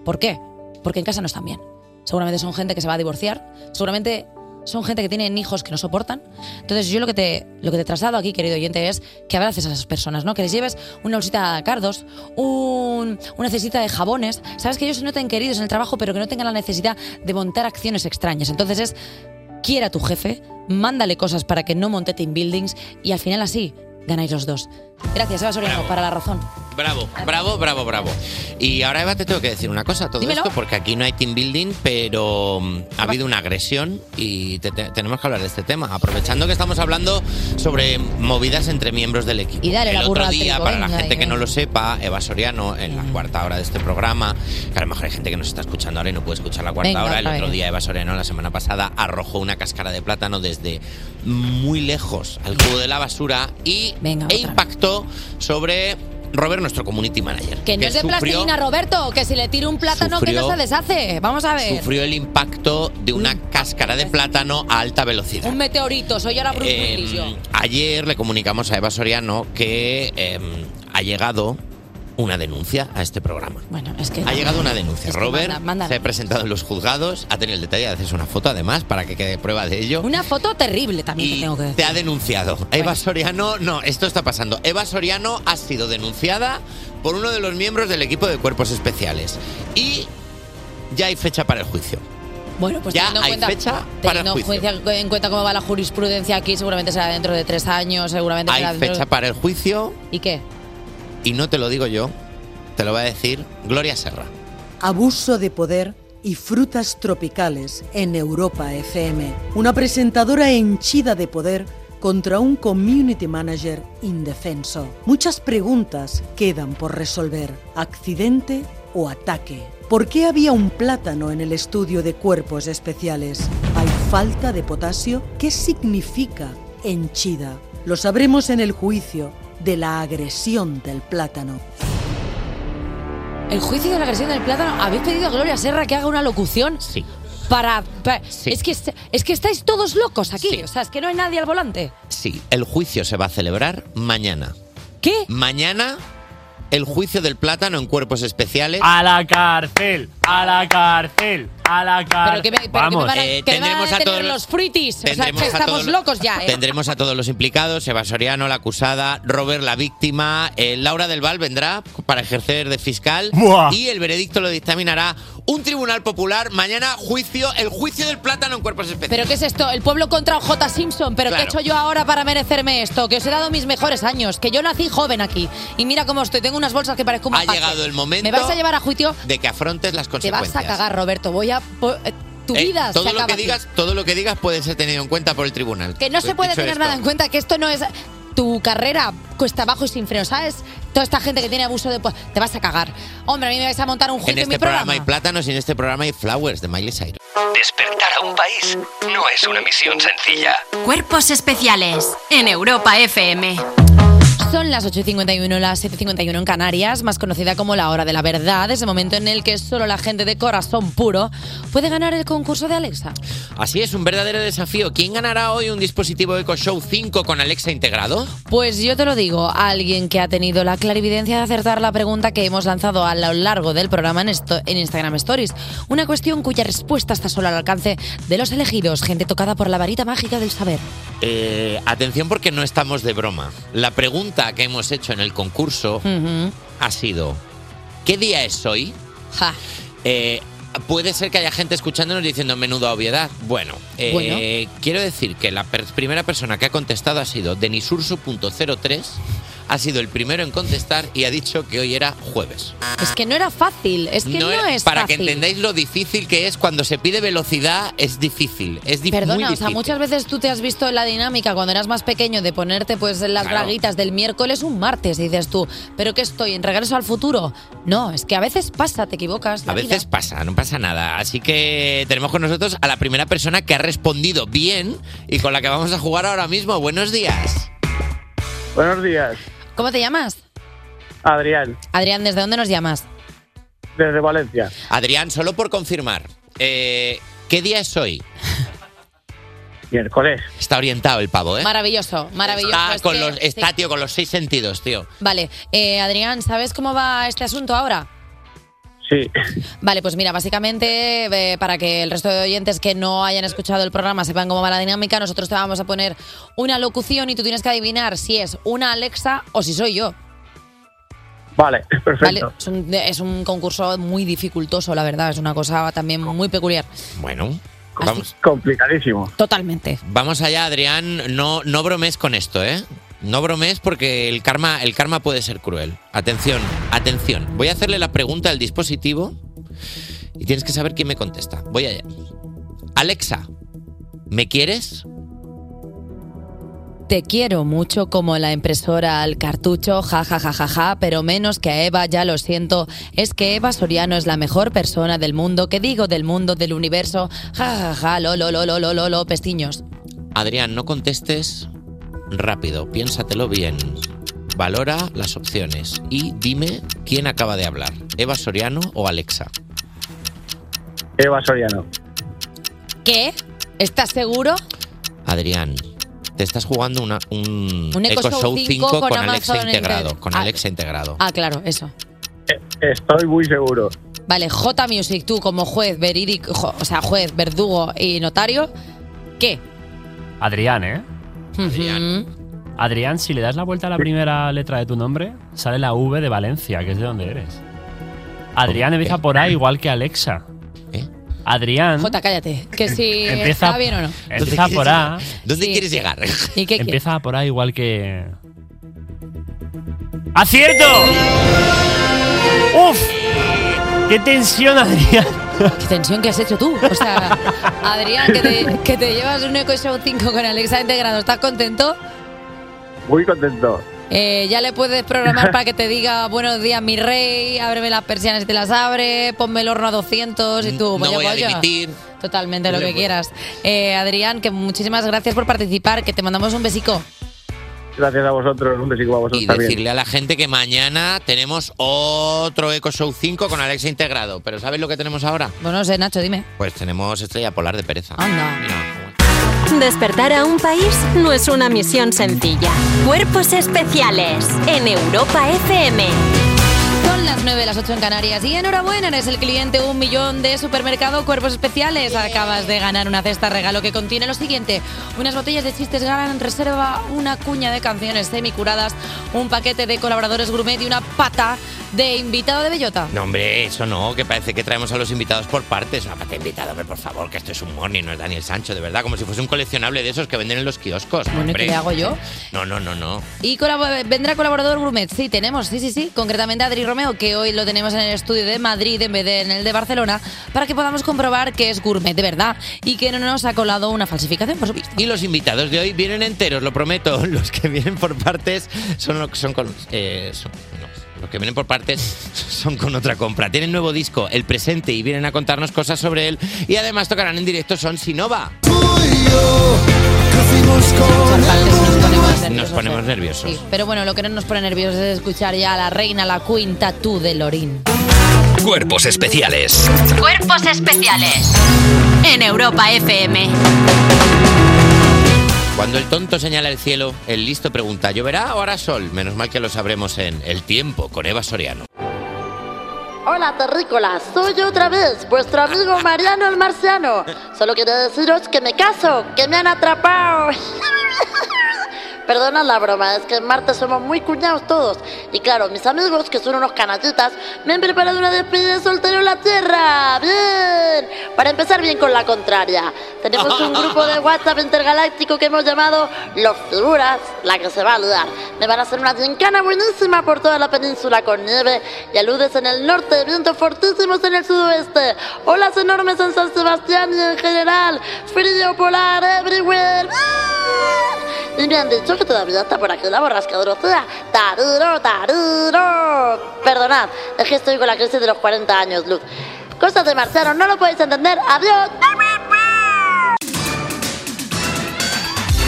[SPEAKER 2] ¿Por qué? Porque en casa no están bien. Seguramente son gente que se va a divorciar. Seguramente son gente que tienen hijos que no soportan. Entonces, yo lo que te, lo que te traslado aquí, querido oyente, es que abraces a esas personas, ¿no? Que les lleves una bolsita de cardos, un- una cestita de jabones. Sabes que ellos se noten queridos en el trabajo, pero que no tengan la necesidad de montar acciones extrañas. Entonces, es quiera a tu jefe, mándale cosas para que no monte team buildings y al final así ganáis los dos. Gracias, Eva Soriano, para la razón.
[SPEAKER 4] Bravo, bravo, bravo, bravo. Y ahora, Eva, te tengo que decir una cosa a todo
[SPEAKER 2] Dímelo.
[SPEAKER 4] esto, porque aquí no hay team building, pero mm, ha habido una agresión y te- te- tenemos que hablar de este tema. Aprovechando que estamos hablando sobre movidas entre miembros del equipo.
[SPEAKER 2] Y dale
[SPEAKER 4] El
[SPEAKER 2] la
[SPEAKER 4] otro
[SPEAKER 2] burra al ¿eh? Mm.
[SPEAKER 4] día,
[SPEAKER 2] trigo,
[SPEAKER 4] para la
[SPEAKER 2] venga,
[SPEAKER 4] gente
[SPEAKER 2] y
[SPEAKER 4] que no lo sepa, Eva Soriano, en la cuarta hora de este programa, que a lo mejor hay gente que nos está escuchando ahora y no puede escuchar la cuarta
[SPEAKER 16] Venga,
[SPEAKER 4] hora, el
[SPEAKER 16] otra
[SPEAKER 4] otro
[SPEAKER 16] vez.
[SPEAKER 4] día Eva Soriano, la semana pasada, arrojó una cáscara de plátano desde muy lejos al cubo de la basura y e impactó sobre Robert, nuestro community manager.
[SPEAKER 2] Que no es de
[SPEAKER 4] sufrió-
[SPEAKER 2] plastilina, Roberto, que si le tiro un plátano que no
[SPEAKER 4] sufrió-
[SPEAKER 2] se deshace. Vamos a ver.
[SPEAKER 4] Sufrió el impacto de
[SPEAKER 2] Mm.
[SPEAKER 4] una cáscara de plátano a alta velocidad.
[SPEAKER 2] Un meteorito, soy ahora Bruce
[SPEAKER 4] Eh,
[SPEAKER 2] Willis, yo.
[SPEAKER 4] ayer le comunicamos a Eva Soriano que eh, ha llegado una denuncia a este programa.
[SPEAKER 2] Bueno, es que.
[SPEAKER 4] Ha llegado una denuncia.
[SPEAKER 2] Es que
[SPEAKER 4] Robert
[SPEAKER 2] manda- manda-
[SPEAKER 4] se ha presentado en los juzgados, ha tenido el detalle de hacerse una foto además para que quede prueba de ello.
[SPEAKER 2] Una foto terrible también te tengo que decir.
[SPEAKER 4] Te ha denunciado. Eva Soriano, no, esto está pasando. Eva Soriano ha sido denunciada por uno de los miembros del equipo de cuerpos especiales. Y ya hay fecha para el juicio.
[SPEAKER 2] Bueno, pues
[SPEAKER 4] ya
[SPEAKER 2] teniendo en
[SPEAKER 4] hay
[SPEAKER 2] cuenta,
[SPEAKER 4] fecha para el
[SPEAKER 2] teniendo
[SPEAKER 4] juicio.
[SPEAKER 2] juicio- en cuenta cómo va la jurisprudencia aquí, seguramente será dentro de tres años, seguramente será
[SPEAKER 4] Hay
[SPEAKER 2] dentro-
[SPEAKER 4] fecha para el juicio
[SPEAKER 2] ¿Y qué?
[SPEAKER 4] y no te lo digo yo, te lo va a decir Gloria Serra.
[SPEAKER 19] Abuso de poder y frutas tropicales en Europa FM. Una presentadora henchida de poder contra un community manager indefenso. Muchas preguntas quedan por resolver. ¿Accidente o ataque? ¿Por qué había un plátano en el estudio de cuerpos especiales? ¿Hay falta de potasio? ¿Qué significa henchida? Lo sabremos en el juicio de la agresión del plátano.
[SPEAKER 2] El juicio de la agresión del plátano. ¿Habéis pedido a Gloria Serra que haga una locución?
[SPEAKER 4] Sí.
[SPEAKER 2] Para. pa- Es, que, est- es que estáis todos locos aquí. O sea, es que no hay nadie al volante.
[SPEAKER 4] Sí, el juicio se va a celebrar mañana.
[SPEAKER 2] ¿Qué?
[SPEAKER 4] Mañana el juicio del plátano en cuerpos especiales.
[SPEAKER 12] A la cárcel, a la cárcel, a la cárcel.
[SPEAKER 2] Pero que me, pero que me van a,
[SPEAKER 4] Eh,
[SPEAKER 2] que me van a
[SPEAKER 4] tendremos a
[SPEAKER 2] detener
[SPEAKER 4] todos-
[SPEAKER 2] los fruitis. O sea,
[SPEAKER 4] tendremos
[SPEAKER 2] que
[SPEAKER 4] a
[SPEAKER 2] estamos
[SPEAKER 4] todos-
[SPEAKER 2] locos ya, ¿eh?
[SPEAKER 4] Tendremos a todos los implicados, Eva Soriano, la acusada, Robert, la víctima, eh, Laura del Val vendrá para ejercer de fiscal
[SPEAKER 12] Buah.
[SPEAKER 4] y el veredicto lo dictaminará un tribunal popular. Mañana juicio, el juicio del plátano en cuerpos especiales.
[SPEAKER 2] ¿Pero qué es esto? El pueblo contra OJ Simpson. ¿Pero qué he
[SPEAKER 4] Claro.
[SPEAKER 2] hecho yo ahora para merecerme esto? Que os he dado mis mejores años. Que yo nací joven aquí. Y mira cómo estoy. Tengo unas bolsas que parezco un
[SPEAKER 4] ha
[SPEAKER 2] mapache.
[SPEAKER 4] llegado el momento
[SPEAKER 2] ¿Me vais a llevar a juicio?
[SPEAKER 4] de que afrontes las
[SPEAKER 2] Te
[SPEAKER 4] consecuencias.
[SPEAKER 2] vas a cagar, Roberto. Voy a... po- eh, Tu
[SPEAKER 4] Eh,
[SPEAKER 2] vida
[SPEAKER 4] todo
[SPEAKER 2] se
[SPEAKER 4] lo
[SPEAKER 2] acaba
[SPEAKER 4] que
[SPEAKER 2] aquí.
[SPEAKER 4] digas, todo lo que digas puede ser tenido en cuenta por el tribunal. Pues
[SPEAKER 2] Que no se puede
[SPEAKER 4] Dicho
[SPEAKER 2] tener
[SPEAKER 4] esto,
[SPEAKER 2] nada en cuenta, que esto no es tu carrera cuesta abajo y sin freno, ¿sabes? Toda esta gente que tiene abuso de... po- Te vas a cagar. Hombre, a mí me vais a montar un juicio
[SPEAKER 4] En
[SPEAKER 2] en,
[SPEAKER 4] este
[SPEAKER 2] mi
[SPEAKER 4] programa,
[SPEAKER 2] programa.
[SPEAKER 4] hay plátanos y en este programa hay flowers de Miley Cyrus.
[SPEAKER 1] Despertar a un país no es una misión sencilla.
[SPEAKER 6] Cuerpos especiales en Europa FM.
[SPEAKER 2] Son las 8.51, las 7.51 en Canarias, más conocida como la hora de la verdad, ese momento en el que solo la gente de corazón puro puede ganar el concurso de Alexa.
[SPEAKER 4] Así es, un verdadero desafío. ¿Quién ganará hoy un dispositivo Echo Show 5 con Alexa integrado?
[SPEAKER 2] Pues yo te lo digo, alguien que ha tenido la clarividencia de acertar la pregunta que hemos lanzado a lo largo del programa en, esto- en Instagram Stories. Una cuestión cuya respuesta está solo al alcance de los elegidos, gente tocada por la varita mágica del saber.
[SPEAKER 4] Eh, atención porque no estamos de broma. La pregunta que hemos hecho en el concurso
[SPEAKER 2] Ujú.
[SPEAKER 4] ha sido, ¿qué día es hoy?
[SPEAKER 2] Ja.
[SPEAKER 4] Eh, puede ser que haya gente escuchándonos diciendo menuda obviedad. Bueno, eh, quiero decir que la per- primera persona que ha contestado ha sido denisurso.03, ha sido el primero en contestar y ha dicho que hoy era jueves.
[SPEAKER 2] Es que no era fácil, es que no,
[SPEAKER 4] era-
[SPEAKER 2] es
[SPEAKER 4] para
[SPEAKER 2] fácil.
[SPEAKER 4] que entendáis lo difícil que es cuando se pide velocidad, es difícil. Es di- muy
[SPEAKER 2] Perdona, o
[SPEAKER 4] difícil.
[SPEAKER 2] sea, muchas veces tú te has visto en la dinámica cuando eras más pequeño de ponerte pues las
[SPEAKER 4] Claro.
[SPEAKER 2] braguitas del miércoles un martes y dices tú, pero qué estoy en regreso al futuro. No, es que a veces pasa, te equivocas. la
[SPEAKER 4] A
[SPEAKER 2] vida.
[SPEAKER 4] veces pasa, no pasa nada. Así que tenemos con nosotros a la primera persona que ha respondido bien y con la que vamos a jugar ahora mismo. Buenos días.
[SPEAKER 16] Buenos días,
[SPEAKER 2] ¿Cómo te llamas?
[SPEAKER 16] Adrián,
[SPEAKER 2] Adrián, ¿desde dónde nos llamas?
[SPEAKER 16] desde Valencia.
[SPEAKER 4] Adrián, solo por confirmar, eh, ¿qué día es hoy?
[SPEAKER 16] Miércoles.
[SPEAKER 4] Está orientado el pavo, ¿eh?
[SPEAKER 2] Maravilloso, maravilloso. este
[SPEAKER 4] Está,
[SPEAKER 2] es
[SPEAKER 4] con
[SPEAKER 2] que-
[SPEAKER 4] los, está,
[SPEAKER 2] sí.
[SPEAKER 4] tío, con los seis sentidos, tío.
[SPEAKER 2] Vale, eh, Adrián, ¿sabes cómo va este asunto ahora?
[SPEAKER 16] Sí.
[SPEAKER 2] Vale, pues mira, básicamente eh, para que el resto de oyentes que no hayan escuchado el programa sepan cómo va la dinámica, nosotros te vamos a poner una locución y tú tienes que adivinar si es una Alexa o si soy yo.
[SPEAKER 16] Vale,
[SPEAKER 2] Vale,
[SPEAKER 16] perfecto.
[SPEAKER 2] es un, es un concurso muy dificultoso, la verdad, es una cosa también muy peculiar.
[SPEAKER 4] Bueno, vamos.
[SPEAKER 16] Complicadísimo.
[SPEAKER 2] Totalmente.
[SPEAKER 4] Vamos allá, Adrián. No, no bromes con esto, ¿eh? No bromes porque el karma, el karma puede ser cruel. Atención, atención. Voy a hacerle la pregunta al dispositivo y tienes que saber quién me contesta. Voy allá. Alexa, ¿me quieres?
[SPEAKER 2] Te quiero mucho como la impresora al cartucho, ja ja ja ja ja, pero menos que a Eva, ya lo siento. Es que Eva Soriano es la mejor persona del mundo, que digo del mundo, del universo, ja ja ja, ja, lo lo lo lo lo lo, lo pestiños.
[SPEAKER 4] Adrián, no contestes rápido. Piénsatelo bien. Valora las opciones y dime quién acaba de hablar. ¿Eva Soriano o Alexa?
[SPEAKER 16] Eva Soriano.
[SPEAKER 2] ¿Qué? ¿Estás seguro?
[SPEAKER 4] Adrián, te estás jugando una- un,
[SPEAKER 2] Un Echo Show 5
[SPEAKER 4] con,
[SPEAKER 2] con
[SPEAKER 4] Alexa
[SPEAKER 2] Amazon
[SPEAKER 4] integrado.
[SPEAKER 2] Inter-
[SPEAKER 4] Con
[SPEAKER 2] Ah.
[SPEAKER 4] Alexa integrado.
[SPEAKER 2] Ah, claro, eso.
[SPEAKER 16] Estoy muy seguro.
[SPEAKER 2] Vale, J Music, tú como juez verídico, jo- o sea, juez, verdugo y notario, ¿qué?
[SPEAKER 12] Adrián, ¿eh?
[SPEAKER 2] Adrián.
[SPEAKER 12] Adrián, si le das la vuelta a la primera letra de tu nombre, sale la V de Valencia, que es de donde eres. Adrián empieza por A igual que Alexa.
[SPEAKER 4] ¿Eh?
[SPEAKER 12] Adrián
[SPEAKER 4] ¿Mm?
[SPEAKER 2] J, cállate, que
[SPEAKER 4] Em,
[SPEAKER 2] si
[SPEAKER 12] Empieza-
[SPEAKER 2] está bien o no.
[SPEAKER 12] empieza por A.
[SPEAKER 4] ¿Dónde
[SPEAKER 2] quieres
[SPEAKER 4] llegar?
[SPEAKER 2] ¿Y qué quieres?
[SPEAKER 12] Empieza por A igual que. ¡Acierto! ¡Uf! ¡Qué tensión, Adrián!
[SPEAKER 2] ¿Qué tensión que has hecho tú? O sea, Adrián, que te, que te llevas un Echo Show 5 con Alexa integrado, ¿estás contento?
[SPEAKER 16] Muy contento.
[SPEAKER 2] Eh, ya le puedes programar para que te diga buenos días, mi rey, ábreme las persianas y te las abre, ponme el horno a 200 y tú,
[SPEAKER 4] Mm, No
[SPEAKER 2] "Pollo,
[SPEAKER 4] voy a
[SPEAKER 2] pollo".
[SPEAKER 4] dimitir.
[SPEAKER 2] Totalmente, lo
[SPEAKER 4] Le
[SPEAKER 2] que
[SPEAKER 4] puedo.
[SPEAKER 2] quieras. Eh, Adrián, que muchísimas gracias por participar, que te mandamos un besico.
[SPEAKER 16] Gracias a vosotros. Un besico a vosotros
[SPEAKER 4] Y
[SPEAKER 16] también.
[SPEAKER 4] decirle a la gente que mañana tenemos otro Echo Show 5 con Alexa integrado. Pero ¿sabes lo que tenemos ahora?
[SPEAKER 2] Bueno, no sé, Nacho, dime.
[SPEAKER 4] Pues tenemos Estrella Polar de Pereza.
[SPEAKER 6] Despertar a un país no es una misión sencilla. Cuerpos especiales en Europa FM.
[SPEAKER 2] Son las 9, las 8 en Canarias y enhorabuena, eres el cliente un millón de supermercado Cuerpos Especiales. Acabas de ganar una cesta regalo que contiene lo siguiente. Unas botellas de chistes gran reserva, una cuña de canciones semicuradas, un paquete de colaboradores gourmet y una pata de invitado de bellota.
[SPEAKER 4] No, hombre, eso no, que parece que traemos a los invitados por partes. Una parte invitada, hombre, por favor, que esto es un morning, no es Daniel Sancho, de verdad, como si fuese un coleccionable de esos que venden en los kioscos.
[SPEAKER 2] Bueno, ¿y
[SPEAKER 4] hombre.
[SPEAKER 2] qué le hago yo?
[SPEAKER 4] No, no, no, no.
[SPEAKER 2] Y colabo- vendrá colaborador gourmet, sí, tenemos, sí, sí, sí, concretamente Adri Romeo, que hoy lo tenemos en el estudio de Madrid en vez de en el de Barcelona, para que podamos comprobar que es gourmet de verdad y que no nos ha colado una falsificación, por supuesto.
[SPEAKER 4] Y los invitados de hoy vienen enteros, lo prometo. Los que vienen por partes son, lo- son con. eh, son- no, los que vienen por partes son con otra compra. Tienen nuevo disco, El Presente, y vienen a contarnos cosas sobre él. Y además tocarán en directo Son Sinova. Nos ponemos nerviosos.
[SPEAKER 2] Pero bueno, lo que no nos pone nerviosos es escuchar ya a la reina, la queen tatú de Lorín.
[SPEAKER 1] Cuerpos especiales.
[SPEAKER 6] Cuerpos especiales en Europa FM.
[SPEAKER 4] Cuando el tonto señala el cielo, el listo pregunta, ¿lloverá o hará sol? Menos mal que lo sabremos en El Tiempo con Eva Soriano.
[SPEAKER 20] Hola terrícolas, soy yo otra vez, vuestro amigo Mariano el Marciano. Solo quería deciros que me caso, que me han atrapado. Perdona la broma, es que en Marte somos muy cuñados todos. Y claro, mis amigos, que son unos canatitas, me han preparado una despedida de soltero en la Tierra. ¡Bien! Para empezar bien con la contraria, tenemos un grupo de WhatsApp intergaláctico que hemos llamado Los Figuras, la que se va a liar. Me van a hacer una gincana buenísima por toda la península con nieve y aludes en el norte, vientos fortísimos en el sudoeste, olas enormes en San Sebastián y en general, frío polar everywhere. Y me han dicho que todavía está por aquí la borrasca Dorotea. ¡Taruro, taruro! Perdonad, es que estoy con la crisis de los 40 años, Luz. Cosas de Marciano, no lo podéis entender. ¡Adiós!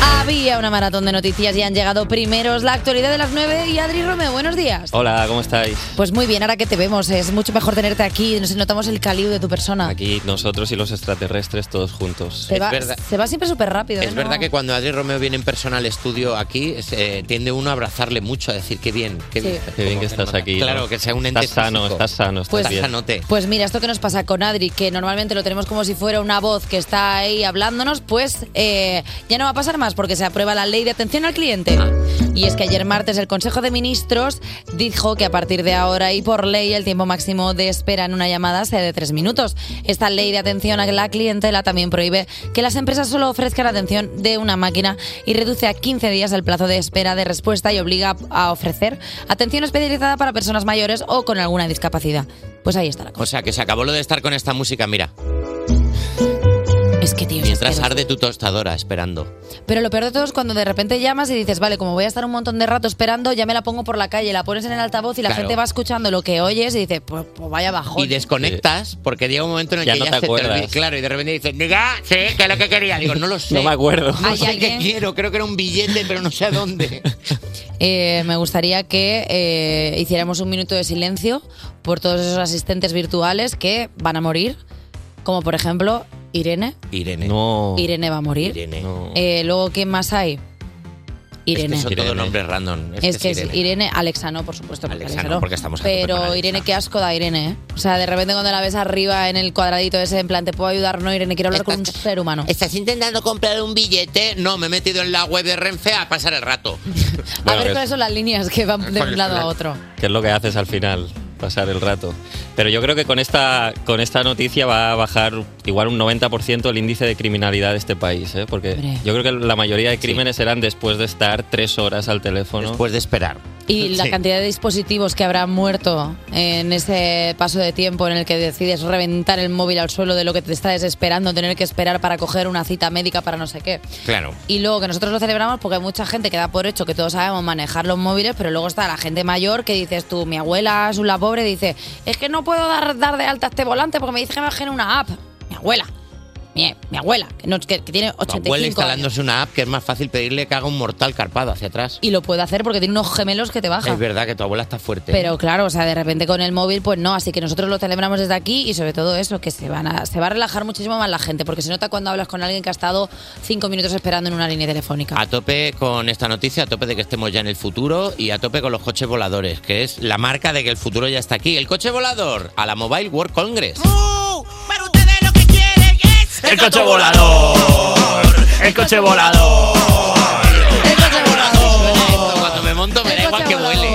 [SPEAKER 2] Había una maratón de noticias y han llegado primeros la actualidad de las 9 y Adri Romeo, buenos días.
[SPEAKER 21] Hola, ¿cómo estáis?
[SPEAKER 2] Pues muy bien, ahora que te vemos, es mucho mejor tenerte aquí, nos notamos el caliu de tu persona.
[SPEAKER 21] Aquí nosotros y los extraterrestres todos juntos.
[SPEAKER 2] Se, va, se va siempre súper rápido.
[SPEAKER 4] Es
[SPEAKER 2] ¿no?
[SPEAKER 4] verdad que cuando Adri Romeo viene en persona al estudio aquí, es, eh, tiende uno a abrazarle mucho, a decir qué bien, qué
[SPEAKER 2] Sí.
[SPEAKER 4] bien.
[SPEAKER 21] Qué bien que
[SPEAKER 4] Como
[SPEAKER 21] estás
[SPEAKER 4] hermana.
[SPEAKER 21] aquí.
[SPEAKER 4] Claro,
[SPEAKER 21] ¿no?
[SPEAKER 4] que sea un ente
[SPEAKER 21] Estás sano,
[SPEAKER 4] físico.
[SPEAKER 21] estás sano, estás
[SPEAKER 2] Pues-
[SPEAKER 21] bien.
[SPEAKER 4] sanote.
[SPEAKER 2] Pues mira, esto que nos pasa con Adri, que normalmente lo tenemos como si fuera una voz que está ahí hablándonos, pues eh, ya no va a pasar más porque se aprueba la ley de atención al cliente. Y es que ayer martes el Consejo de Ministros dijo que a partir de ahora y por ley el tiempo máximo de espera en una llamada sea de tres minutos. Esta ley de atención a la clientela también prohíbe que las empresas solo ofrezcan atención de una máquina y reduce a 15 días el plazo de espera de respuesta y obliga a ofrecer atención especializada para personas mayores o con alguna discapacidad. Pues ahí está la
[SPEAKER 4] O sea, que se acabó lo de estar con esta música, mira.
[SPEAKER 2] Es que, tío,
[SPEAKER 4] Mientras arde tu tostadora esperando.
[SPEAKER 2] Pero lo peor de todo es cuando de repente llamas y dices, vale, como voy a estar un montón de rato esperando, ya me la pongo por la calle, la pones en el altavoz y la
[SPEAKER 4] Claro.
[SPEAKER 2] gente va escuchando lo que oyes y dice, pues, pues vaya bajón.
[SPEAKER 4] Y desconectas porque llega un momento en el
[SPEAKER 21] Ya
[SPEAKER 4] que
[SPEAKER 21] no
[SPEAKER 4] ya
[SPEAKER 21] te
[SPEAKER 4] se
[SPEAKER 21] acuerdas.
[SPEAKER 4] olvida, Claro, y de repente dices, diga, sí, que es lo que quería. Digo, no lo sé.
[SPEAKER 21] No me acuerdo.
[SPEAKER 4] No
[SPEAKER 2] Hay
[SPEAKER 4] sé qué
[SPEAKER 2] alguien-
[SPEAKER 4] quiero, creo que era un billete, pero no sé a dónde.
[SPEAKER 2] Eh, me gustaría que eh, hiciéramos un minuto de silencio por todos esos asistentes virtuales que van a morir, como por ejemplo Irene.
[SPEAKER 4] Irene.
[SPEAKER 21] No.
[SPEAKER 2] Irene va a morir.
[SPEAKER 4] Irene.
[SPEAKER 2] Eh, luego, ¿quién más hay? Irene.
[SPEAKER 4] Es que son todos nombres random. Este
[SPEAKER 2] es que es Irene.
[SPEAKER 4] Irene.
[SPEAKER 2] Alexa no, por supuesto. porque
[SPEAKER 4] Alexa
[SPEAKER 2] Alexa
[SPEAKER 4] no, porque estamos aquí con
[SPEAKER 2] Pero
[SPEAKER 4] Alexa.
[SPEAKER 2] Irene, qué asco da Irene, ¿eh? O sea, de repente cuando la ves arriba en el cuadradito ese, en plan, te puedo ayudar, no, Irene, quiero hablar con un ser humano.
[SPEAKER 4] ¿Estás intentando comprar un billete? No, me he metido en la web de Renfe a pasar el rato.
[SPEAKER 2] a ver cuáles son las líneas que van de
[SPEAKER 21] ¿Cuál
[SPEAKER 2] un
[SPEAKER 21] es
[SPEAKER 2] lado
[SPEAKER 21] la-
[SPEAKER 2] a otro.
[SPEAKER 21] ¿Qué es lo que haces al final? Pasar el rato. Pero yo creo que con esta, con esta noticia va a bajar igual un 90% el índice de criminalidad de este país, ¿eh? porque
[SPEAKER 2] Hombre.
[SPEAKER 21] yo creo que la mayoría de crímenes eran después de estar tres horas al teléfono. Después
[SPEAKER 4] de esperar.
[SPEAKER 2] Y la cantidad de dispositivos que habrán muerto en ese paso de tiempo en el que decides reventar el móvil al suelo de lo que te está desesperando, tener que esperar para coger una cita médica para no sé qué.
[SPEAKER 4] Claro.
[SPEAKER 2] Y luego que nosotros lo celebramos porque hay mucha gente que da por hecho que todos sabemos manejar los móviles, pero luego está la gente mayor que dices tú, mi abuela es una pobre, dice, es que no puedo dar, dar de alta este volante porque me dice que me bajen una app. Mi abuela. Mi, mi abuela, que, no- que- que tiene
[SPEAKER 4] Tu abuela
[SPEAKER 2] 85 años.
[SPEAKER 4] instalándose una app que es más fácil pedirle que haga un mortal carpado hacia atrás.
[SPEAKER 2] Y lo puede hacer porque tiene unos gemelos que te bajan.
[SPEAKER 4] Es verdad que tu abuela está fuerte.
[SPEAKER 2] Pero claro, o sea, de repente con el móvil, pues no. Así que nosotros lo celebramos desde aquí y sobre todo eso, que se van a, se va a relajar muchísimo más la gente, porque se nota cuando hablas con alguien que ha estado cinco minutos esperando en una línea telefónica.
[SPEAKER 4] A tope con esta noticia, a tope de que estemos ya en el futuro y a tope con los coches voladores, que es la marca de que el futuro ya está aquí. El coche volador a la Mobile World Congress.
[SPEAKER 12] El coche volador. El coche volador.
[SPEAKER 4] Cuando me monto me da igual que huele.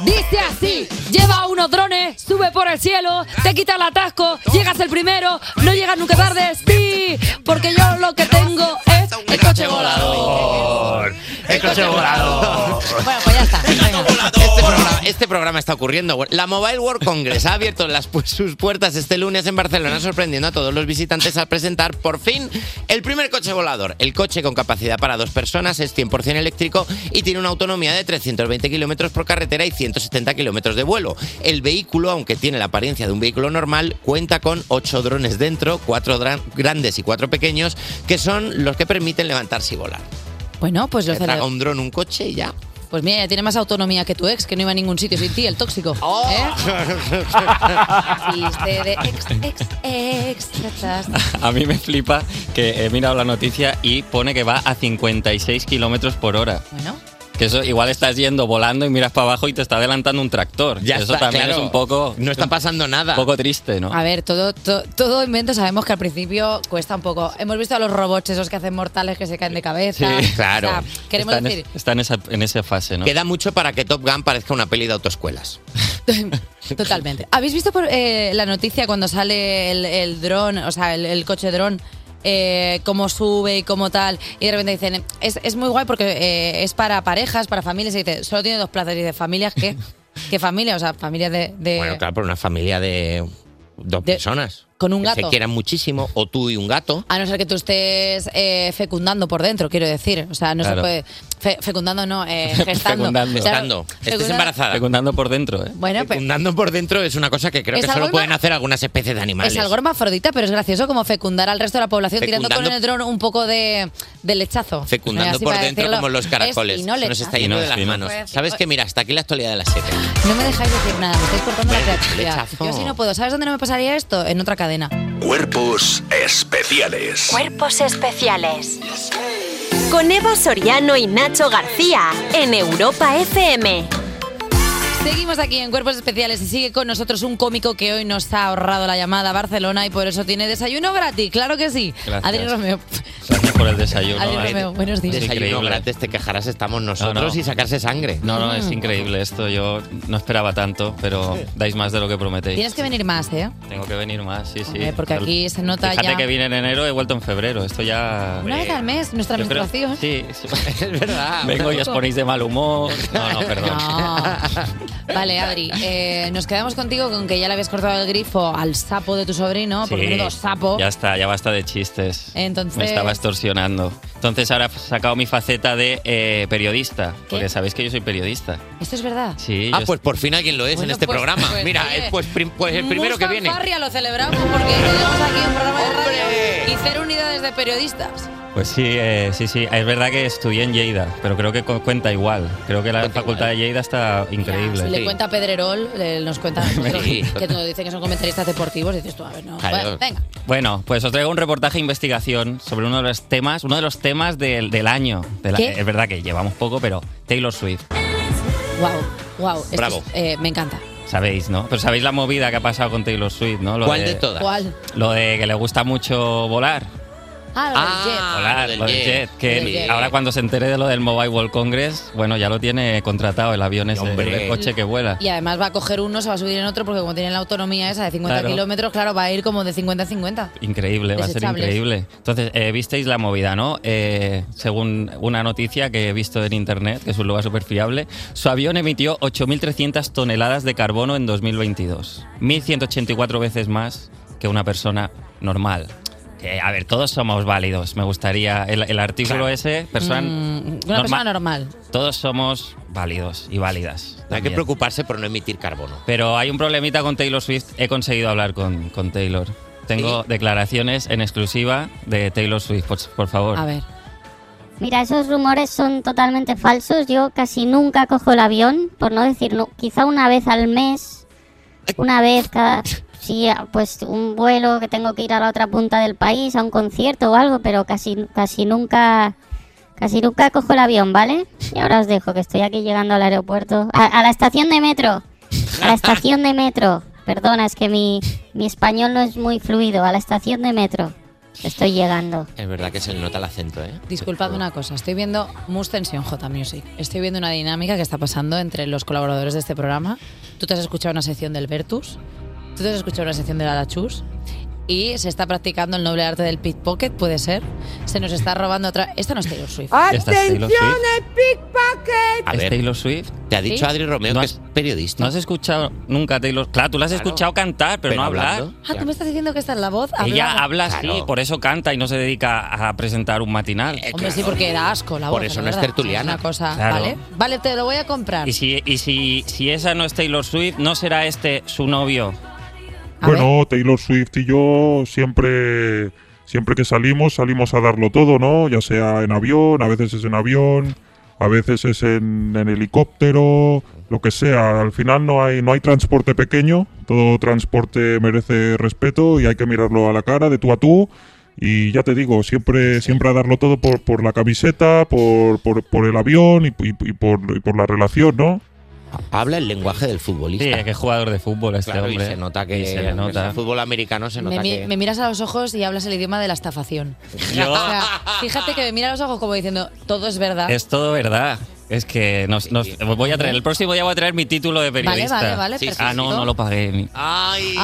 [SPEAKER 2] Dice así, lleva unos drones, sube por el cielo, te quita el atasco, llegas el primero, no llegas nunca tarde, sí, porque yo lo que tengo es el coche volador.
[SPEAKER 4] El coche volador.
[SPEAKER 2] Bueno, pues ya está.
[SPEAKER 4] Este programa, este programa está ocurriendo. La Mobile World Congress ha abierto las, pu- sus puertas este lunes en Barcelona, sorprendiendo a todos los visitantes al presentar por fin el primer coche volador. El coche con capacidad para dos personas es 100% eléctrico y tiene una autonomía de 320 kilómetros por carretera y 170 kilómetros de vuelo. El vehículo, aunque tiene la apariencia de un vehículo normal, cuenta con ocho drones dentro, cuatro dra- grandes y cuatro pequeños, que son los que permiten levantarse y volar.
[SPEAKER 2] Bueno, pues lo
[SPEAKER 4] Te traga
[SPEAKER 2] celebro.
[SPEAKER 4] un dron, un coche y ya.
[SPEAKER 2] Pues mira, ya tiene más autonomía que tu ex, que no iba a ningún sitio sin ti, el tóxico.
[SPEAKER 4] Oh.
[SPEAKER 2] ¿Eh? Chiste de ex, ex, ex. ta, ta, ta.
[SPEAKER 21] A mí me flipa que he mirado la noticia y pone que va a 56 kilómetros por hora.
[SPEAKER 2] Bueno.
[SPEAKER 21] Que eso igual estás yendo volando y miras para abajo y te está adelantando un tractor.
[SPEAKER 4] Ya
[SPEAKER 21] eso
[SPEAKER 4] está,
[SPEAKER 21] también
[SPEAKER 4] claro.
[SPEAKER 21] es un poco.
[SPEAKER 4] No está pasando nada. Ah.
[SPEAKER 21] Un poco triste, ¿no?
[SPEAKER 2] A ver, todo, to- todo invento sabemos que al principio cuesta un poco. Hemos visto a los robots esos que hacen mortales que se caen de cabeza. O sea, queremos
[SPEAKER 21] está en,
[SPEAKER 2] decir,
[SPEAKER 21] es- está en esa, en esa fase, ¿no?
[SPEAKER 4] Queda mucho para que Top Gun parezca una peli de autoescuelas.
[SPEAKER 2] Totalmente. ¿Habéis visto por, eh, la noticia cuando sale el, el dron, o sea, el, el coche dron? eh, cómo sube y cómo tal, y de repente dicen, es, es muy guay porque eh, es para parejas, para familias, y dice, solo tiene dos plazas, y dice, familias, ¿qué? ¿Qué familia? O sea, familias de... de-
[SPEAKER 4] Bueno, claro, por una familia de dos personas.
[SPEAKER 2] con un
[SPEAKER 4] que
[SPEAKER 2] gato.
[SPEAKER 4] se quieran muchísimo, o tú y un gato.
[SPEAKER 2] A no ser que tú estés eh, fecundando por dentro, quiero decir. O sea, no se
[SPEAKER 4] Claro.
[SPEAKER 2] puede... fe- fecundando no, eh, gestando.
[SPEAKER 4] Fecundando.
[SPEAKER 2] O sea,
[SPEAKER 4] Fecundando. Estés
[SPEAKER 2] fecundando-
[SPEAKER 4] embarazada. Fecundando
[SPEAKER 21] por dentro, ¿eh?
[SPEAKER 2] Bueno, pues, pero-
[SPEAKER 4] Fecundando por dentro es una cosa que creo
[SPEAKER 2] Es
[SPEAKER 4] que
[SPEAKER 2] algo
[SPEAKER 4] solo
[SPEAKER 2] ima-
[SPEAKER 4] pueden hacer algunas especies de animales.
[SPEAKER 2] Es algo hermafrodita, pero es gracioso como fecundar al resto de la población tirando con el
[SPEAKER 4] Fecundando-
[SPEAKER 2] dron un poco de, de lechazo.
[SPEAKER 4] Fecundando
[SPEAKER 2] Así
[SPEAKER 4] por
[SPEAKER 2] para
[SPEAKER 4] dentro
[SPEAKER 2] decirlo.
[SPEAKER 4] como los
[SPEAKER 2] Es
[SPEAKER 4] caracoles.
[SPEAKER 2] fino
[SPEAKER 4] Nos
[SPEAKER 2] lechazo. Pues,
[SPEAKER 4] está yendo de las manos. ¿Sabes qué? Mira, hasta aquí la actualidad de las 7.
[SPEAKER 2] No me dejáis decir nada, me estáis cortando la creatividad.
[SPEAKER 4] lechazo.
[SPEAKER 2] Yo sí no puedo. ¿Sabes dónde no me pasaría esto? En otra cadena.
[SPEAKER 3] Cuerpos especiales.
[SPEAKER 6] Cuerpos especiales. Con Eva Soriano y Nacho García en Europa FM.
[SPEAKER 2] Seguimos aquí en Cuerpos Especiales y sigue con nosotros un cómico que hoy nos ha ahorrado la llamada a Barcelona y por eso tiene desayuno gratis. Claro que sí.
[SPEAKER 21] Gracias.
[SPEAKER 2] Adri Romeo.
[SPEAKER 21] Gracias por el desayuno.
[SPEAKER 2] Adri Romeo, buenos días.
[SPEAKER 4] Desayuno
[SPEAKER 21] increíble.
[SPEAKER 4] gratis, te quejarás, estamos nosotros
[SPEAKER 21] No, no.
[SPEAKER 4] y sacarse sangre.
[SPEAKER 21] No, no, es
[SPEAKER 2] Mm.
[SPEAKER 21] increíble esto. Yo no esperaba tanto, pero dais más de lo que prometéis.
[SPEAKER 2] Tienes que venir más, ¿eh?
[SPEAKER 21] Tengo que venir más, sí, sí.
[SPEAKER 2] Hombre, porque
[SPEAKER 21] El-
[SPEAKER 2] aquí se nota
[SPEAKER 21] Fíjate
[SPEAKER 2] ya-
[SPEAKER 21] que vine en enero, he vuelto en febrero. Esto ya.
[SPEAKER 2] Una vez al mes, nuestra
[SPEAKER 21] Yo creo-
[SPEAKER 2] menstruación.
[SPEAKER 21] Sí, sí.
[SPEAKER 4] es verdad.
[SPEAKER 21] Vengo y os ponéis de mal humor. No, no, perdón.
[SPEAKER 2] Ah. Vale, Adri, eh, nos quedamos contigo con que ya le habías cortado el grifo al sapo de tu sobrino, porque
[SPEAKER 21] Sí,
[SPEAKER 2] menudo sapo.
[SPEAKER 21] Ya está, ya basta de chistes.
[SPEAKER 2] Entonces-
[SPEAKER 21] Me estaba extorsionando. Entonces ahora he sacado mi faceta de eh, periodista. Porque sabéis que yo soy periodista.
[SPEAKER 2] Esto es verdad.
[SPEAKER 21] Sí,
[SPEAKER 4] Ah,
[SPEAKER 21] yo-
[SPEAKER 4] pues por fin alguien lo es en
[SPEAKER 21] Bueno,
[SPEAKER 4] este
[SPEAKER 21] pues-
[SPEAKER 4] programa.
[SPEAKER 21] pues,
[SPEAKER 4] Mira,
[SPEAKER 21] oye,
[SPEAKER 4] es
[SPEAKER 2] eh,
[SPEAKER 4] pues, prim- pues el primero que viene.
[SPEAKER 2] Fanfarria lo celebramos porque tenemos aquí un programa de radio y cero unidades de periodistas.
[SPEAKER 21] Pues sí, eh, sí, sí. Es verdad que estudié en Lleida, pero creo que co- cuenta igual. Creo que la facultad de Lleida está increíble.
[SPEAKER 2] Si le cuenta Pedrerol, le- nos cuenta a nosotros
[SPEAKER 21] Sí.
[SPEAKER 2] que nos dicen que son comentaristas deportivos, dices tú, a ver, no.
[SPEAKER 21] Claro.
[SPEAKER 2] Bueno, venga.
[SPEAKER 21] Bueno, pues os traigo un reportaje de investigación sobre uno de los temas, uno de los temas del, del año. De la-
[SPEAKER 2] ¿Qué?
[SPEAKER 21] Es verdad que llevamos poco, pero Taylor Swift,
[SPEAKER 2] Wow, wow. esto
[SPEAKER 21] Bravo.
[SPEAKER 2] es- eh, me encanta.
[SPEAKER 21] sabéis, ¿no? Pero sabéis la movida que ha pasado con Taylor Swift, ¿no? Lo
[SPEAKER 4] ¿Cuál de todas?
[SPEAKER 2] ¿Cuál?
[SPEAKER 21] Lo de que le gusta mucho volar.
[SPEAKER 2] Ah, lo del jet.
[SPEAKER 21] volar,
[SPEAKER 4] del
[SPEAKER 21] lo del
[SPEAKER 4] jet.
[SPEAKER 21] jet. Que
[SPEAKER 2] Del jet.
[SPEAKER 21] ahora cuando se entere de lo del Mobile World Congress, bueno, ya lo tiene contratado el avión ese,
[SPEAKER 4] Hombre.
[SPEAKER 21] el coche que vuela.
[SPEAKER 2] Y además va a coger uno, se va a subir en otro, porque como tiene la autonomía esa de 50
[SPEAKER 21] Claro.
[SPEAKER 2] kilómetros, claro, va a ir como de 50 a 50.
[SPEAKER 21] Increíble, va a ser
[SPEAKER 2] Desechables.
[SPEAKER 21] increíble. Entonces, eh, visteis la movida, ¿no? Eh, según una noticia que he visto en internet, que es un lugar súper fiable, su avión emitió 8.300 toneladas de carbono en 2022. 1.184 veces más que una persona normal. Que, a ver, todos somos válidos, me gustaría. El, el artículo ese, persona.
[SPEAKER 2] Mm, una
[SPEAKER 21] norma-
[SPEAKER 2] persona normal.
[SPEAKER 21] Todos somos válidos y válidas.
[SPEAKER 4] No hay que
[SPEAKER 21] también.
[SPEAKER 4] preocuparse por no emitir carbono.
[SPEAKER 21] Pero hay un problemita con Taylor Swift. He conseguido hablar con, con Taylor. Tengo declaraciones en exclusiva de Taylor Swift, por, por favor.
[SPEAKER 2] ver.
[SPEAKER 8] Mira, esos rumores son totalmente falsos. Yo casi nunca cojo el avión, por no decir nu- quizá una vez al mes, una vez cada... Sí, a- pues un vuelo que tengo que ir a la otra punta del país, a un concierto o algo, pero casi, casi nunca... Casi nunca cojo el avión, ¿vale? Y ahora os dejo, que estoy aquí llegando al aeropuerto. A, a la estación de metro. A la estación de metro. Perdona, es que mi, mi español no es muy fluido. A la estación de metro. Estoy llegando.
[SPEAKER 4] Es verdad que se le nota el acento, ¿eh?
[SPEAKER 2] Disculpad una cosa, estoy viendo Must Tension J Music. Estoy viendo una dinámica que está pasando entre los colaboradores de este programa. Tú te has escuchado una sección del Vertus, tú te has escuchado una sección del Alachus y se está practicando el noble arte del pickpocket, puede ser. Se nos está robando otra. Esta no es Taylor Swift.
[SPEAKER 21] ¿Esta es Taylor Swift?
[SPEAKER 4] A
[SPEAKER 21] ¿Es
[SPEAKER 4] ver.
[SPEAKER 21] Taylor Swift?
[SPEAKER 4] Te ha dicho
[SPEAKER 2] Sí.
[SPEAKER 4] Adri Romeo que es periodista.
[SPEAKER 21] No has escuchado nunca a Taylor Claro, tú la has escuchado cantar, pero, no
[SPEAKER 4] Pero
[SPEAKER 21] hablar.
[SPEAKER 4] hablando.
[SPEAKER 2] Ah, tú me estás diciendo que esta es la voz.
[SPEAKER 21] Ella
[SPEAKER 2] hablada?
[SPEAKER 21] habla así, por eso canta y no se dedica a presentar un matinal.
[SPEAKER 4] Eh,
[SPEAKER 2] Hombre, sí, porque da asco la
[SPEAKER 21] Eh,
[SPEAKER 2] voz.
[SPEAKER 21] Por eso
[SPEAKER 2] la
[SPEAKER 21] no es
[SPEAKER 2] verdad.
[SPEAKER 21] tertuliana.
[SPEAKER 2] Es una cosa.
[SPEAKER 21] Claro.
[SPEAKER 2] Vale, vale, te lo voy a comprar.
[SPEAKER 21] Y, si, y si, si esa no es Taylor Swift, ¿no será este su novio?
[SPEAKER 22] Bueno, Taylor Swift y yo siempre, siempre que salimos, salimos a darlo todo, ¿no? Ya sea en avión, a veces es en avión, a veces es en, en helicóptero, lo que sea. Al final no hay, no hay transporte pequeño, todo transporte merece respeto y hay que mirarlo a la cara, de tú a tú. Y ya te digo, siempre, siempre a darlo todo por, por la camiseta, por, por, por el avión y, y- y por, y por la relación, ¿no?
[SPEAKER 4] Habla el lenguaje del futbolista.
[SPEAKER 21] Sí, es que es jugador de fútbol este
[SPEAKER 4] Claro, y
[SPEAKER 21] hombre.
[SPEAKER 4] se nota que-
[SPEAKER 21] Y se le nota.
[SPEAKER 4] el fútbol americano se
[SPEAKER 2] Me, mi- me miras a los ojos y hablas el idioma de la estafación.
[SPEAKER 21] Yo-
[SPEAKER 2] O sea, fíjate que me mira a los ojos como diciendo, todo es verdad.
[SPEAKER 21] Es todo verdad. Es que nos, nos- voy a traer, el próximo día voy a traer mi título de periodista.
[SPEAKER 2] vale, vale, Sí, sí,
[SPEAKER 21] ah, no,
[SPEAKER 2] perfecto.
[SPEAKER 21] no lo pagué. ni-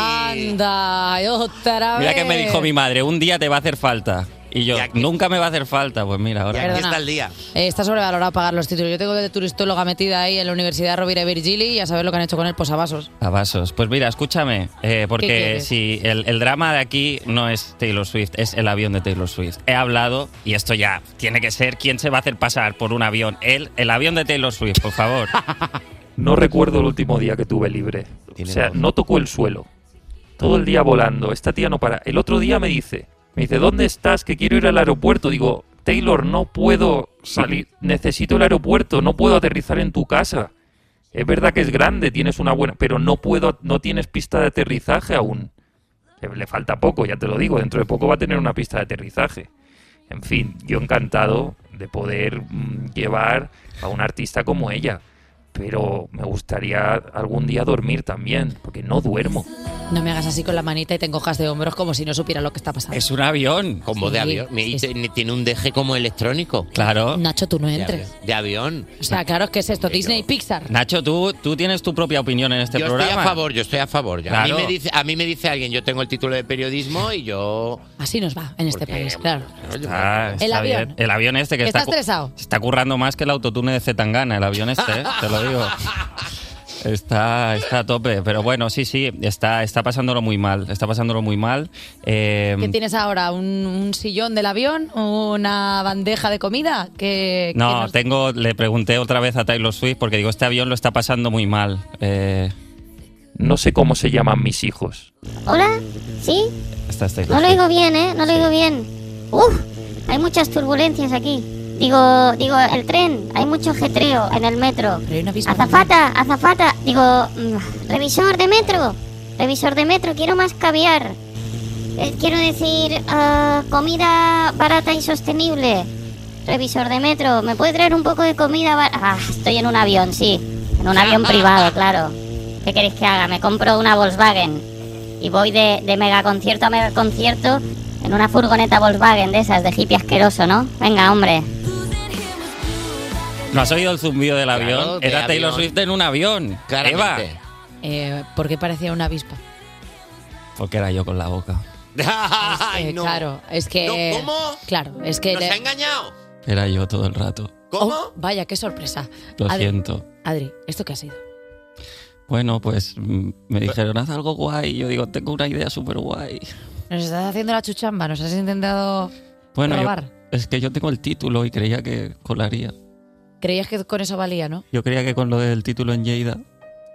[SPEAKER 2] Anda, otra
[SPEAKER 21] Mira
[SPEAKER 2] vez.
[SPEAKER 21] que me dijo mi madre, un día te va a hacer falta. Y yo, nunca me va a hacer falta. Pues mira, ahora.
[SPEAKER 2] Perdona. Eh, está sobrevalorado pagar los títulos. Yo tengo de turistóloga metida ahí en la Universidad Rovira y Virgili y a saber lo que han hecho con el posavasos.
[SPEAKER 21] A vasos. Pues mira, escúchame, eh, porque
[SPEAKER 2] quieres?
[SPEAKER 21] si el, el drama de aquí no es Taylor Swift, es el avión de Taylor Swift. He hablado, y esto ya tiene que ser, ¿quién se va a hacer pasar por un avión? Él, el avión de Taylor Swift, por favor.
[SPEAKER 18] No recuerdo el último día que tuve libre. O sea, no tocó el suelo. Todo el día volando. Esta tía no para. El otro día me dice, me dice, ¿dónde estás? Que quiero ir al aeropuerto. Digo, Taylor, no puedo salir. Necesito el aeropuerto. No puedo aterrizar en tu casa. Es verdad que es grande, tienes una buena, pero no puedo, no tienes pista de aterrizaje aún. Eh, Le le falta poco, ya te lo digo. Dentro de poco va a tener una pista de aterrizaje. En fin, yo encantado de poder mm, llevar a un artista como ella. Pero me gustaría algún día dormir también, porque no duermo.
[SPEAKER 2] No me hagas así con la manita y te encojas de hombros como si no supiera lo que está pasando.
[SPEAKER 21] Es un avión.
[SPEAKER 4] Como
[SPEAKER 2] Sí,
[SPEAKER 4] de avión. Y te- tiene un deje como electrónico.
[SPEAKER 21] Claro.
[SPEAKER 2] Nacho, tú no entres.
[SPEAKER 4] De avión.
[SPEAKER 2] O sea, claro, ¿qué es esto? Disney Pixar.
[SPEAKER 21] Nacho, tú, tú tienes tu propia opinión en este
[SPEAKER 4] yo
[SPEAKER 21] programa.
[SPEAKER 4] estoy a favor, yo estoy a favor. ya.
[SPEAKER 21] Claro.
[SPEAKER 4] A, mí me dice, a mí me dice alguien, yo tengo el título de periodismo y yo...
[SPEAKER 2] Así nos va en este país, claro.
[SPEAKER 21] Ah, está
[SPEAKER 2] El avión.
[SPEAKER 21] bien. El avión este que
[SPEAKER 2] Está
[SPEAKER 21] está,
[SPEAKER 2] estresado.
[SPEAKER 21] Se está currando más que el autotune de Zetangana, el avión este, ¿eh? te lo digo. Está, está a tope, pero bueno, sí, sí, está, está pasándolo muy mal, está pasándolo muy mal. Eh,
[SPEAKER 2] ¿Qué tienes ahora? ¿Un, un sillón del avión? ¿Una bandeja de comida? ¿Qué, qué
[SPEAKER 21] no,
[SPEAKER 2] nos-
[SPEAKER 21] tengo, le pregunté otra vez a Taylor Swift porque digo, este avión lo está pasando muy mal. eh.
[SPEAKER 18] No sé cómo se llaman mis hijos.
[SPEAKER 8] ¿Hola? ¿Sí?
[SPEAKER 21] Esta es Taylor
[SPEAKER 8] No lo
[SPEAKER 21] Swift.
[SPEAKER 8] digo bien, ¿eh? No lo digo bien. Uf, hay muchas turbulencias aquí. Digo, digo, el tren, hay mucho jetreo en el metro. Azafata, azafata. Digo, mm, revisor de metro, revisor de metro, quiero más caviar. Eh, quiero decir, ah, comida barata y sostenible. Revisor de metro, ¿me puede traer un poco de comida barata? Ah, estoy en un avión, sí. En un avión privado, claro. ¿Qué queréis que haga? Me compro una Volkswagen y voy de, de mega concierto a mega concierto en una furgoneta Volkswagen de esas, de hippie asqueroso, ¿no? Venga, hombre.
[SPEAKER 21] ¿No has oído el zumbido del avión?
[SPEAKER 2] Claro, de
[SPEAKER 21] Era Taylor
[SPEAKER 2] avión.
[SPEAKER 21] Swift en un avión.
[SPEAKER 2] Claramente.
[SPEAKER 21] Eva.
[SPEAKER 2] Eh, ¿Por qué parecía una avispa?
[SPEAKER 21] Porque era yo con la boca.
[SPEAKER 2] Eh, Claro, es que... ¿Cómo? Claro, es que...
[SPEAKER 4] ¿Nos
[SPEAKER 2] le-
[SPEAKER 4] ha engañado?
[SPEAKER 21] Era yo todo el rato.
[SPEAKER 4] ¿Cómo?
[SPEAKER 2] Oh, vaya, qué sorpresa.
[SPEAKER 21] Lo
[SPEAKER 2] Adri-
[SPEAKER 21] siento.
[SPEAKER 2] Adri, ¿esto qué ha sido?
[SPEAKER 21] Bueno, pues mm, me dijeron, haz algo guay. Yo digo, tengo una idea súper guay.
[SPEAKER 2] Nos estás haciendo la chuchamba, nos has intentado
[SPEAKER 21] Bueno, yo-
[SPEAKER 2] robar.
[SPEAKER 21] es que yo tengo el título y creía que colaría.
[SPEAKER 2] Creías que con eso valía, ¿no?
[SPEAKER 21] Yo creía que con lo del título en Lleida.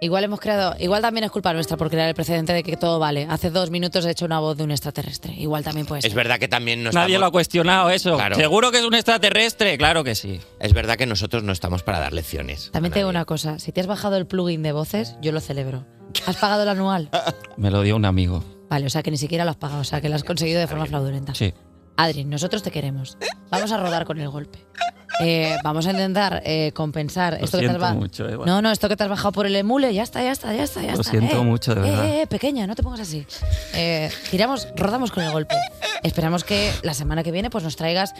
[SPEAKER 2] Igual hemos creado, igual también es culpa nuestra por crear el precedente de que todo vale. Hace dos minutos he hecho una voz de un extraterrestre. Igual también puede ser.
[SPEAKER 4] Es verdad que también no
[SPEAKER 21] Nadie
[SPEAKER 4] estamos-
[SPEAKER 21] lo ha cuestionado eso.
[SPEAKER 4] Claro.
[SPEAKER 21] Seguro que es un extraterrestre, claro que sí.
[SPEAKER 4] Es verdad que nosotros no estamos para dar lecciones.
[SPEAKER 2] También te digo una cosa, si te has bajado el plugin de voces, yo lo celebro. ¿Has pagado el anual?
[SPEAKER 21] Me lo dio un amigo.
[SPEAKER 2] Vale, o sea que ni siquiera lo has pagado, o sea que lo has conseguido de forma fraudulenta.
[SPEAKER 21] Sí.
[SPEAKER 2] Adri, nosotros te queremos. Vamos a rodar con el golpe. Eh, vamos a intentar eh, compensar
[SPEAKER 21] Lo
[SPEAKER 2] esto que te has
[SPEAKER 21] siento
[SPEAKER 2] ba-
[SPEAKER 21] mucho, Eva.
[SPEAKER 2] No, no, esto que te has bajado por el emule, ya está, ya está, ya está, ya
[SPEAKER 21] Lo
[SPEAKER 2] está.
[SPEAKER 21] siento
[SPEAKER 2] Eh,
[SPEAKER 21] mucho, de
[SPEAKER 2] eh,
[SPEAKER 21] verdad.
[SPEAKER 2] eh, pequeña, no te pongas así. Eh, giramos, rodamos con el golpe. Esperamos que la semana que viene pues nos traigas,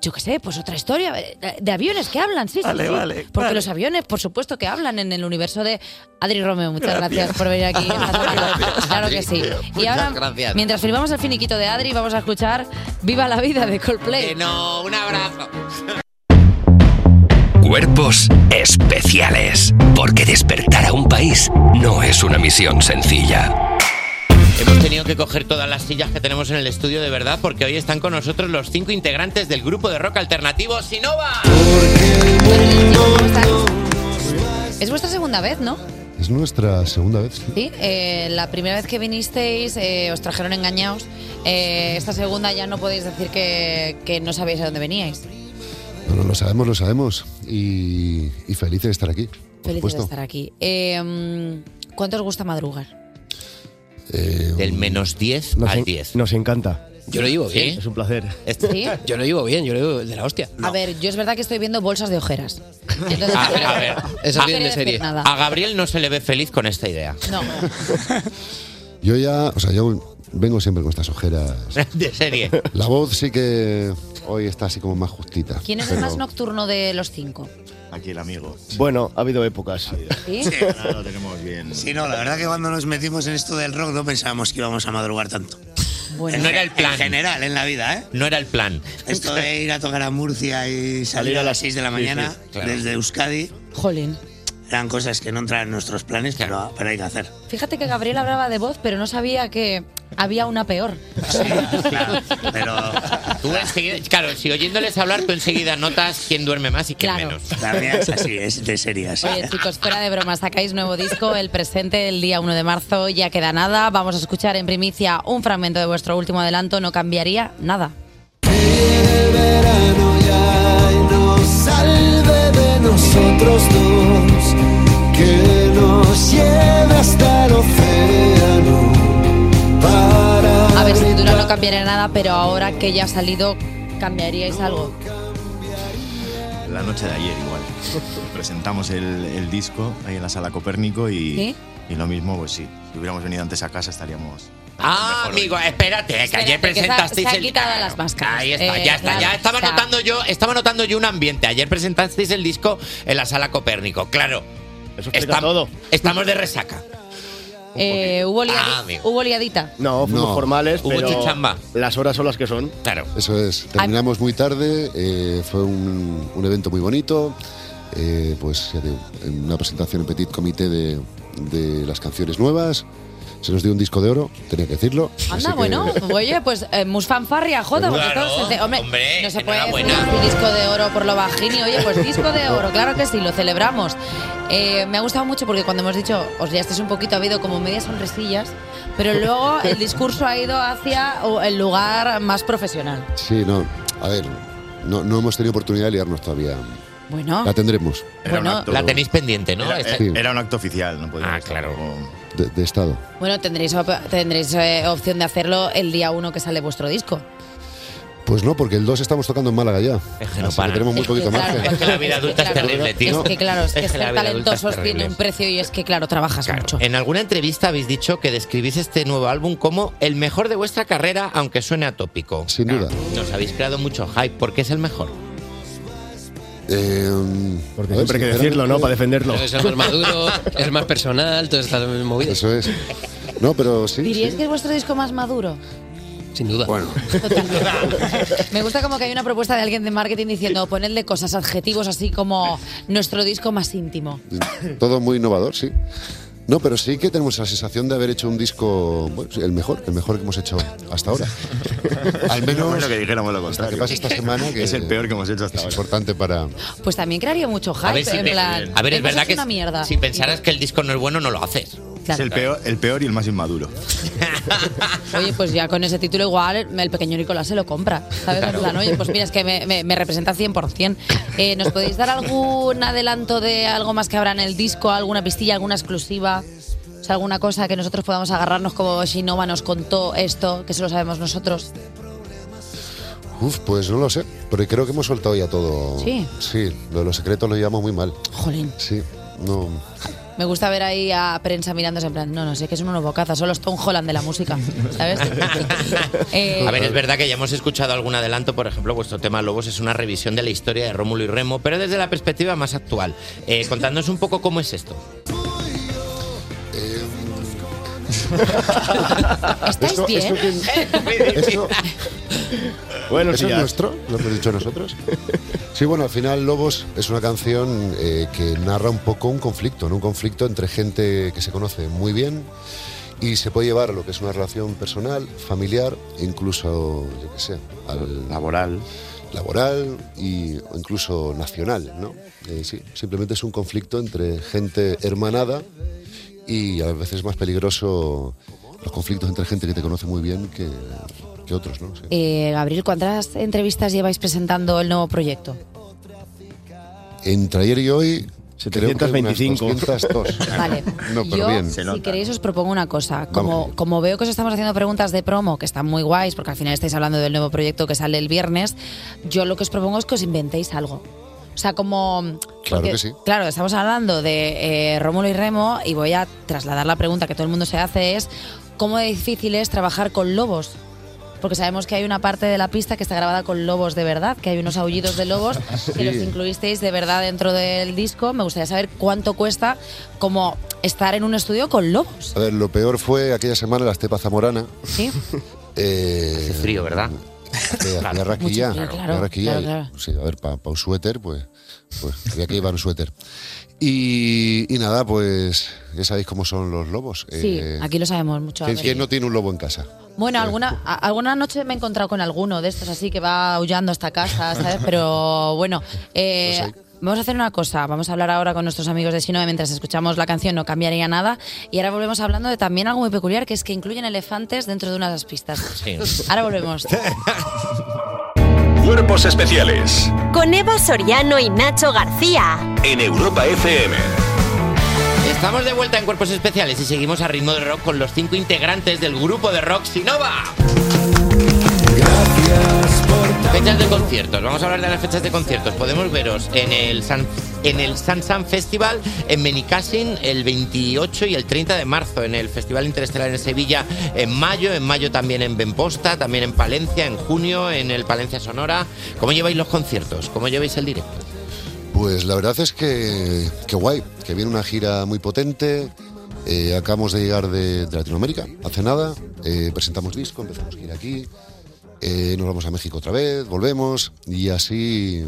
[SPEAKER 2] yo qué sé, pues otra historia eh, de aviones que hablan, sí, sí,
[SPEAKER 21] Vale,
[SPEAKER 2] sí.
[SPEAKER 21] vale,
[SPEAKER 2] Porque
[SPEAKER 21] vale.
[SPEAKER 2] los aviones, por supuesto, que hablan en el universo de Adri Romeo. Muchas gracias,
[SPEAKER 21] Gracias.
[SPEAKER 2] por venir aquí. claro que
[SPEAKER 4] Adri.
[SPEAKER 2] sí. Y
[SPEAKER 4] Muchas
[SPEAKER 2] ahora,
[SPEAKER 4] gracias.
[SPEAKER 2] mientras firmamos el finiquito de Adri, vamos a escuchar Viva la vida de Coldplay.
[SPEAKER 4] no, un abrazo.
[SPEAKER 1] Cuerpos especiales. Porque despertar a un país no es una misión sencilla.
[SPEAKER 4] Hemos tenido que coger todas las sillas que tenemos en el estudio de verdad porque hoy están con nosotros los cinco integrantes del grupo de rock alternativo Sinova.
[SPEAKER 2] Es vuestra segunda vez, ¿no?
[SPEAKER 9] Es nuestra segunda vez.
[SPEAKER 2] Sí. eh, la primera vez que vinisteis eh, os trajeron engañados. Eh, esta segunda ya no podéis decir que, que no sabíais a dónde veníais.
[SPEAKER 9] No, no, lo sabemos, lo sabemos. Y, y feliz de estar aquí. Por
[SPEAKER 2] Feliz de
[SPEAKER 9] supuesto.
[SPEAKER 2] estar aquí. Eh, ¿Cuánto os gusta madrugar?
[SPEAKER 4] Del menos 10 al 10.
[SPEAKER 7] Nos encanta.
[SPEAKER 10] Yo lo llevo
[SPEAKER 4] ¿Sí? ¿Este?
[SPEAKER 10] bien, es un placer.
[SPEAKER 2] ¿Sí?
[SPEAKER 10] Yo lo llevo bien, yo lo llevo de la hostia.
[SPEAKER 2] A ver, yo es verdad que estoy viendo bolsas de ojeras. Entonces,
[SPEAKER 4] A, a ver,
[SPEAKER 2] Eso tiene de serie. Nada.
[SPEAKER 4] A Gabriel no se le ve feliz con esta idea.
[SPEAKER 2] no.
[SPEAKER 9] Yo ya, o sea, yo vengo siempre con estas ojeras.
[SPEAKER 4] De serie.
[SPEAKER 9] La voz sí que hoy está así como más justita.
[SPEAKER 2] ¿Quién es el más nocturno de los cinco?
[SPEAKER 7] Aquí el amigo. Bueno, ha habido épocas.
[SPEAKER 2] ¿Sí?
[SPEAKER 7] ahora lo tenemos bien.
[SPEAKER 23] Sí, no, la verdad que cuando nos metimos en esto del rock no pensábamos que íbamos a madrugar tanto.
[SPEAKER 2] Bueno.
[SPEAKER 4] No era el plan.
[SPEAKER 23] En general, en la vida, ¿eh?
[SPEAKER 4] No era el plan.
[SPEAKER 23] Esto de ir a tocar a Murcia y salir a las 6 de la
[SPEAKER 4] Sí,
[SPEAKER 23] mañana
[SPEAKER 4] sí, claro.
[SPEAKER 23] desde Euskadi.
[SPEAKER 2] Jolín.
[SPEAKER 23] Eran cosas que no entraban en nuestros planes, pero, pero hay que hacer.
[SPEAKER 2] Fíjate que Gabriel hablaba de voz, pero no sabía que había una peor.
[SPEAKER 4] Pero tú enseguida, claro, si oyéndoles hablar, tú enseguida notas quién duerme más y quién menos.
[SPEAKER 23] La mía es así, es de series.
[SPEAKER 2] Oye, chicos, fuera de broma, sacáis nuevo disco, el presente, el día 1 de marzo, ya queda nada. Vamos a escuchar en primicia un fragmento de vuestro último adelanto, no cambiaría nada.
[SPEAKER 5] nos salve de nosotros dos, que nos lleve hasta el océano para
[SPEAKER 2] A ver, si titular no cambiaría nada, pero ahora que ya ha salido, ¿cambiaríais algo?
[SPEAKER 7] La noche de ayer igual. Presentamos el, el disco ahí en la sala Copérnico y,
[SPEAKER 2] ¿Sí?
[SPEAKER 7] y lo mismo, pues sí. Si hubiéramos venido antes a casa estaríamos...
[SPEAKER 4] Ah, amigo, espérate, que ayer
[SPEAKER 2] Espérate, que se ha-
[SPEAKER 4] presentasteis
[SPEAKER 2] se ha
[SPEAKER 4] el.
[SPEAKER 2] quitado las máscaras.
[SPEAKER 4] Ahí está,
[SPEAKER 2] Eh,
[SPEAKER 4] ya está,
[SPEAKER 2] claro,
[SPEAKER 4] ya estaba
[SPEAKER 2] o sea,
[SPEAKER 4] notando yo, estaba notando yo un ambiente. Ayer presentasteis el disco en la sala Copérnico, claro. Eso todo. Estamos de resaca.
[SPEAKER 2] eh, hubo, liadi-
[SPEAKER 7] Ah, amigo.
[SPEAKER 2] hubo liadita.
[SPEAKER 7] No, fuimos
[SPEAKER 9] No.
[SPEAKER 7] formales,
[SPEAKER 9] Hubo
[SPEAKER 7] pero
[SPEAKER 9] chichamba.
[SPEAKER 7] las horas son las que son.
[SPEAKER 4] Claro.
[SPEAKER 9] Eso es, terminamos muy tarde, eh, fue un, un evento muy bonito, eh, pues ya digo, en una presentación en Petit Comité de, de las canciones nuevas, se nos dio un disco de oro, tenía que decirlo. así
[SPEAKER 2] Anda,
[SPEAKER 9] que-
[SPEAKER 2] bueno, oye, pues eh, mus fanfarria, joda,
[SPEAKER 9] Claro,
[SPEAKER 2] vosotros, este- hombre, no se puede decir un disco de oro por lo bajín y oye, pues disco de oro, claro que sí, lo celebramos. Eh, me ha gustado mucho porque cuando hemos dicho, os liasteis un poquito, ha habido como medias sonrisillas, pero luego el discurso ha ido hacia o, el lugar más profesional.
[SPEAKER 9] Sí, no, a ver, no, no hemos tenido oportunidad de liarnos todavía.
[SPEAKER 2] Bueno,
[SPEAKER 9] La tendremos.
[SPEAKER 2] Bueno,
[SPEAKER 4] la tenéis pendiente, ¿no?
[SPEAKER 7] Era, eh,
[SPEAKER 4] Este-
[SPEAKER 7] era un acto oficial, no podíamos. Ah, claro.
[SPEAKER 9] De, de estado.
[SPEAKER 2] bueno tendréis, op- tendréis eh, opción de hacerlo el día uno que sale vuestro disco.
[SPEAKER 9] Pues no, porque el 2 estamos tocando en Málaga ya.
[SPEAKER 4] que no
[SPEAKER 9] Así
[SPEAKER 4] paran.
[SPEAKER 9] Ah, tenemos muy
[SPEAKER 4] Es que
[SPEAKER 9] poquito
[SPEAKER 4] claro,
[SPEAKER 9] margen.
[SPEAKER 4] es que la vida adulta es terrible, tío.
[SPEAKER 2] Es que claro, es,
[SPEAKER 4] Es
[SPEAKER 2] que
[SPEAKER 4] que la
[SPEAKER 2] ser
[SPEAKER 4] vida adulta es
[SPEAKER 2] talentosos tiene
[SPEAKER 4] terrible.
[SPEAKER 2] un precio y es que claro, trabajas mucho.
[SPEAKER 4] En alguna entrevista habéis dicho que describís este nuevo álbum como el mejor de vuestra carrera, aunque suene atópico. Ah,
[SPEAKER 9] Sin duda.
[SPEAKER 4] Nos habéis creado mucho hype, porque es el mejor.
[SPEAKER 9] Eh,
[SPEAKER 7] Porque
[SPEAKER 9] a ver,
[SPEAKER 7] siempre hay que decirlo, ¿no? Para defenderlo.
[SPEAKER 10] Es el más maduro, es más personal, todas estas movidas.
[SPEAKER 9] Eso es. No, pero sí.
[SPEAKER 2] ¿Diríais que es vuestro disco más maduro?
[SPEAKER 10] Sin duda.
[SPEAKER 9] Bueno.
[SPEAKER 2] Me gusta como que hay una propuesta de alguien de marketing diciendo ponedle cosas, adjetivos así como nuestro disco más íntimo.
[SPEAKER 9] Todo muy innovador, sí. No, pero sí que tenemos la sensación de haber hecho un disco, bueno, sí, el mejor, el mejor que hemos hecho hasta ahora. Al menos
[SPEAKER 7] Bueno, que dijéramos lo
[SPEAKER 9] hasta
[SPEAKER 7] contrario.
[SPEAKER 9] que pase esta semana, que
[SPEAKER 7] es el peor que hemos hecho hasta
[SPEAKER 9] es
[SPEAKER 7] ahora.
[SPEAKER 9] importante para...
[SPEAKER 2] Pues también crearía mucho hype.
[SPEAKER 4] A ver, si
[SPEAKER 2] en
[SPEAKER 4] pe-
[SPEAKER 2] plan,
[SPEAKER 4] a ver, es
[SPEAKER 2] "Esto
[SPEAKER 4] verdad que
[SPEAKER 2] una
[SPEAKER 4] si-
[SPEAKER 2] mierda".
[SPEAKER 4] si pensaras que el disco no es bueno, no lo haces.
[SPEAKER 7] Es el peor, el peor y el más inmaduro.
[SPEAKER 2] Oye, pues ya con ese título igual el pequeño Nicolás se lo compra. ¿Sabes? En
[SPEAKER 7] Claro.
[SPEAKER 2] plan, oye, pues mira, es que me, me- me representa 100%. Eh, ¿Nos podéis dar algún adelanto de algo más que habrá en el disco? ¿Alguna pistilla, alguna exclusiva? O sea, alguna cosa que nosotros podamos agarrarnos como Shinoma nos contó esto, que solo sabemos nosotros.
[SPEAKER 9] Uf, pues no lo sé, pero creo que hemos soltado ya todo.
[SPEAKER 2] Sí.
[SPEAKER 9] Sí, lo de los secretos lo llevamos muy mal.
[SPEAKER 2] Jolín.
[SPEAKER 9] Sí, no...
[SPEAKER 2] Me gusta ver ahí a prensa mirándose en plan, no, no sé, que son unos bocazas, son los Tom Holland de la música, ¿sabes? Eh,
[SPEAKER 4] A ver, es verdad que ya hemos escuchado algún adelanto, por ejemplo, vuestro tema Lobos es una revisión de la historia de Rómulo y Remo, pero desde la perspectiva más actual. Eh, contándonos un poco cómo es esto.
[SPEAKER 2] ¿Estáis
[SPEAKER 9] Esto-
[SPEAKER 2] bien?
[SPEAKER 9] esto Esto-
[SPEAKER 7] Bueno,
[SPEAKER 9] ¿Eso
[SPEAKER 7] sí,
[SPEAKER 9] es
[SPEAKER 7] ya.
[SPEAKER 9] nuestro? ¿Lo hemos dicho nosotros? Sí, bueno, al final Lobos es una canción eh, que narra un poco un conflicto, ¿no? un conflicto entre gente que se conoce muy bien y se puede llevar a lo que es una relación personal, familiar, incluso, yo qué sé, al
[SPEAKER 7] laboral.
[SPEAKER 9] Laboral y o incluso nacional, ¿no? Eh, sí, simplemente es un conflicto entre gente hermanada y a veces es más peligroso los conflictos entre gente que te conoce muy bien que, que otros, ¿no? Sí.
[SPEAKER 2] eh, Gabriel, ¿cuántas entrevistas lleváis presentando el nuevo proyecto?
[SPEAKER 9] entre ayer y hoy... Creo
[SPEAKER 7] 725.
[SPEAKER 9] que unas 202.
[SPEAKER 2] Vale.
[SPEAKER 9] No, pero
[SPEAKER 2] Yo,
[SPEAKER 9] bien.
[SPEAKER 2] si queréis, os propongo una cosa. Como, como veo que os estamos haciendo preguntas de promo, que están muy guays, porque al final estáis hablando del nuevo proyecto que sale el viernes, yo lo que os propongo es que os inventéis algo. O sea, como... porque,
[SPEAKER 9] que sí.
[SPEAKER 2] Claro, estamos hablando de eh, Rómulo y Remo y voy a trasladar la pregunta que todo el mundo se hace es ¿cómo de difícil es trabajar con lobos? Porque sabemos que hay una parte de la pista que está grabada con lobos de verdad, que hay unos aullidos de lobos que
[SPEAKER 9] Sí.
[SPEAKER 2] los incluisteis de verdad dentro del disco. Me gustaría saber cuánto cuesta como estar en un estudio con lobos.
[SPEAKER 9] A ver, lo peor fue aquella semana la estepa zamorana.
[SPEAKER 2] Sí.
[SPEAKER 9] Eh, frío, ¿verdad?
[SPEAKER 2] Claro,
[SPEAKER 9] hacía raquilla,
[SPEAKER 2] mucho frío, claro,
[SPEAKER 9] hacía raquilla
[SPEAKER 2] claro,
[SPEAKER 9] y-
[SPEAKER 2] claro.
[SPEAKER 9] sí, a ver, para un suéter, pues, pues había que llevar un suéter. Y, y nada, pues ya sabéis cómo son los lobos.
[SPEAKER 2] Sí,
[SPEAKER 9] Eh,
[SPEAKER 2] aquí lo sabemos mucho. a
[SPEAKER 9] ¿quién,
[SPEAKER 2] ver.
[SPEAKER 9] quién no tiene un lobo en casa?
[SPEAKER 2] Bueno, alguna, a- alguna noche me he encontrado con alguno de estos así que va aullando hasta casa, ¿sabes? Pero bueno, eh,
[SPEAKER 9] Pues
[SPEAKER 2] vamos a hacer una cosa. Vamos a hablar ahora con nuestros amigos de Sinoe mientras escuchamos la canción No cambiaría nada. Y ahora volvemos hablando de también algo muy peculiar, que es que incluyen elefantes dentro de unas pistas. Ahora volvemos.
[SPEAKER 3] Cuerpos especiales
[SPEAKER 6] Con Eva Soriano y Nacho García.
[SPEAKER 3] en Europa FM.
[SPEAKER 4] Estamos de vuelta en Cuerpos Especiales y seguimos a ritmo de rock con los cinco integrantes del grupo de rock Sinova. Fechas de conciertos. Vamos a hablar de las fechas de conciertos. Podemos veros en el San en el San San Festival en Benicassin el 28 y el 30 de marzo, en el Festival Interestelar en Sevilla en mayo, en mayo también en Benposta, también en Palencia en junio, en el Palencia Sonora. ¿Cómo lleváis los conciertos? ¿Cómo lleváis el directo?
[SPEAKER 9] Pues la verdad es que, que guay, que viene una gira muy potente. Eh, acabamos de llegar de, de Latinoamérica, hace nada. Eh, presentamos disco, empezamos gira aquí. Eh, nos vamos a México otra vez, volvemos. Y así,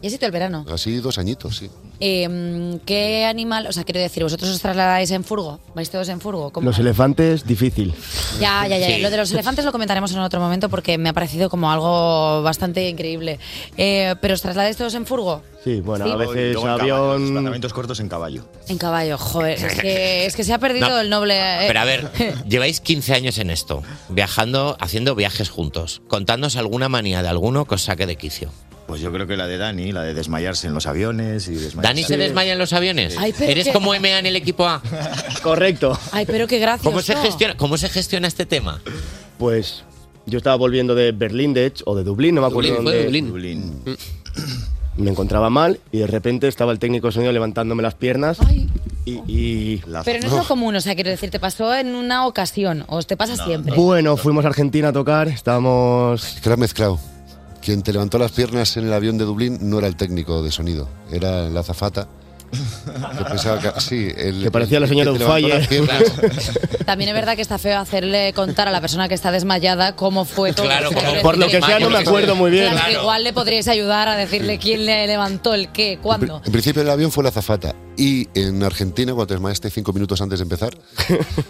[SPEAKER 2] Y así todo el verano.
[SPEAKER 9] así dos añitos, sí.
[SPEAKER 2] Eh, ¿Qué animal? O sea, quiero decir, vosotros os trasladáis en furgo. ¿Vais todos en furgo? ¿Cómo?
[SPEAKER 11] Los elefantes, difícil.
[SPEAKER 2] Ya, ya, ya.
[SPEAKER 11] Sí.
[SPEAKER 2] Lo de los elefantes lo comentaremos en otro momento porque me ha parecido como algo bastante increíble. Eh, ¿Pero os trasladáis todos en furgo?
[SPEAKER 11] Sí, bueno,
[SPEAKER 2] Sí.
[SPEAKER 11] a
[SPEAKER 7] Y
[SPEAKER 11] veces
[SPEAKER 7] luego en caballo,
[SPEAKER 11] avión.
[SPEAKER 7] Tratamientos cortos en caballo.
[SPEAKER 2] En caballo, joder. Es que, es que se ha perdido
[SPEAKER 4] No, Ah,
[SPEAKER 2] el noble. eh.
[SPEAKER 4] Pero a ver, lleváis 15 años en esto, viajando, haciendo viajes juntos. Contadnos alguna manía de alguno que os saque de quicio.
[SPEAKER 7] Pues yo creo que la de Dani, la de desmayarse en los aviones y desmayarse.
[SPEAKER 4] ¿Dani se desmaya en los aviones?
[SPEAKER 2] Ay, pero
[SPEAKER 4] ¿Eres
[SPEAKER 2] que-
[SPEAKER 4] como MA en el equipo A?
[SPEAKER 11] Correcto.
[SPEAKER 2] Ay, pero qué gracioso.
[SPEAKER 4] ¿Cómo se, gestiona, ¿Cómo se gestiona este tema?
[SPEAKER 11] Pues yo estaba volviendo de Berlín, de hecho, o de Dublín, no me acuerdo
[SPEAKER 4] Dublín, fue
[SPEAKER 11] dónde.
[SPEAKER 4] Dublín. Mm.
[SPEAKER 11] Me encontraba mal y de repente estaba el técnico de sonido levantándome las piernas y, y-
[SPEAKER 2] Pero no es lo común, o sea, quiero decir, te pasó en una ocasión o te pasa siempre.
[SPEAKER 11] Bueno, fuimos a Argentina a tocar, estábamos...
[SPEAKER 9] Que lo has mezclado. Quien te levantó las piernas en el avión de Dublín no era el técnico de sonido, era la azafata. Que pensaba que, sí, el,
[SPEAKER 11] Que parecía la
[SPEAKER 9] el
[SPEAKER 11] señora
[SPEAKER 9] que te levantó
[SPEAKER 11] Unfall,
[SPEAKER 9] las
[SPEAKER 11] ¿eh?
[SPEAKER 9] piernas.
[SPEAKER 2] También es verdad que está feo hacerle contar a la persona que está desmayada cómo fue todo.
[SPEAKER 11] Claro,
[SPEAKER 2] O sea,
[SPEAKER 11] como-
[SPEAKER 2] quiero
[SPEAKER 11] por lo
[SPEAKER 2] decir
[SPEAKER 11] que sea, no me acuerdo muy bien.
[SPEAKER 2] Claro,
[SPEAKER 11] Claro.
[SPEAKER 2] Igual le podríais ayudar a decirle quién le levantó el qué, cuándo.
[SPEAKER 9] En principio el avión fue la azafata. Y en Argentina, cuando te desmayaste cinco minutos antes de empezar,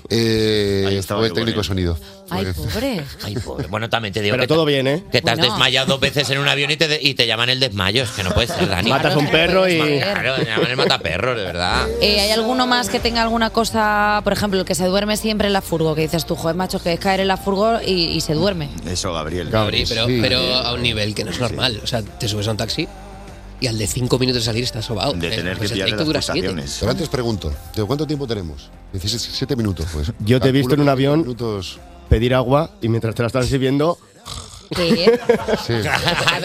[SPEAKER 9] eh, fue el técnico de sonido.
[SPEAKER 2] Ay, pobre.
[SPEAKER 4] Ay, pobre. Bueno, también te digo
[SPEAKER 11] Pero
[SPEAKER 4] que, te-
[SPEAKER 11] todo bien, ¿eh?
[SPEAKER 4] que te has
[SPEAKER 11] Bueno.
[SPEAKER 4] desmayado dos veces en un avión y te, de- y te llaman el desmayo. Es que no puede ser, Dani.
[SPEAKER 11] Matas a un perro y-
[SPEAKER 4] Claro, te llaman el mataperro, de verdad.
[SPEAKER 2] Eh, ¿Hay alguno más que tenga alguna cosa, por ejemplo, el que se duerme siempre en la furgo? Que dices tú, joder, macho, que es caer en la furgo y, y se duerme.
[SPEAKER 7] Eso, Gabriel.
[SPEAKER 11] Gabriel,
[SPEAKER 10] pero,
[SPEAKER 11] sí.
[SPEAKER 10] pero a un nivel que no es normal. O sea, te subes a un taxi y al de cinco minutos de salir estás sobado.
[SPEAKER 7] De tener
[SPEAKER 10] Pues
[SPEAKER 7] que
[SPEAKER 10] el
[SPEAKER 7] pillar
[SPEAKER 10] trayecto
[SPEAKER 7] las
[SPEAKER 10] dura siete.
[SPEAKER 2] pues,
[SPEAKER 7] pulsaciones.
[SPEAKER 9] Pero antes pregunto, ¿de cuánto tiempo tenemos? 17 siete minutos, pues.
[SPEAKER 11] Yo te he visto en un
[SPEAKER 9] Calculo
[SPEAKER 11] avión
[SPEAKER 9] minutos.
[SPEAKER 11] pedir agua y mientras te la están sirviendo...
[SPEAKER 2] ¿Qué?
[SPEAKER 4] A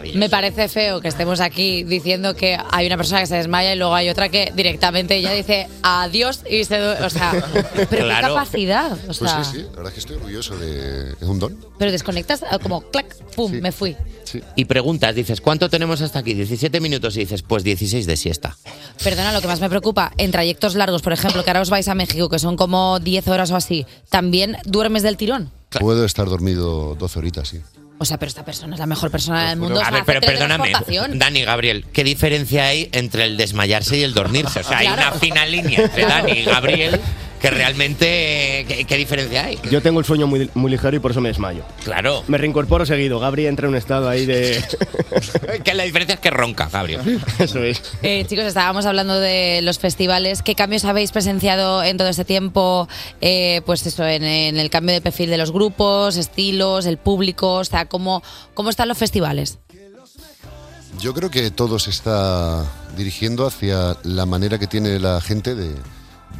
[SPEAKER 4] ver.
[SPEAKER 2] Me parece feo que estemos aquí diciendo que hay una persona que se desmaya y luego hay otra que directamente ya dice adiós y se. du- O sea, pero qué capacidad. O
[SPEAKER 9] Pues
[SPEAKER 2] sea,
[SPEAKER 9] sí, sí, la verdad es que estoy orgulloso de... Es un don.
[SPEAKER 2] Pero desconectas ah, como clac, pum, me fui.
[SPEAKER 4] Y preguntas, dices, ¿cuánto tenemos hasta aquí? 17 minutos y dices, pues 16 de siesta.
[SPEAKER 2] Perdona, lo que más me preocupa, en trayectos largos, por ejemplo, que ahora os vais a México, que son como 10 horas o así, ¿también duermes del tirón?
[SPEAKER 9] Puedo estar dormido 12 horitas, sí.
[SPEAKER 2] O sea, pero esta persona es la mejor persona del mundo. o
[SPEAKER 4] Pues, a
[SPEAKER 2] sea,
[SPEAKER 4] ver, pero
[SPEAKER 2] hacerte la
[SPEAKER 4] perdóname,
[SPEAKER 2] transformación.
[SPEAKER 4] Dani, Gabriel, ¿qué diferencia hay entre el desmayarse y el dormirse? O sea, hay una fina línea entre Dani y Gabriel que realmente, eh, ¿qué, qué diferencia hay?
[SPEAKER 11] Yo tengo el sueño muy, muy ligero y por eso me desmayo.
[SPEAKER 4] Claro.
[SPEAKER 11] Me reincorporo seguido. Gabriel entra en un estado ahí de...
[SPEAKER 4] que la diferencia es que ronca, Gabriel.
[SPEAKER 11] Eso es.
[SPEAKER 2] Eh, chicos, estábamos hablando de los festivales. ¿Qué cambios habéis presenciado en todo este tiempo? Eh, pues eso, en, en el cambio de perfil de los grupos, estilos, el público, o sea, ¿cómo, cómo están los festivales?
[SPEAKER 9] Yo creo que todo se está dirigiendo hacia la manera que tiene la gente de,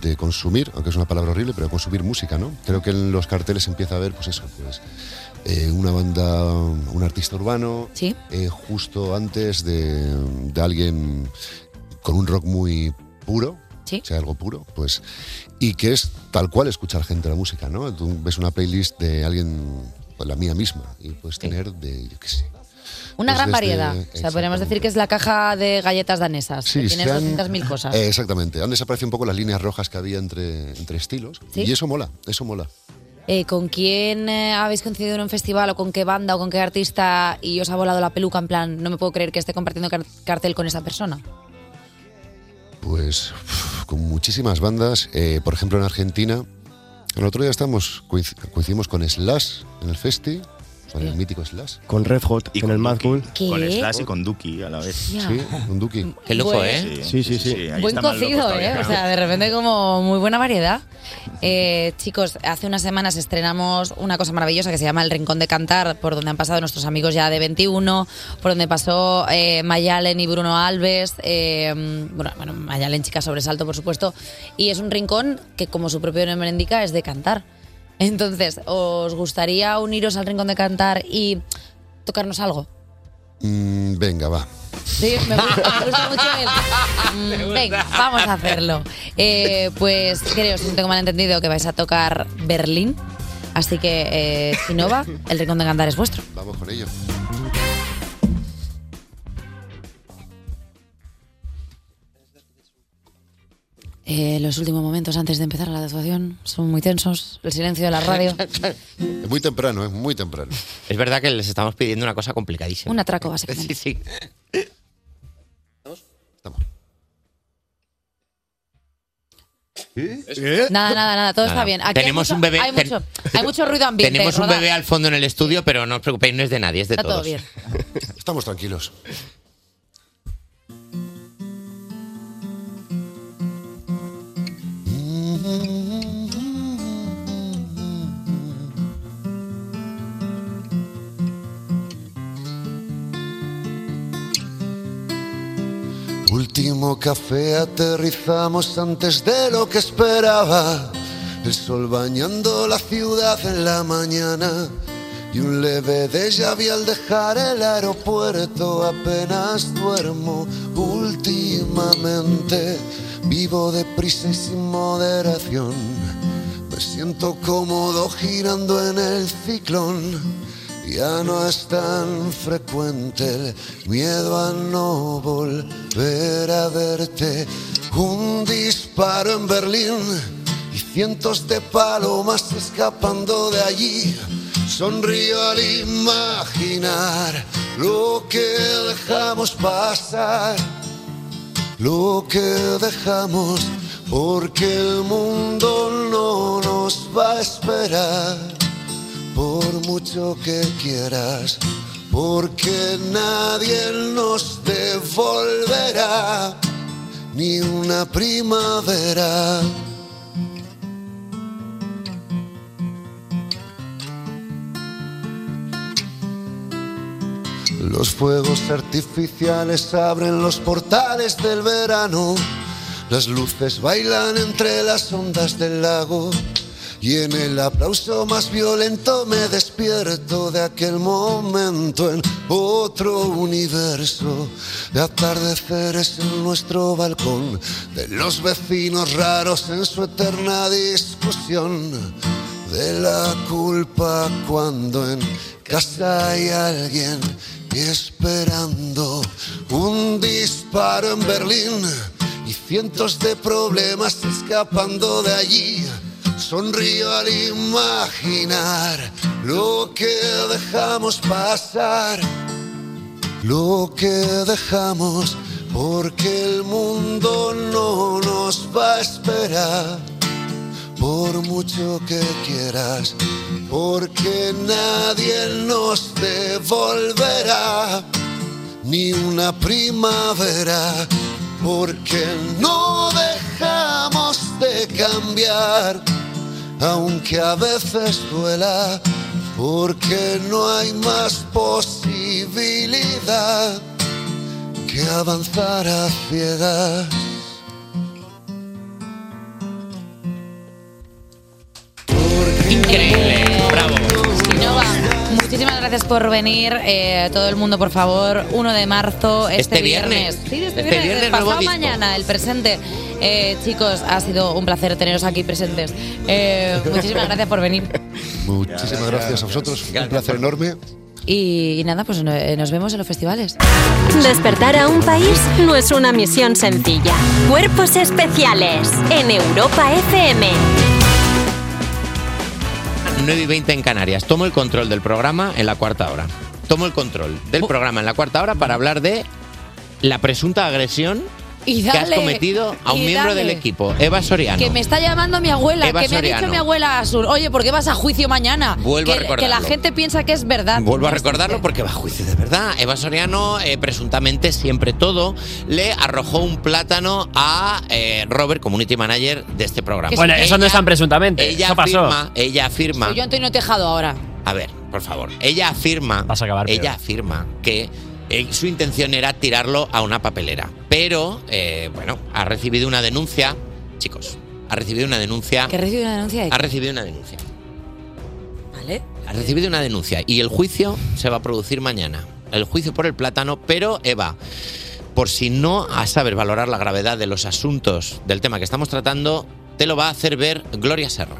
[SPEAKER 9] de consumir, aunque es una palabra horrible, pero de consumir música, ¿no? Creo que en los carteles se empieza a ver, pues eso, pues eh, una banda, un artista urbano, eh, justo antes de, de alguien con un rock muy puro, o sea, algo puro, pues, y que es tal cual escuchar gente la música, ¿no? Tú ves una playlist de alguien, pues, la mía misma, y puedes tener de, yo qué sé,
[SPEAKER 2] Una
[SPEAKER 9] Pues
[SPEAKER 2] gran
[SPEAKER 9] desde-
[SPEAKER 2] variedad. O sea, podríamos decir que es la caja de galletas danesas.
[SPEAKER 9] Sí,
[SPEAKER 2] que
[SPEAKER 9] se
[SPEAKER 2] tiene
[SPEAKER 9] han-
[SPEAKER 2] 200.000 cosas.
[SPEAKER 9] Eh, exactamente, han desaparecido un poco las líneas rojas que había entre, entre estilos,
[SPEAKER 2] Sí.
[SPEAKER 9] y eso mola, eso mola.
[SPEAKER 2] Eh, ¿Con quién eh, habéis coincidido en un festival o con qué banda o con qué artista y os ha volado la peluca en plan, no me puedo creer que esté compartiendo car- cartel con esa persona?
[SPEAKER 9] Pues uf, con muchísimas bandas. eh, por ejemplo, en Argentina, el otro día estamos, coinc- coincidimos con Slash en el Festi, con el mítico Slash.
[SPEAKER 11] Con Red Hot, en el Mad Cool.
[SPEAKER 2] ¿Qué? Con Slash
[SPEAKER 7] y con Duki a la vez.
[SPEAKER 9] Sí,
[SPEAKER 2] Ya.
[SPEAKER 9] con Duki.
[SPEAKER 11] Qué
[SPEAKER 2] lujo, Bueno. ¿eh?
[SPEAKER 11] Sí, sí, sí.
[SPEAKER 7] ahí
[SPEAKER 2] Buen
[SPEAKER 7] está más loco
[SPEAKER 2] cocido,
[SPEAKER 7] todavía.
[SPEAKER 2] ¿eh? O sea, de repente como muy buena variedad. Eh, chicos, hace unas semanas estrenamos una cosa maravillosa que se llama El Rincón de Cantar, por donde han pasado nuestros amigos ya de 21, por donde pasó eh, Mayalen y Bruno Alves, eh, bueno, bueno, Mayalen chica sobresalto, por supuesto, y es un rincón que, como su propio nombre indica, es de cantar. Entonces, ¿os gustaría uniros al Rincón de Cantar y tocarnos algo?
[SPEAKER 9] Mm, venga, va.
[SPEAKER 2] Sí, me gusta, me gusta mucho el. Mm, Venga, vamos a hacerlo. Eh, pues creo, si no tengo mal entendido, que vais a tocar Berlín. Así que, eh, si no va, el rincón de cantar es vuestro.
[SPEAKER 9] Vamos con ello.
[SPEAKER 2] Eh, los últimos momentos antes de empezar la actuación son muy tensos. El silencio de la radio.
[SPEAKER 9] Es muy temprano, es muy temprano.
[SPEAKER 4] Es verdad que les estamos pidiendo una cosa complicadísima.
[SPEAKER 2] Un atraco, básicamente.
[SPEAKER 4] Sí, sí.
[SPEAKER 2] Nada, nada, nada, todo
[SPEAKER 4] Nada.
[SPEAKER 2] está bien. Aquí hay
[SPEAKER 4] Tenemos
[SPEAKER 2] mucho-
[SPEAKER 4] un bebé-
[SPEAKER 2] Hay
[SPEAKER 4] ten-
[SPEAKER 2] mucho, hay mucho ruido ambiente.
[SPEAKER 4] Tenemos un
[SPEAKER 2] Roda.
[SPEAKER 4] bebé al fondo en el estudio, pero no os preocupéis, no es de nadie, es de
[SPEAKER 2] Está todo
[SPEAKER 4] todos.
[SPEAKER 2] bien.
[SPEAKER 9] Estamos tranquilos.
[SPEAKER 5] Último café, aterrizamos antes de lo que esperaba. El sol bañando la ciudad en la mañana y un leve déjà vu al dejar el aeropuerto. Apenas duermo últimamente, vivo deprisa y sin moderación. Me siento cómodo girando en el ciclón. Ya no es tan frecuente el miedo a no volver a verte. Un disparo en Berlín y cientos de palomas escapando de allí. Sonrío al imaginar lo que dejamos pasar, lo que dejamos, porque el mundo no nos va a esperar por mucho que quieras, porque nadie nos devolverá ni una primavera. Los fuegos artificiales abren los portales del verano, las luces bailan entre las ondas del lago. Y en el aplauso más violento me despierto de aquel momento en otro universo de atardeceres en nuestro balcón, de los vecinos raros en su eterna discusión, de la culpa cuando en casa hay alguien esperando un disparo en Berlín y cientos de problemas escapando de allí. Sonrío al imaginar lo que dejamos pasar, lo que dejamos, porque el mundo no nos va a esperar, por mucho que quieras, porque nadie nos devolverá ni una primavera, porque no dejamos de cambiar, aunque a veces duela, porque no hay más posibilidad que avanzar a ciegas.
[SPEAKER 4] Increíble, bravo.
[SPEAKER 2] Muchísimas gracias por venir. eh, todo el mundo, por favor, 1 de marzo, este,
[SPEAKER 4] Este viernes.
[SPEAKER 2] Sí, este,
[SPEAKER 4] Este
[SPEAKER 2] viernes.
[SPEAKER 4] viernes,
[SPEAKER 2] pasado
[SPEAKER 4] nuevo disco.
[SPEAKER 2] mañana, el presente. Eh, chicos, ha sido un placer teneros aquí presentes. Eh, muchísimas gracias por venir.
[SPEAKER 9] Muchísimas gracias a vosotros. Un placer enorme.
[SPEAKER 2] Y, y nada, pues no- eh, nos vemos en los festivales.
[SPEAKER 6] Despertar a un país no es una misión sencilla. Cuerpos especiales en Europa FM.
[SPEAKER 4] 9 y 20 en Canarias. Tomo el control del programa en la cuarta hora. Tomo el control del programa en la cuarta hora para hablar de la presunta agresión
[SPEAKER 2] Y
[SPEAKER 4] que has
[SPEAKER 2] dale,
[SPEAKER 4] cometido a un
[SPEAKER 2] y
[SPEAKER 4] miembro
[SPEAKER 2] dale.
[SPEAKER 4] del equipo, Eva Soriano.
[SPEAKER 2] Que me está llamando mi abuela,
[SPEAKER 4] Eva
[SPEAKER 2] que me ha dicho
[SPEAKER 4] Soriano.
[SPEAKER 2] mi abuela Azul. Oye, ¿por qué vas a juicio mañana?
[SPEAKER 4] Vuelvo
[SPEAKER 2] que,
[SPEAKER 4] a recordarlo.
[SPEAKER 2] que la gente piensa que es verdad.
[SPEAKER 4] Vuelvo a recordarlo porque va a juicio de verdad. Eva Soriano, eh, presuntamente siempre todo, le arrojó un plátano a eh, Robert, community manager de este programa.
[SPEAKER 12] Bueno, eso no es tan presuntamente.
[SPEAKER 4] ella
[SPEAKER 12] eso pasó.
[SPEAKER 4] afirma, ella afirma.
[SPEAKER 2] Soy yo Antonio Tejado ahora.
[SPEAKER 4] A ver, por favor. Ella afirma.
[SPEAKER 12] peor.
[SPEAKER 4] Ella afirma que eh, su intención era tirarlo a una papelera. Pero, eh, bueno, ha recibido una denuncia. Chicos, ha recibido una denuncia.
[SPEAKER 2] Que recibe una denuncia de
[SPEAKER 4] Ha recibido una denuncia.
[SPEAKER 2] ¿Vale?
[SPEAKER 4] Ha recibido una denuncia. Y el juicio se va a producir mañana. El juicio por el plátano. Pero, Eva. Por si no a saber valorar la gravedad de los asuntos del tema que estamos tratando, te lo va a hacer ver Gloria Serra.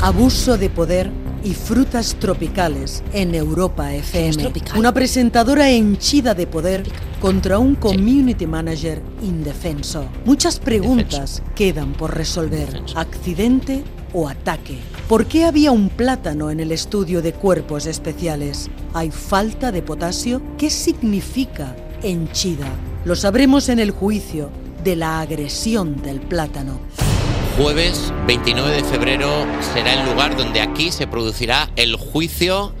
[SPEAKER 19] Abuso de poder y frutas tropicales en Europa FM. Una presentadora henchida de poder contra un community manager indefenso. Muchas preguntas quedan por resolver. ¿Accidente o ataque? ¿Por qué había un plátano en el estudio de cuerpos especiales? ¿Hay falta de potasio? ¿Qué significa henchida? Lo sabremos en el juicio de la agresión del plátano.
[SPEAKER 4] Jueves 29 de febrero será el lugar donde aquí se producirá el juicio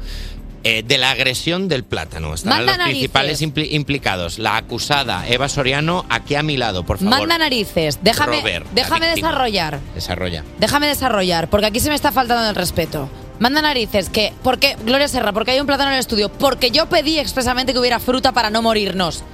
[SPEAKER 4] eh, de la agresión del plátano. Estarán
[SPEAKER 2] Manda
[SPEAKER 4] los principales impli- implicados. La acusada, Eva Soriano, aquí a mi lado, por favor.
[SPEAKER 2] Manda narices. Déjame,
[SPEAKER 4] Robert, la
[SPEAKER 2] déjame
[SPEAKER 4] víctima.
[SPEAKER 2] desarrollar.
[SPEAKER 4] Desarrolla.
[SPEAKER 2] Déjame desarrollar, porque aquí se me está faltando el respeto. Manda narices, que, ¿por qué? Gloria Serra, porque hay un plátano en el estudio, porque yo pedí expresamente que hubiera fruta para no morirnos.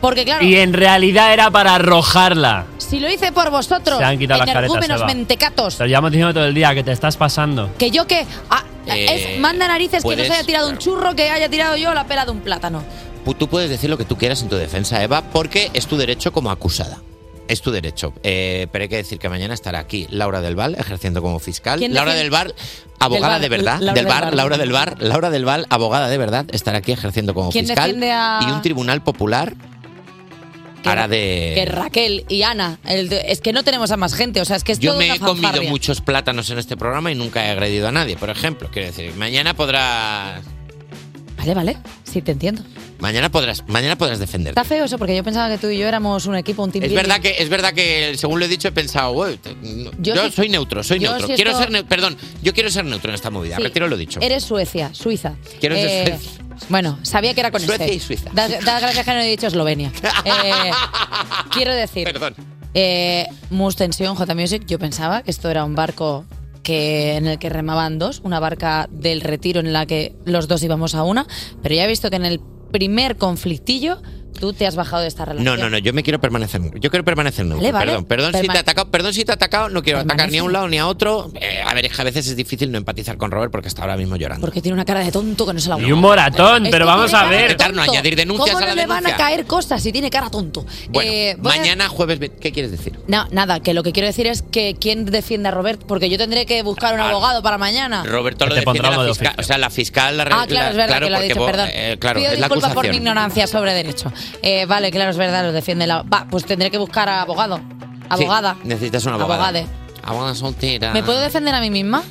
[SPEAKER 2] Porque claro,
[SPEAKER 12] Y en realidad era para arrojarla.
[SPEAKER 2] si lo hice por vosotros,
[SPEAKER 12] Se han quitado las caretas,
[SPEAKER 2] energúmenos,
[SPEAKER 12] Eva.
[SPEAKER 2] mentecatos,
[SPEAKER 12] Te lo llevamos diciendo todo el día que te estás pasando.
[SPEAKER 2] que yo que... ah,
[SPEAKER 4] Eh,
[SPEAKER 2] es, manda narices que no
[SPEAKER 4] puedes,
[SPEAKER 2] se haya tirado un churro, que haya tirado yo la pela de un plátano.
[SPEAKER 4] Pu- Tú puedes decir lo que tú quieras en tu defensa, Eva, porque es tu derecho como acusada. Es tu derecho. Eh, pero hay que decir que mañana estará aquí Laura del Val, ejerciendo como fiscal.
[SPEAKER 13] ¿Quién
[SPEAKER 4] Laura
[SPEAKER 13] defiende?
[SPEAKER 4] del Val, abogada
[SPEAKER 13] Del
[SPEAKER 4] de
[SPEAKER 13] Val,
[SPEAKER 4] verdad.
[SPEAKER 13] Laura
[SPEAKER 4] del
[SPEAKER 13] del
[SPEAKER 4] Val,
[SPEAKER 13] Val.
[SPEAKER 4] Laura del Val, Laura del Val, abogada de verdad, estará aquí ejerciendo como
[SPEAKER 2] ¿Quién
[SPEAKER 4] fiscal.
[SPEAKER 2] defiende a-
[SPEAKER 4] Y un tribunal popular hará de.
[SPEAKER 2] Que Raquel y Ana, el de- es que no tenemos a más gente, o sea, es que es
[SPEAKER 4] Yo
[SPEAKER 2] toda
[SPEAKER 4] me
[SPEAKER 2] una
[SPEAKER 4] he comido
[SPEAKER 2] fanfarria.
[SPEAKER 4] muchos plátanos en este programa y nunca he agredido a nadie, por ejemplo. Quiero decir, mañana podrás.
[SPEAKER 2] Vale, vale, sí, te entiendo.
[SPEAKER 4] Mañana podrás, mañana podrás defenderte.
[SPEAKER 2] Está feo eso, porque yo pensaba que tú y yo éramos un equipo, un team
[SPEAKER 4] Es
[SPEAKER 2] building.
[SPEAKER 4] verdad que es verdad que según lo he dicho he pensado, "Uy, te- no,
[SPEAKER 2] Yo
[SPEAKER 4] yo,
[SPEAKER 2] sí-
[SPEAKER 4] soy neutro, soy
[SPEAKER 2] yo
[SPEAKER 4] neutro.
[SPEAKER 2] sí
[SPEAKER 4] quiero
[SPEAKER 2] esto-
[SPEAKER 4] ser neu- perdón, yo quiero ser neutro en esta movida.
[SPEAKER 2] Sí.
[SPEAKER 4] Retiro lo dicho.
[SPEAKER 2] Eres Suecia, Suiza.
[SPEAKER 4] Quiero ser
[SPEAKER 2] Eh,
[SPEAKER 4] Suecia.
[SPEAKER 2] Bueno, sabía que era con
[SPEAKER 4] Suecia
[SPEAKER 2] este.
[SPEAKER 4] y Suiza.
[SPEAKER 2] Da, da gracias que no he dicho Eslovenia. Eh, quiero decir.
[SPEAKER 4] Perdón.
[SPEAKER 2] Eh, Mus Tensión, J Music, yo pensaba que esto era un barco que, en el que remaban dos, una barca del retiro en la que los dos íbamos a una, pero ya he visto que en el primer conflictillo tú te has bajado de esta relación.
[SPEAKER 4] No, no, no, yo me quiero permanecer neutro. Yo quiero permanecer neutro.
[SPEAKER 2] Vale, vale.
[SPEAKER 4] Perdón, perdón si
[SPEAKER 2] Perma-
[SPEAKER 4] te he atacado, perdón si te he atacado, no quiero atacar ni a
[SPEAKER 2] Permanece.
[SPEAKER 4] un lado ni a otro. Eh, a ver, es que a veces es difícil no empatizar con Robert porque está ahora mismo llorando.
[SPEAKER 2] Porque tiene una cara de tonto que no se la
[SPEAKER 4] Y un moratón,
[SPEAKER 2] Es
[SPEAKER 4] pero
[SPEAKER 2] que
[SPEAKER 4] vamos
[SPEAKER 2] tiene
[SPEAKER 4] a
[SPEAKER 2] cara de
[SPEAKER 4] ver.
[SPEAKER 2] tonto.
[SPEAKER 4] No, añadir denuncias
[SPEAKER 2] ¿Cómo
[SPEAKER 4] a
[SPEAKER 2] no
[SPEAKER 4] la
[SPEAKER 2] le van a
[SPEAKER 4] denuncia?
[SPEAKER 2] caer cosas si tiene cara tonto?
[SPEAKER 4] Bueno,
[SPEAKER 2] Eh, voy a-
[SPEAKER 4] mañana jueves, ve- ¿qué quieres decir?
[SPEAKER 2] No, nada, que lo que quiero decir es que quién defiende a Robert, porque yo tendré que buscar un
[SPEAKER 4] Ah.
[SPEAKER 2] abogado para mañana.
[SPEAKER 4] Roberto lo defiende la fiscal, o sea, la fiscal la
[SPEAKER 2] Ah, claro,
[SPEAKER 4] la-
[SPEAKER 2] es verdad que lo ha
[SPEAKER 4] porque
[SPEAKER 2] dicho,
[SPEAKER 4] vos-
[SPEAKER 2] perdón.
[SPEAKER 4] eh, claro,
[SPEAKER 2] Pido
[SPEAKER 4] es la
[SPEAKER 2] disculpas por mi
[SPEAKER 4] acusación.
[SPEAKER 2] ignorancia sobre derecho. Eh, vale, claro, es verdad, lo defiende la. Va, pues tendré que buscar a abogado.
[SPEAKER 4] Sí,
[SPEAKER 2] Abogada.
[SPEAKER 4] necesitas una abogada.
[SPEAKER 2] Abogade.
[SPEAKER 4] Abogada soltera.
[SPEAKER 2] ¿Me puedo defender a mí misma?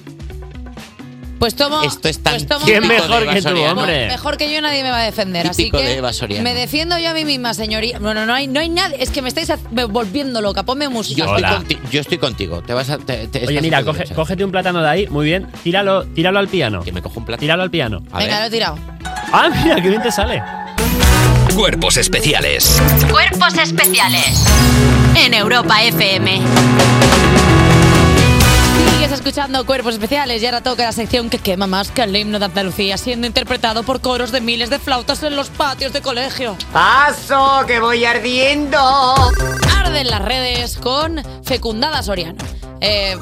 [SPEAKER 2] Pues tomo.
[SPEAKER 4] Esto es tan
[SPEAKER 2] pues tomo
[SPEAKER 4] ¿Quién
[SPEAKER 2] una-
[SPEAKER 4] mejor que tú, hombre?
[SPEAKER 2] Mejor que yo nadie me va a defender,
[SPEAKER 4] Típico
[SPEAKER 2] así que
[SPEAKER 4] de Eva Soriano.
[SPEAKER 2] me defiendo yo a mí misma, señoría. Bueno, no hay, no hay nadie. Es que me estáis haz- volviendo loca. Ponme música.
[SPEAKER 4] Yo estoy,
[SPEAKER 12] Hola.
[SPEAKER 4] conti- yo estoy contigo. Te vas a, te- te-
[SPEAKER 12] Oye,
[SPEAKER 4] estás
[SPEAKER 12] mira,
[SPEAKER 4] en tu
[SPEAKER 12] coge-
[SPEAKER 4] derecho.
[SPEAKER 12] cógete un plátano de ahí, muy bien. Tíralo, tíralo al piano. Que
[SPEAKER 4] me cojo un plátano.
[SPEAKER 12] Tíralo al piano.
[SPEAKER 6] Venga, lo he tirado.
[SPEAKER 12] Ah, mira, qué bien te sale.
[SPEAKER 1] Cuerpos especiales.
[SPEAKER 6] Cuerpos especiales en Europa FM.
[SPEAKER 2] Sigue Estás escuchando Cuerpos Especiales y ahora toca la sección que quema más que el himno de Andalucía, siendo interpretado por coros de miles de flautas en los patios de colegio.
[SPEAKER 13] ¡Paso, que voy ardiendo!
[SPEAKER 2] Arden las redes con Fecundada Soriano. Eh,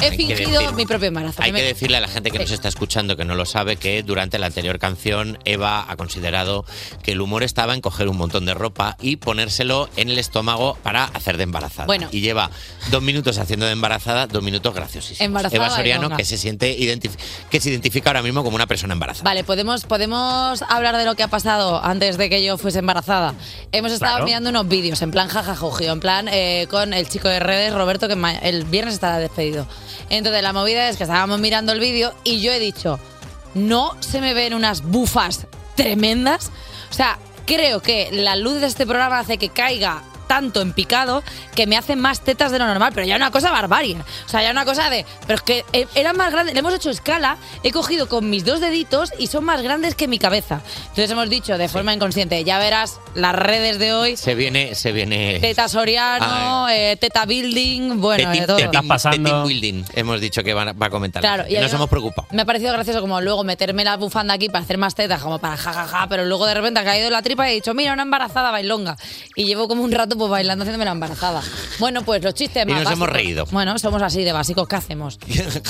[SPEAKER 2] he
[SPEAKER 4] que
[SPEAKER 2] fingido
[SPEAKER 4] decir.
[SPEAKER 2] mi propio embarazo.
[SPEAKER 4] Hay que decirle a la gente que nos está escuchando que no lo sabe que durante la anterior canción Eva ha considerado que el humor estaba en coger un montón de ropa y ponérselo en el estómago para hacer de embarazada.
[SPEAKER 2] Bueno.
[SPEAKER 4] Y lleva dos minutos haciendo de embarazada, dos minutos graciosísimos.
[SPEAKER 2] Embarazada
[SPEAKER 4] Eva Soriano
[SPEAKER 2] bailonga.
[SPEAKER 4] que se siente identif- que se identifica ahora mismo como una persona embarazada.
[SPEAKER 2] Vale, podemos, podemos hablar de lo que ha pasado antes de que yo fuese embarazada. Hemos estado
[SPEAKER 4] Claro.
[SPEAKER 2] mirando unos vídeos, en plan jajajogio, en plan eh, con el chico de redes, Roberto, que ma- el viernes estará despedido. Entonces, la movida es que estábamos mirando el vídeo y yo he dicho, no se me ven unas bufas tremendas. O sea, creo que la luz de este programa hace que caiga tanto en picado que me hacen más tetas de lo normal, pero ya una cosa barbarie. O sea, ya una cosa de. Pero es que eh, eran más grandes, le hemos hecho escala, he cogido con mis dos deditos y son más grandes que mi cabeza. Entonces hemos dicho de forma inconsciente, ya verás las redes de hoy,
[SPEAKER 4] Se viene, se viene.
[SPEAKER 2] teta Soriano, eh, teta Building, bueno, de todo.
[SPEAKER 4] pasando. ah, building. Hemos dicho que van a- va a comentar.
[SPEAKER 2] Claro, y
[SPEAKER 4] y
[SPEAKER 2] hay
[SPEAKER 4] nos
[SPEAKER 2] una-
[SPEAKER 4] hemos preocupado.
[SPEAKER 2] Me ha parecido gracioso como luego meterme la bufanda aquí para hacer más tetas, como para jajaja, pero luego de repente ha caído la tripa y he dicho, mira, una embarazada bailonga. Y llevo como un rato pues bailando haciéndome la embarazada. Bueno, pues los chistes
[SPEAKER 4] Y
[SPEAKER 2] más
[SPEAKER 4] nos hemos
[SPEAKER 2] básicos.
[SPEAKER 4] reído.
[SPEAKER 2] Bueno, somos así de básicos, ¿qué hacemos?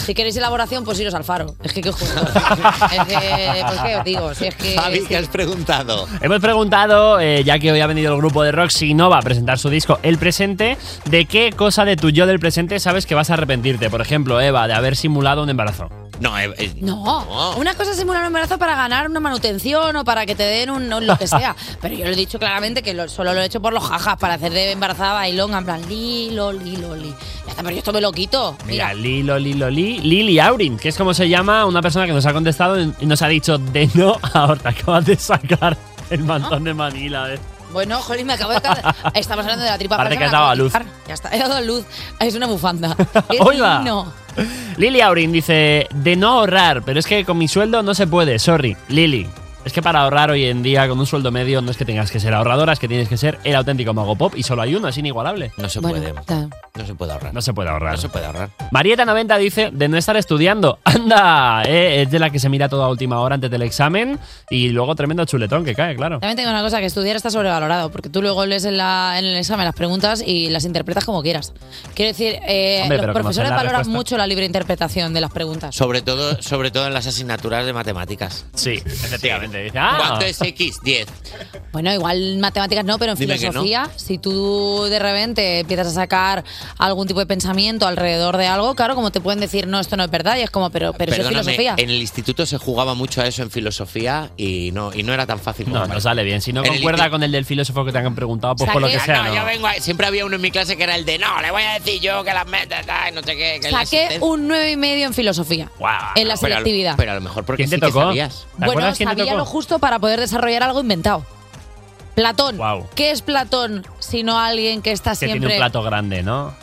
[SPEAKER 2] si queréis elaboración, pues iros al faro. Es que qué os juro. es que, pues qué os digo, si es que...
[SPEAKER 4] Javi, ¿qué has preguntado?
[SPEAKER 12] Hemos preguntado, eh, ya que hoy ha venido el grupo de Roxy Nova a presentar su disco El Presente, de qué cosa de tu yo del presente sabes que vas a arrepentirte. Por ejemplo, Eva, de haber simulado un embarazo.
[SPEAKER 4] No, eh,
[SPEAKER 12] Ah.
[SPEAKER 2] No, una cosa es simular un embarazo para ganar una manutención o para que te den un un lo que sea. Pero yo lo he dicho claramente que lo- solo lo he hecho por los jajas, para hacer de embarazada bailonga, en plan li, loli, loli. Ya está, pero yo esto me lo quito.
[SPEAKER 12] Mira, Lilo, Lilo, Li, Lili Aurin, que es como se llama una persona que nos ha contestado y nos ha dicho de no ahora te acabas de sacar el mantón de Manila. eh.
[SPEAKER 2] Bueno, jolín, me acabo de ca- Estamos hablando de la tripa.
[SPEAKER 12] Parece que
[SPEAKER 2] falsa, me
[SPEAKER 12] has dado
[SPEAKER 2] acabo
[SPEAKER 12] a
[SPEAKER 2] de
[SPEAKER 12] luz.
[SPEAKER 2] quitar. Ya está, he dado a luz. Es una bufanda. ¡Qué
[SPEAKER 12] ¡Hola!
[SPEAKER 2] divino!
[SPEAKER 12] Lili Aurin dice de no ahorrar, pero es que con mi sueldo no se puede, sorry. Lili, es que para ahorrar hoy en día con un sueldo medio no es que tengas que ser ahorradora, es que tienes que ser el auténtico mago pop y solo hay uno, es inigualable.
[SPEAKER 4] No se
[SPEAKER 2] puede.
[SPEAKER 4] No se puede ahorrar.
[SPEAKER 12] No se puede ahorrar.
[SPEAKER 4] No se puede ahorrar.
[SPEAKER 12] Marieta90 dice de no estar estudiando. Anda, eh, es de la que se mira toda a última hora antes del examen y luego tremendo chuletón que cae, claro.
[SPEAKER 2] También tengo una cosa, que estudiar está sobrevalorado, porque tú luego lees en, la- en el examen las preguntas y las interpretas como quieras. Quiero decir, eh,
[SPEAKER 4] Hombre,
[SPEAKER 2] los
[SPEAKER 4] pero conocer
[SPEAKER 2] profesores
[SPEAKER 4] la
[SPEAKER 2] valoran
[SPEAKER 4] respuesta.
[SPEAKER 2] mucho la libre interpretación de las preguntas.
[SPEAKER 4] Sobre todo, sobre todo en las asignaturas de matemáticas.
[SPEAKER 12] Sí, efectivamente.
[SPEAKER 2] "Ah".
[SPEAKER 4] ¿Cuánto es X? 10.
[SPEAKER 2] Bueno, igual en matemáticas no, pero en
[SPEAKER 4] Dime que no.
[SPEAKER 2] filosofía, si tú de repente empiezas a sacar algún tipo de pensamiento alrededor de algo, claro, como te pueden decir, no, esto no es verdad, y es como, pero, pero eso es
[SPEAKER 4] Perdóname,
[SPEAKER 2] filosofía.
[SPEAKER 4] en el instituto se jugaba mucho a eso en filosofía y no, y no era tan fácil.
[SPEAKER 12] No, no sale bien. Si no concuerda con el del filósofo que te han preguntado, pues por lo
[SPEAKER 2] Ah,
[SPEAKER 12] que sea.
[SPEAKER 4] Ah, No,
[SPEAKER 12] no.
[SPEAKER 4] yo vengo a- Siempre había uno en mi clase que era el de no, le voy a decir yo que las metas, ay, no sé qué. Que la
[SPEAKER 2] Saqué
[SPEAKER 4] existencia".
[SPEAKER 2] un 9,5 y medio en filosofía. en la
[SPEAKER 4] Pero a lo-
[SPEAKER 2] selectividad.
[SPEAKER 4] Pero, a lo mejor porque
[SPEAKER 12] ¿Quién te
[SPEAKER 4] sí que
[SPEAKER 12] tocó?
[SPEAKER 4] sabías.
[SPEAKER 2] Bueno, sabía lo justo para poder desarrollar algo inventado. Platón.
[SPEAKER 12] Guau.
[SPEAKER 2] ¿Qué es Platón sino alguien que está
[SPEAKER 12] Que
[SPEAKER 2] siempre
[SPEAKER 12] tiene un plato grande, ¿no?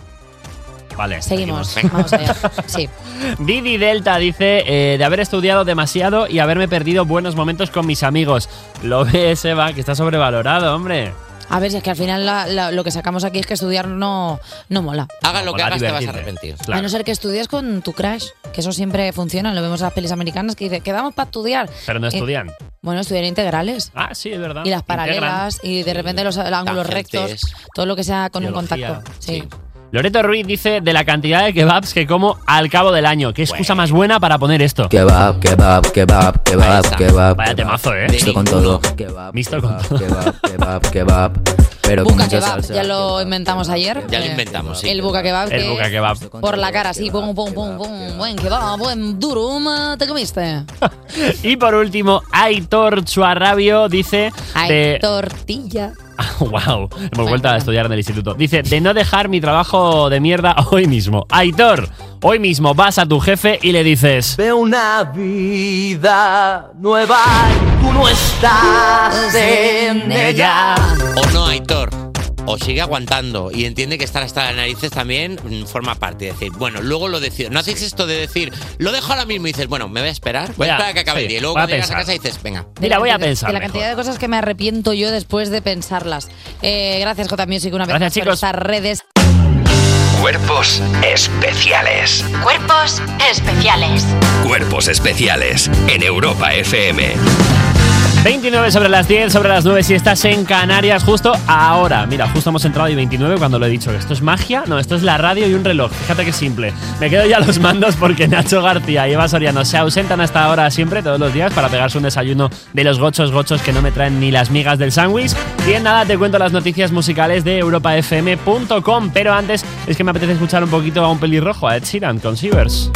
[SPEAKER 12] Vale.
[SPEAKER 2] Seguimos, vamos allá. Sí.
[SPEAKER 12] Didi Delta dice eh, de haber estudiado demasiado y haberme perdido buenos momentos con mis amigos. Lo ves, Eva, que está sobrevalorado, hombre.
[SPEAKER 2] A ver, si es que al final la- la- lo que sacamos aquí es que estudiar no, no mola.
[SPEAKER 4] Haga lo
[SPEAKER 12] Como
[SPEAKER 4] que
[SPEAKER 12] la
[SPEAKER 4] hagas, te vas a
[SPEAKER 12] divertirte.
[SPEAKER 4] arrepentir.
[SPEAKER 2] A no ser que estudies con tu crush, que eso siempre funciona. Lo vemos en las pelis americanas que dicen, quedamos para estudiar.
[SPEAKER 12] Pero no
[SPEAKER 2] Eh,
[SPEAKER 12] estudian.
[SPEAKER 2] bueno, estudiar integrales.
[SPEAKER 12] Ah, sí, es verdad.
[SPEAKER 2] Y las
[SPEAKER 12] Integran.
[SPEAKER 2] paralelas, y de repente los ángulos
[SPEAKER 12] Tangentes.
[SPEAKER 2] rectos, todo lo que sea con
[SPEAKER 12] Biología.
[SPEAKER 2] un contacto. Sí.
[SPEAKER 12] Loreto Ruiz dice de la cantidad de kebabs que como al cabo del año. ¿Qué excusa más buena para poner esto?
[SPEAKER 14] Kebab, kebab, kebab, kebab, kebab.
[SPEAKER 12] Vaya temazo, ¿eh?
[SPEAKER 14] Mixto con todo.
[SPEAKER 12] Mixto con todo.
[SPEAKER 14] Kebab, kebab, kebab. Pero con
[SPEAKER 2] Buca
[SPEAKER 14] mucha
[SPEAKER 2] kebab,
[SPEAKER 14] salsa.
[SPEAKER 2] ya lo inventamos ayer.
[SPEAKER 4] Ya lo
[SPEAKER 2] Eh,
[SPEAKER 4] inventamos, sí.
[SPEAKER 2] El buca kebab.
[SPEAKER 14] El
[SPEAKER 2] que
[SPEAKER 14] buca
[SPEAKER 2] es
[SPEAKER 14] kebab.
[SPEAKER 2] Por la cara, así, pum, pum, pum, pum. Buen kebab, buen durum, te comiste.
[SPEAKER 12] Y por último, Aitor Chuarrabio dice
[SPEAKER 2] Hay
[SPEAKER 12] de...
[SPEAKER 2] tortilla.
[SPEAKER 12] wow, hemos vuelto a estudiar en el instituto. Dice, de no dejar mi trabajo de mierda hoy mismo. Aitor, hoy mismo vas a tu jefe y le dices...
[SPEAKER 17] Veo una vida nueva y tú no estás en ella.
[SPEAKER 4] O no, Aitor. O sigue aguantando y entiende que estar hasta las narices también mm, forma parte. Es decir, bueno, luego lo decido. No hacéis esto de decir, lo dejo ahora mismo y dices, bueno, me voy a esperar, voy
[SPEAKER 12] Voy a-
[SPEAKER 4] a esperar a que acabe
[SPEAKER 12] sí,
[SPEAKER 4] el día. Y luego
[SPEAKER 12] voy a
[SPEAKER 4] cuando llegas a
[SPEAKER 12] pensar.
[SPEAKER 4] casa dices, venga.
[SPEAKER 12] Mira, voy a pensar.
[SPEAKER 2] De la
[SPEAKER 12] mejor.
[SPEAKER 2] cantidad de cosas que me arrepiento yo después de pensarlas. Eh, gracias, J Music, una vez
[SPEAKER 12] Gracias,
[SPEAKER 2] más por
[SPEAKER 12] chicos.
[SPEAKER 2] estas redes.
[SPEAKER 1] Cuerpos especiales.
[SPEAKER 6] Cuerpos especiales.
[SPEAKER 1] Cuerpos especiales en Europa FM.
[SPEAKER 12] 29 sobre las 10, sobre las 9 si estás en Canarias justo ahora. Mira, justo hemos entrado y 29 cuando lo he dicho. ¿Esto es magia? No, esto es la radio y un reloj. Fíjate qué simple. Me quedo ya a los mandos porque Nacho García y Eva Soriano se ausentan hasta ahora siempre, todos los días, para pegarse un desayuno de los gochos gochos que no me traen ni las migas del sándwich. Y en nada te cuento las noticias musicales de europafm.com. Pero antes es que me apetece escuchar un poquito a un pelirrojo, a Ed Sheeran con Sivers.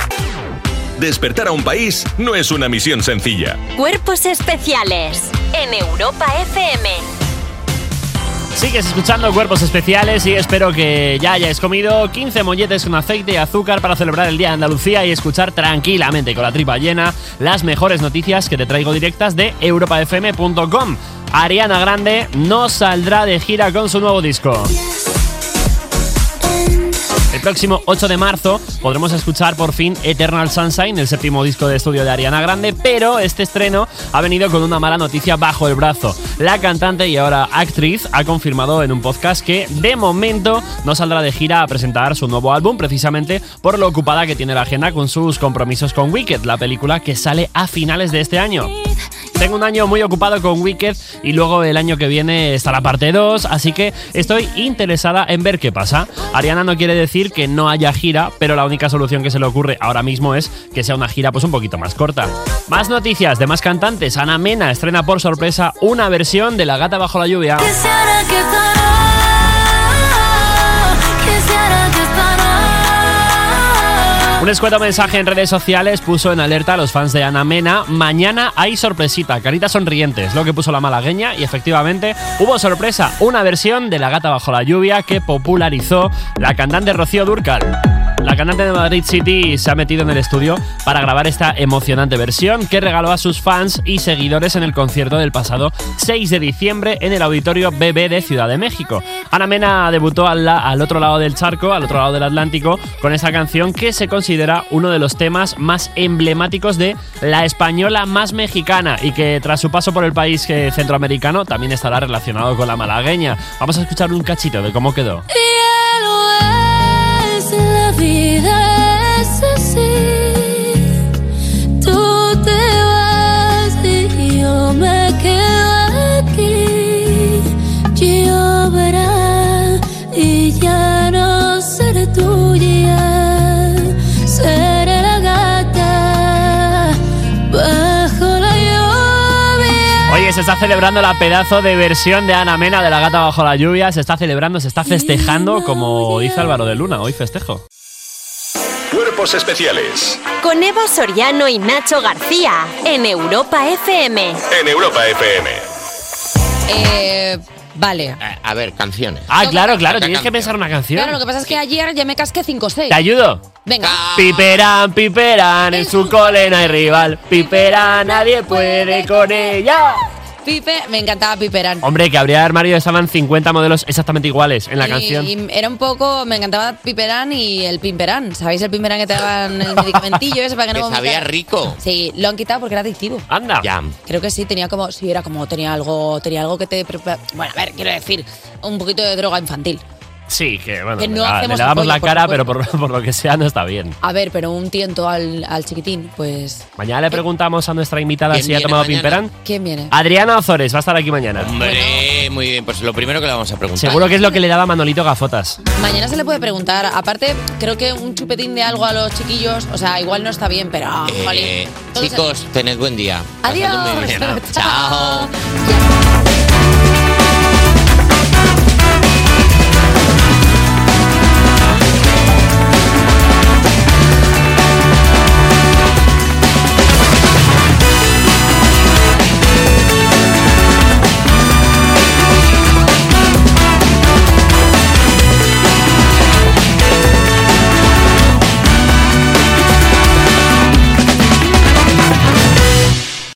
[SPEAKER 3] Despertar a un país no es una misión sencilla.
[SPEAKER 6] Cuerpos especiales en Europa FM.
[SPEAKER 12] Sigues escuchando Cuerpos Especiales y espero que ya hayáis comido 15 molletes con aceite y azúcar para celebrar el Día de Andalucía y escuchar tranquilamente con la tripa llena las mejores noticias que te traigo directas de europafm.com. Ariana Grande no saldrá de gira con su nuevo disco. El próximo 8 de marzo podremos escuchar por fin Eternal Sunshine, el séptimo disco de estudio de Ariana Grande, pero este estreno ha venido con una mala noticia bajo el brazo. La cantante y ahora actriz ha confirmado en un podcast que de momento no saldrá de gira a presentar su nuevo álbum, precisamente por lo ocupada que tiene la agenda con sus compromisos con Wicked, la película que sale a finales de este año. Tengo un año muy ocupado con Wicked y luego el año que viene está la parte 2, así que estoy interesada en ver qué pasa. Ariana no quiere decir que no haya gira, pero la única solución que se le ocurre ahora mismo es que sea una gira pues un poquito más corta. Más noticias de más cantantes. Ana Mena estrena por sorpresa una versión de La gata bajo la lluvia. Un escueto mensaje en redes sociales puso en alerta a los fans de Ana Mena. Mañana hay sorpresita, caritas sonrientes, lo que puso la malagueña y efectivamente hubo sorpresa, una versión de La gata bajo la lluvia que popularizó la cantante Rocío Durcal. La cantante de Madrid City se ha metido en el estudio para grabar esta emocionante versión que regaló a sus fans y seguidores en el concierto del pasado 6 de diciembre en el auditorio BB de Ciudad de México. Ana Mena debutó al, la- al otro lado del charco, al otro lado del Atlántico, con esta canción que se considera uno de los temas más emblemáticos de la española más mexicana y que tras su paso por el país eh, centroamericano también estará relacionado con la malagueña. Vamos a escuchar un cachito de cómo quedó.
[SPEAKER 15] Hielo es, la vida es así. Tú te vas y yo me quedo aquí. Lloverá y ya no seré tuya. Seré la gata bajo la lluvia.
[SPEAKER 12] Oye, se está celebrando la pedazo de versión de Ana Mena de La Gata Bajo la Lluvia. Se está celebrando, se está festejando, como dice Álvaro de Luna. Hoy festejo.
[SPEAKER 3] Cuerpos especiales
[SPEAKER 6] Con Eva Soriano y Nacho García en Europa FM.
[SPEAKER 3] en Europa FM.
[SPEAKER 2] Eh, vale.
[SPEAKER 4] A ver, canciones.
[SPEAKER 12] Ah, claro, claro, tienes que pensar una canción.
[SPEAKER 2] Claro, lo que pasa es que ayer ya me casqué 5 o 6.
[SPEAKER 12] ¿Te ayudo?
[SPEAKER 2] Venga.
[SPEAKER 4] Ah.
[SPEAKER 12] Piperán, piperán, en su cole no hay rival. Piperán, nadie puede con ella.
[SPEAKER 2] Pipe, me encantaba Piperán.
[SPEAKER 12] Hombre, que habría armario estaban 50 modelos exactamente iguales en la
[SPEAKER 2] Y-
[SPEAKER 12] canción.
[SPEAKER 2] y era un poco, me encantaba Piperán y el Pimperán. ¿Sabéis el Pimperán que te daban el medicamentillo ese para que no
[SPEAKER 4] Que sabía
[SPEAKER 2] vomitaras?
[SPEAKER 4] rico.
[SPEAKER 2] Sí, lo han quitado porque era adictivo.
[SPEAKER 12] Anda.
[SPEAKER 2] Creo que sí, tenía como, sí, era como, tenía algo, tenía algo que te, prepa- bueno, a ver, quiero decir, un poquito de droga infantil.
[SPEAKER 12] Sí, que bueno,
[SPEAKER 2] Que no
[SPEAKER 12] le, da-
[SPEAKER 2] hacemos
[SPEAKER 12] le damos
[SPEAKER 2] apoyo,
[SPEAKER 12] la
[SPEAKER 2] por
[SPEAKER 12] cara, pero
[SPEAKER 2] supuesto.
[SPEAKER 12] por, por lo que sea no está bien.
[SPEAKER 2] A ver, pero un tiento al, al chiquitín, pues...
[SPEAKER 12] Mañana le preguntamos a nuestra invitada
[SPEAKER 4] ¿Quién
[SPEAKER 12] si ha
[SPEAKER 4] viene
[SPEAKER 12] tomado
[SPEAKER 4] mañana?
[SPEAKER 12] pimperán.
[SPEAKER 2] ¿Quién viene?
[SPEAKER 12] Adriana Ozores va a estar aquí mañana.
[SPEAKER 4] Hombre, muy bien, pues lo primero que le vamos a preguntar.
[SPEAKER 12] Seguro que es lo que le daba Manolito Gafotas.
[SPEAKER 2] Mañana se le puede preguntar. Aparte, creo que un chupetín de algo a los chiquillos, o sea, igual no está bien, pero... ah, jolín.
[SPEAKER 4] Eh, chicos, tened buen día. Pasadlo
[SPEAKER 2] Adiós.
[SPEAKER 4] muy bien. Chao.